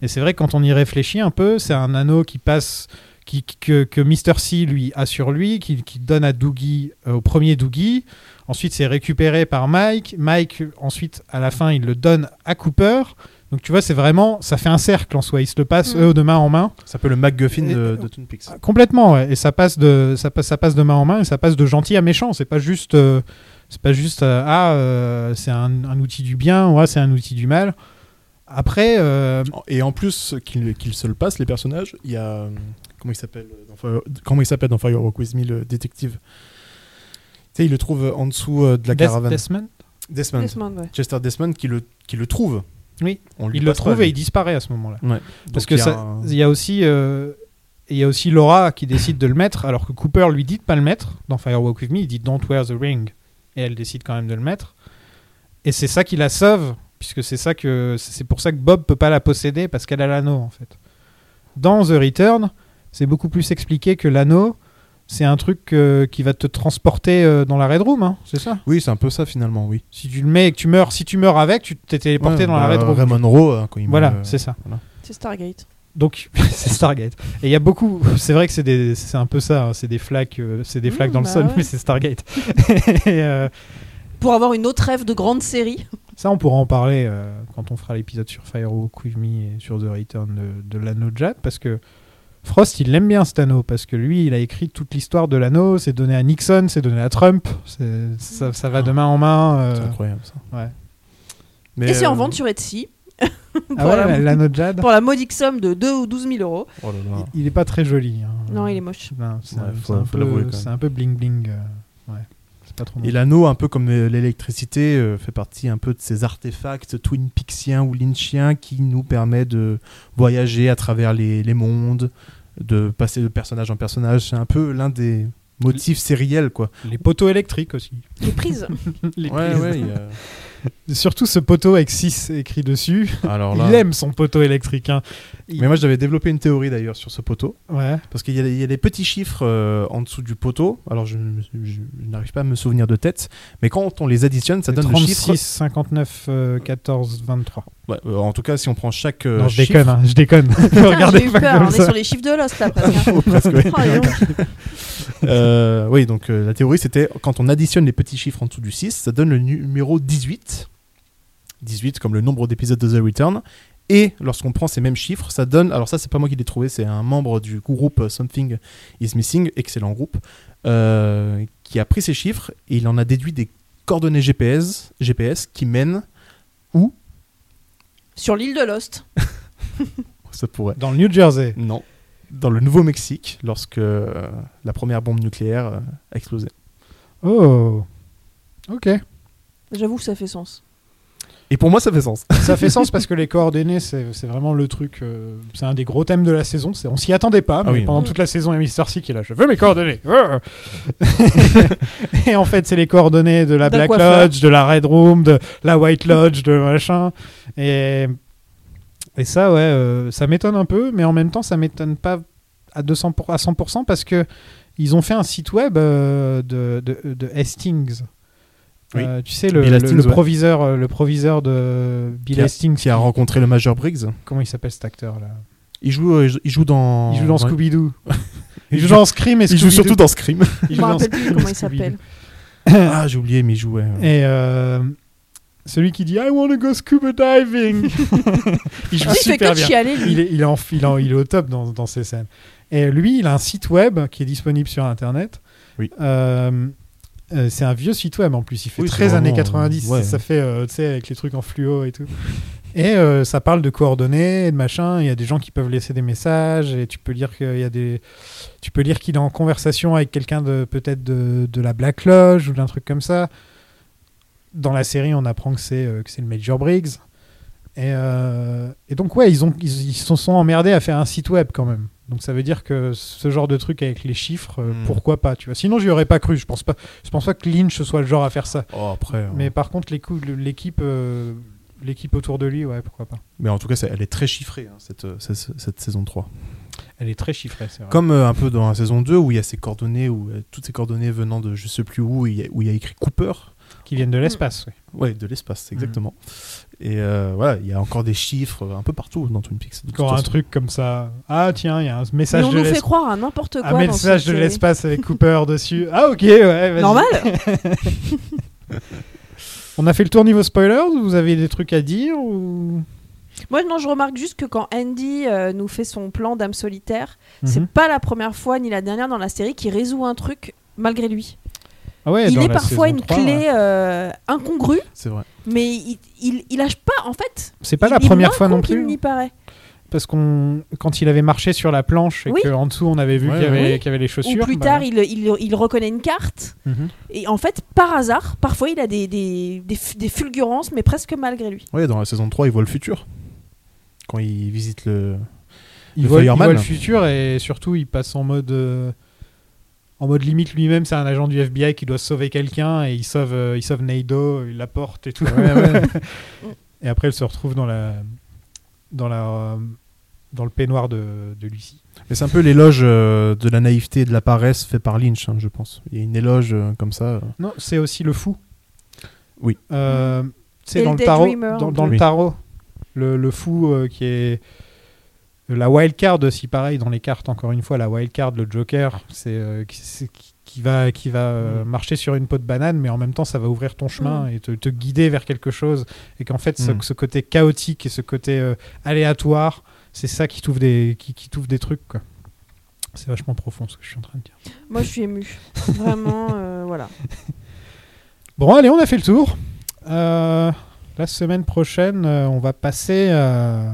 et c'est vrai que quand on y réfléchit un peu c'est un anneau qui passe qui, qui- que, que Mr. C lui a sur lui, qui, qui donne à Doogie, euh, au premier Doogie. Ensuite, c'est récupéré par Mike. Mike, euh, ensuite, à la fin, il le donne à Cooper. Donc, tu vois, c'est vraiment, ça fait un cercle en soi. Ils se le passent,
Mm.
eux, de main en main.
C'est un peu le MacGuffin
Et-
de, de Twin Peaks.
Complètement, ouais. et ça passe de ça passe ça passe de main en main et ça passe de gentil à méchant. C'est pas juste euh, c'est pas juste euh, ah euh, c'est un, un outil du bien ouais c'est un outil du mal. Après euh,
Et en plus qu'il qu'il se le passe, les personnages, il y a euh, comment il s'appelle dans Fire- comment il s'appelle dans Firewalk with Me le détective. Tu sais, il le trouve euh, en dessous euh, de la
Death-
caravane.
Deathman,
Desmond.
Desmond, ouais.
Chester Desmond qui le qui le trouve.
Oui.
On lui
il le
passe pas,
trouve
lui.
et il disparaît à ce moment-là.
Ouais.
Parce
Donc,
que
il y a
ça-
un-
il y a aussi euh, il y a aussi Laura qui décide de le mettre alors que Cooper lui dit de pas le mettre dans Firewalk with Me. Il dit Don't wear the ring et elle décide quand même de le mettre. Et c'est ça qui la sauve puisque c'est ça que c'est pour ça que Bob peut pas la posséder parce qu'elle a l'anneau en fait. Dans The Return, c'est beaucoup plus expliqué que l'anneau. C'est un truc euh, qui va te transporter euh, dans la Red Room, hein, c'est ça
Oui, c'est un peu ça finalement, oui.
Si tu le mets et que tu meurs, si tu meurs avec, tu t'es téléporté
Ouais,
dans la
bah,
Red Room.
Raymond Rowe, hein, quand il
Voilà,
meurt, euh,
c'est ça.
C'est Stargate.
Donc, <laughs> c'est Stargate. Et il y a beaucoup. C'est vrai que c'est des- c'est un peu ça. hein, c'est des flaques, euh, c'est des
Mmh,
flaques dans
bah
le sol,
ouais.
mais c'est Stargate. <laughs> Et, euh,
Pour avoir une autre rêve de grande série.
ça, on pourra en parler euh, quand on fera l'épisode sur Firewalk with Me et sur The Return de, de l'anneau de Jade, parce que Frost, il l'aime bien cet anneau, parce que lui, il a écrit toute l'histoire de l'anneau. C'est donné à Nixon, c'est donné à Trump. c'est- Ça, ça va de main en main. euh.
C'est incroyable ça.
ouais.
Mais,
et c'est en
euh,
vente sur Etsy. pour,
Ah ouais,
la,
l'anneau de Jade.
<laughs> pour la modique somme de 2 ou 12 000 euros.
oh là là.
Il, il est pas très joli. hein.
Non, il
<laughs>
est moche.
Non, c'est
Ouais,
un-
faut-
c'est un,
faut l'avouer,
peu-
quand même.
c'est un peu bling bling. euh, ouais, c'est pas trop. mon
Et l'anneau, un peu comme euh, l'électricité, euh, fait partie un peu de ces artefacts Twin Peaksiens ou Lynchiens qui nous permet de voyager à travers les, les mondes, de passer de personnage en personnage. C'est un peu l'un des motifs sériels, quoi.
Les poteaux électriques aussi. <laughs>
Les prises.
Surtout ce poteau avec 6 écrit dessus.
<laughs> Alors
Il aime son poteau électrique. hein. Il-
Mais moi, j'avais développé une théorie d'ailleurs sur ce poteau.
Ouais.
Parce qu'il y, a- il y a des petits chiffres euh, en dessous du poteau. Alors, je, je- je n'arrive pas à me souvenir de tête. Mais quand on les additionne, ça
C'est
donne le
36,
chiffre.
59, euh, 14, 23.
Ouais, euh, en tout cas, si on prend chaque. euh,
non, je
chiffre-
déconne, hein, je déconne. <laughs>
<laughs>
Ne regardez
J'ai eu
pas
peur,
comme
on est
ça.
sur les chiffres de
<laughs>
Lost là. presque, hein.
Oh, presque, ouais.
Oh, dis donc.
Euh, oui, donc euh, la théorie, c'était quand on additionne les petits chiffres en dessous du 6, ça donne le nu- numéro 18. 18 comme le nombre d'épisodes de The Return. Et lorsqu'on prend ces mêmes chiffres, ça donne. Alors, ça, c'est pas moi qui l'ai trouvé, c'est un membre du groupe euh, Something is Missing, excellent groupe, euh, qui a pris ces chiffres et il en a déduit des coordonnées GPS, GPS qui mènent.
Sur l'île de Lost.
Ça pourrait.
Dans le New Jersey.
Non. Dans le Nouveau-Mexique, lorsque euh, la première bombe nucléaire euh, a explosé.
Oh. Ok.
J'avoue que ça fait sens.
Et pour moi, ça fait sens. <laughs>
Ça fait sens parce que les coordonnées, c'est c'est vraiment le truc. euh, c'est un des gros thèmes de la saison. c'est- On s'y attendait pas, mais
Ah oui.
pendant toute la saison, il y a Mister C qui est là. Je veux mes coordonnées. <laughs> euh. et en fait, c'est les coordonnées de la
D'un
Black
coiffeur.
Lodge, de la Red Room, de la White Lodge, de machin. Et, et ça, ouais, euh, ça m'étonne un peu, mais en même temps, ça m'étonne pas à 200 pour- à 100% parce que ils ont fait un site web euh, de, de, de Hastings.
Oui.
Euh, tu sais, le,
Bill
le-
Hastings,
le
ouais.
proviseur, euh, le proviseur de Bill
Qui a-
Hastings,
Qui a rencontré le Major Briggs.
comment il s'appelle cet acteur là
Il joue, euh, il joue dans.
Il joue dans
ouais.
Scooby-Doo. il joue dans Scream <laughs> et
Il joue
Scooby-Doo.
surtout dans Scream.
Il
Je
joue
me
dans
rappelle plus comment il
Scooby-Doo.
s'appelle.
<laughs> ah, j'ai oublié, mais il jouait. ouais.
Et euh, celui qui dit I want to go scuba diving. <laughs> il joue
Tu sais, Ah, il fait que
Ah, super
de
bien.
chialer, lui.
Il est, il, est en- il est en- il est au top dans, dans ces scènes. Et lui, il a un site web qui est disponible sur Internet.
Oui.
Euh, euh, c'est un vieux site web en plus, il fait
Oui, c'est
13 années
vraiment,
90,
ouais.
ça fait, euh, tu sais, avec les trucs en fluo et tout. Et euh, ça parle de coordonnées et de machin, il y a des gens qui peuvent laisser des messages et tu peux lire qu'il y a des... Tu peux lire qu'il est en conversation avec quelqu'un de peut-être de, de la Black Lodge ou d'un truc comme ça. Dans la série, on apprend que c'est euh, que c'est le Major Briggs. Et, euh, et donc, ouais, ils, ont, ils, ils se sont emmerdés à faire un site web quand même. Donc, ça veut dire que ce genre de truc avec les chiffres, euh,
Mm.
pourquoi pas, tu vois. Sinon, j'y aurais pas cru. Je pense pas, je pense pas que Lynch soit le genre à faire ça.
Oh, après. euh,
Mais
Mais,
par contre, les coups- l'équipe euh, l'équipe autour de lui, ouais, pourquoi pas.
en tout cas, ça- elle est très chiffrée, hein, cette, euh, cette, cette saison 3.
Elle est très chiffrée, c'est vrai.
Comme euh, un peu dans la saison 2, où il y a ces coordonnées, où, euh, toutes ces coordonnées venant de je sais plus où, il y a- où il y a écrit Cooper.
Qui viennent
Hmm.
de l'espace, ouais.
Ouais, de l'espace,
Mhm.
exactement. Et euh, voilà, il y a encore des chiffres euh, un peu partout dans Twin Peaks. de toute
Encore un
façon.
truc comme ça. Ah, tiens, il y a un
Mais
message
on
de
nous fait
l'espace.
croire à n'importe quoi.
Un
dans
message
cette
de
série.
l'espace
<laughs>
avec Cooper dessus. Ah, ok, ouais, vas-y.
Normal
On a fait le tour niveau spoilers ou Vous avez des trucs à dire ou...
Moi, non, je remarque juste que quand Andy euh, nous fait son plan d'âme solitaire,
Mhm.
c'est pas la première fois ni la dernière dans la série qui résout un truc malgré lui.
Ah ouais,
il
dans
est
la
parfois
saison hein.
une
3,
clé
ouais.
euh, incongrue,
C'est vrai.
mais il, il, il lâche pas, en fait.
C'est pas
Il
la
est
première
moins
fois
con
non
qu'il
plus. hein.
n'y paraît.
Parce qu'on, quand il avait marché sur la planche et
Oui.
qu'en dessous on avait vu
Ouais,
qu'il y, avait-
oui.
qu'il y avait les
Ou
chaussures.
plus
bah,
tard, il, il, il reconnaît une carte.
Mhm.
Et en fait, par hasard, parfois, il a des, des, des, fu- des fulgurances, mais presque malgré lui.
Ouais, dans la saison 3, il voit le futur. Quand il visite le.
il
le
voit, il
fireman.
voit le futur et surtout il passe en mode, euh, en mode limite lui-même. C'est un agent du FBI qui doit sauver quelqu'un et il sauve, euh, il sauve Neido, il la porte et tout. <laughs> et après, elle se retrouve dans la, dans la, euh, dans le peignoir de, de Lucie.
Mais c'est un peu l'éloge euh, de la naïveté et de la paresse fait par Lynch, hein, je pense. Il y a une éloge euh, comme ça. euh.
Non, c'est aussi le fou.
Oui.
Euh,
Et
C'est dans
le
le tarot.
Daydreamer,
Dans,
un
dans
peu.
le
Oui.
tarot. Le, le fou euh, qui est. La wild card aussi, pareil, dans les cartes, encore une fois, la wild card, le joker, c'est euh, qui, c'est- qui- qui va, qui va euh,
Mm.
marcher sur une peau de banane, mais en même temps, ça va ouvrir ton chemin et te, te guider vers quelque chose. Et qu'en fait, ce,
Mm.
ce côté chaotique et ce côté euh, aléatoire, c'est ça qui t'ouvre des, qui, qui t'ouvre des trucs. quoi. C'est vachement profond ce que je suis en train de dire.
Moi, je suis émue. Vraiment, euh, voilà.
Bon, allez, on a fait le tour. Euh, la semaine prochaine, euh, on va passer euh,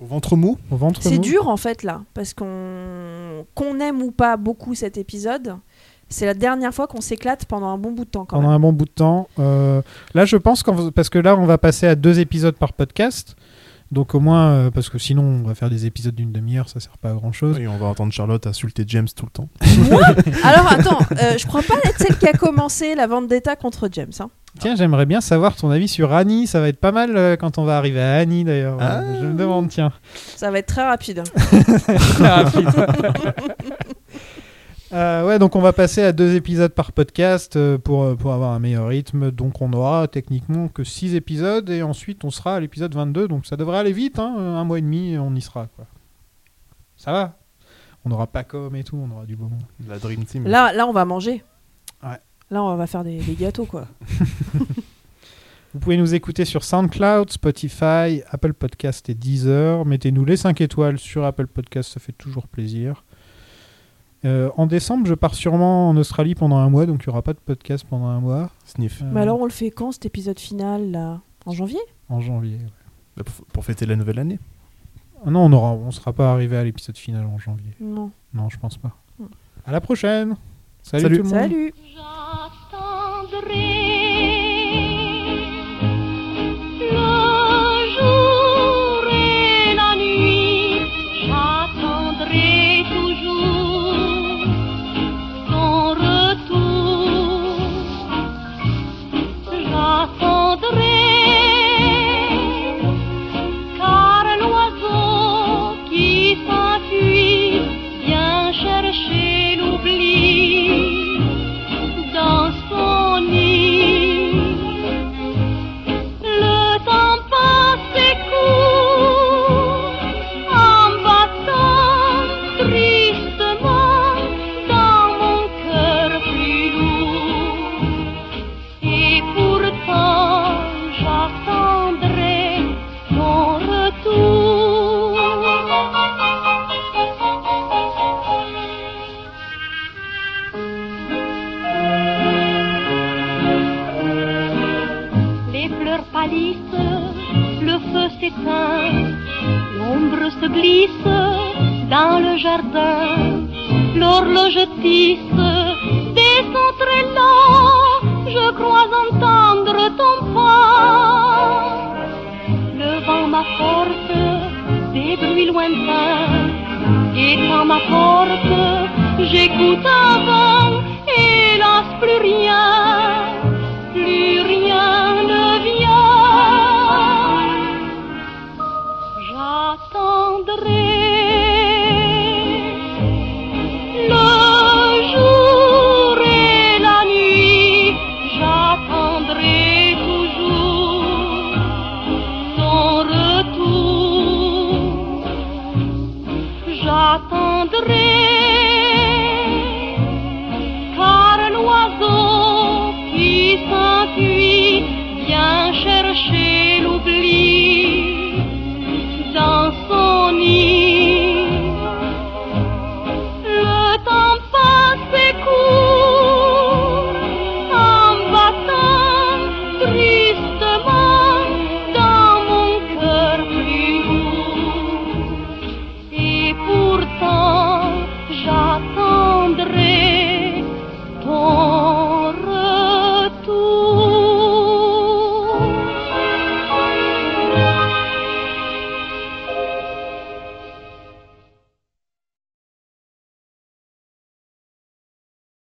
Au ventre mou
au ventre
C'est
mou.
dur en fait là, parce qu'on qu'on aime ou pas beaucoup cet épisode, c'est la dernière fois qu'on s'éclate pendant un bon bout de temps quand
Pendant
même.
un bon bout de temps. Euh, là, je pense qu'on parce que là, on va passer à deux épisodes par podcast. Donc au moins, euh, parce que sinon, on va faire des épisodes d'une demi-heure, ça sert pas à grand-chose.
Oui, on va entendre Charlotte insulter James tout le temps.
Alors attends, euh, je crois pas être celle qui a commencé la vendetta contre James. hein.
Tiens, j'aimerais bien savoir ton avis sur Annie. Ça va être pas mal euh, quand on va arriver à Annie, d'ailleurs.
Ah.
Euh, Je me demande, tiens.
Ça va être très rapide. hein.
Euh, ouais, donc on va passer à deux épisodes par podcast euh, pour, euh, pour avoir un meilleur rythme. Donc on aura techniquement que six épisodes et ensuite on sera à l'épisode 22. Donc ça devrait aller vite, hein, euh, un mois et demi, on y sera. Quoi. Ça va On n'aura pas comme et tout, on aura du beau monde.
La Dream Team.
Là, là on va manger.
Ouais.
Là on va faire des, des gâteaux quoi.
Vous pouvez nous écouter sur SoundCloud, Spotify, Apple Podcast et Deezer. Mettez-nous les 5 étoiles sur Apple Podcast, ça fait toujours plaisir. Euh, en décembre, je pars sûrement en Australie pendant un mois, donc il n'y aura pas de podcast pendant un mois.
Sniff.
Euh,
Mais alors on le fait quand cet épisode final là En janvier
Euh, En janvier.
Bah, Pour, pour fêter la nouvelle année.
Ah non, on aura, on sera pas arrivé à l'épisode final en janvier.
Non.
Non, je pense pas.
Hmm.
À la prochaine. Salut,
Salut.
tout le monde.
Salut
J'attendrai Les fleurs pâlissent, le feu s'éteint, l'ombre se glisse dans le jardin, l'horloge tisse des sons très lents, je crois entendre ton pas. Le vent m'apporte des bruits lointains, et quand ma porte, j'écoute avant, hélas plus rien plus rien ne vient. J'attendrai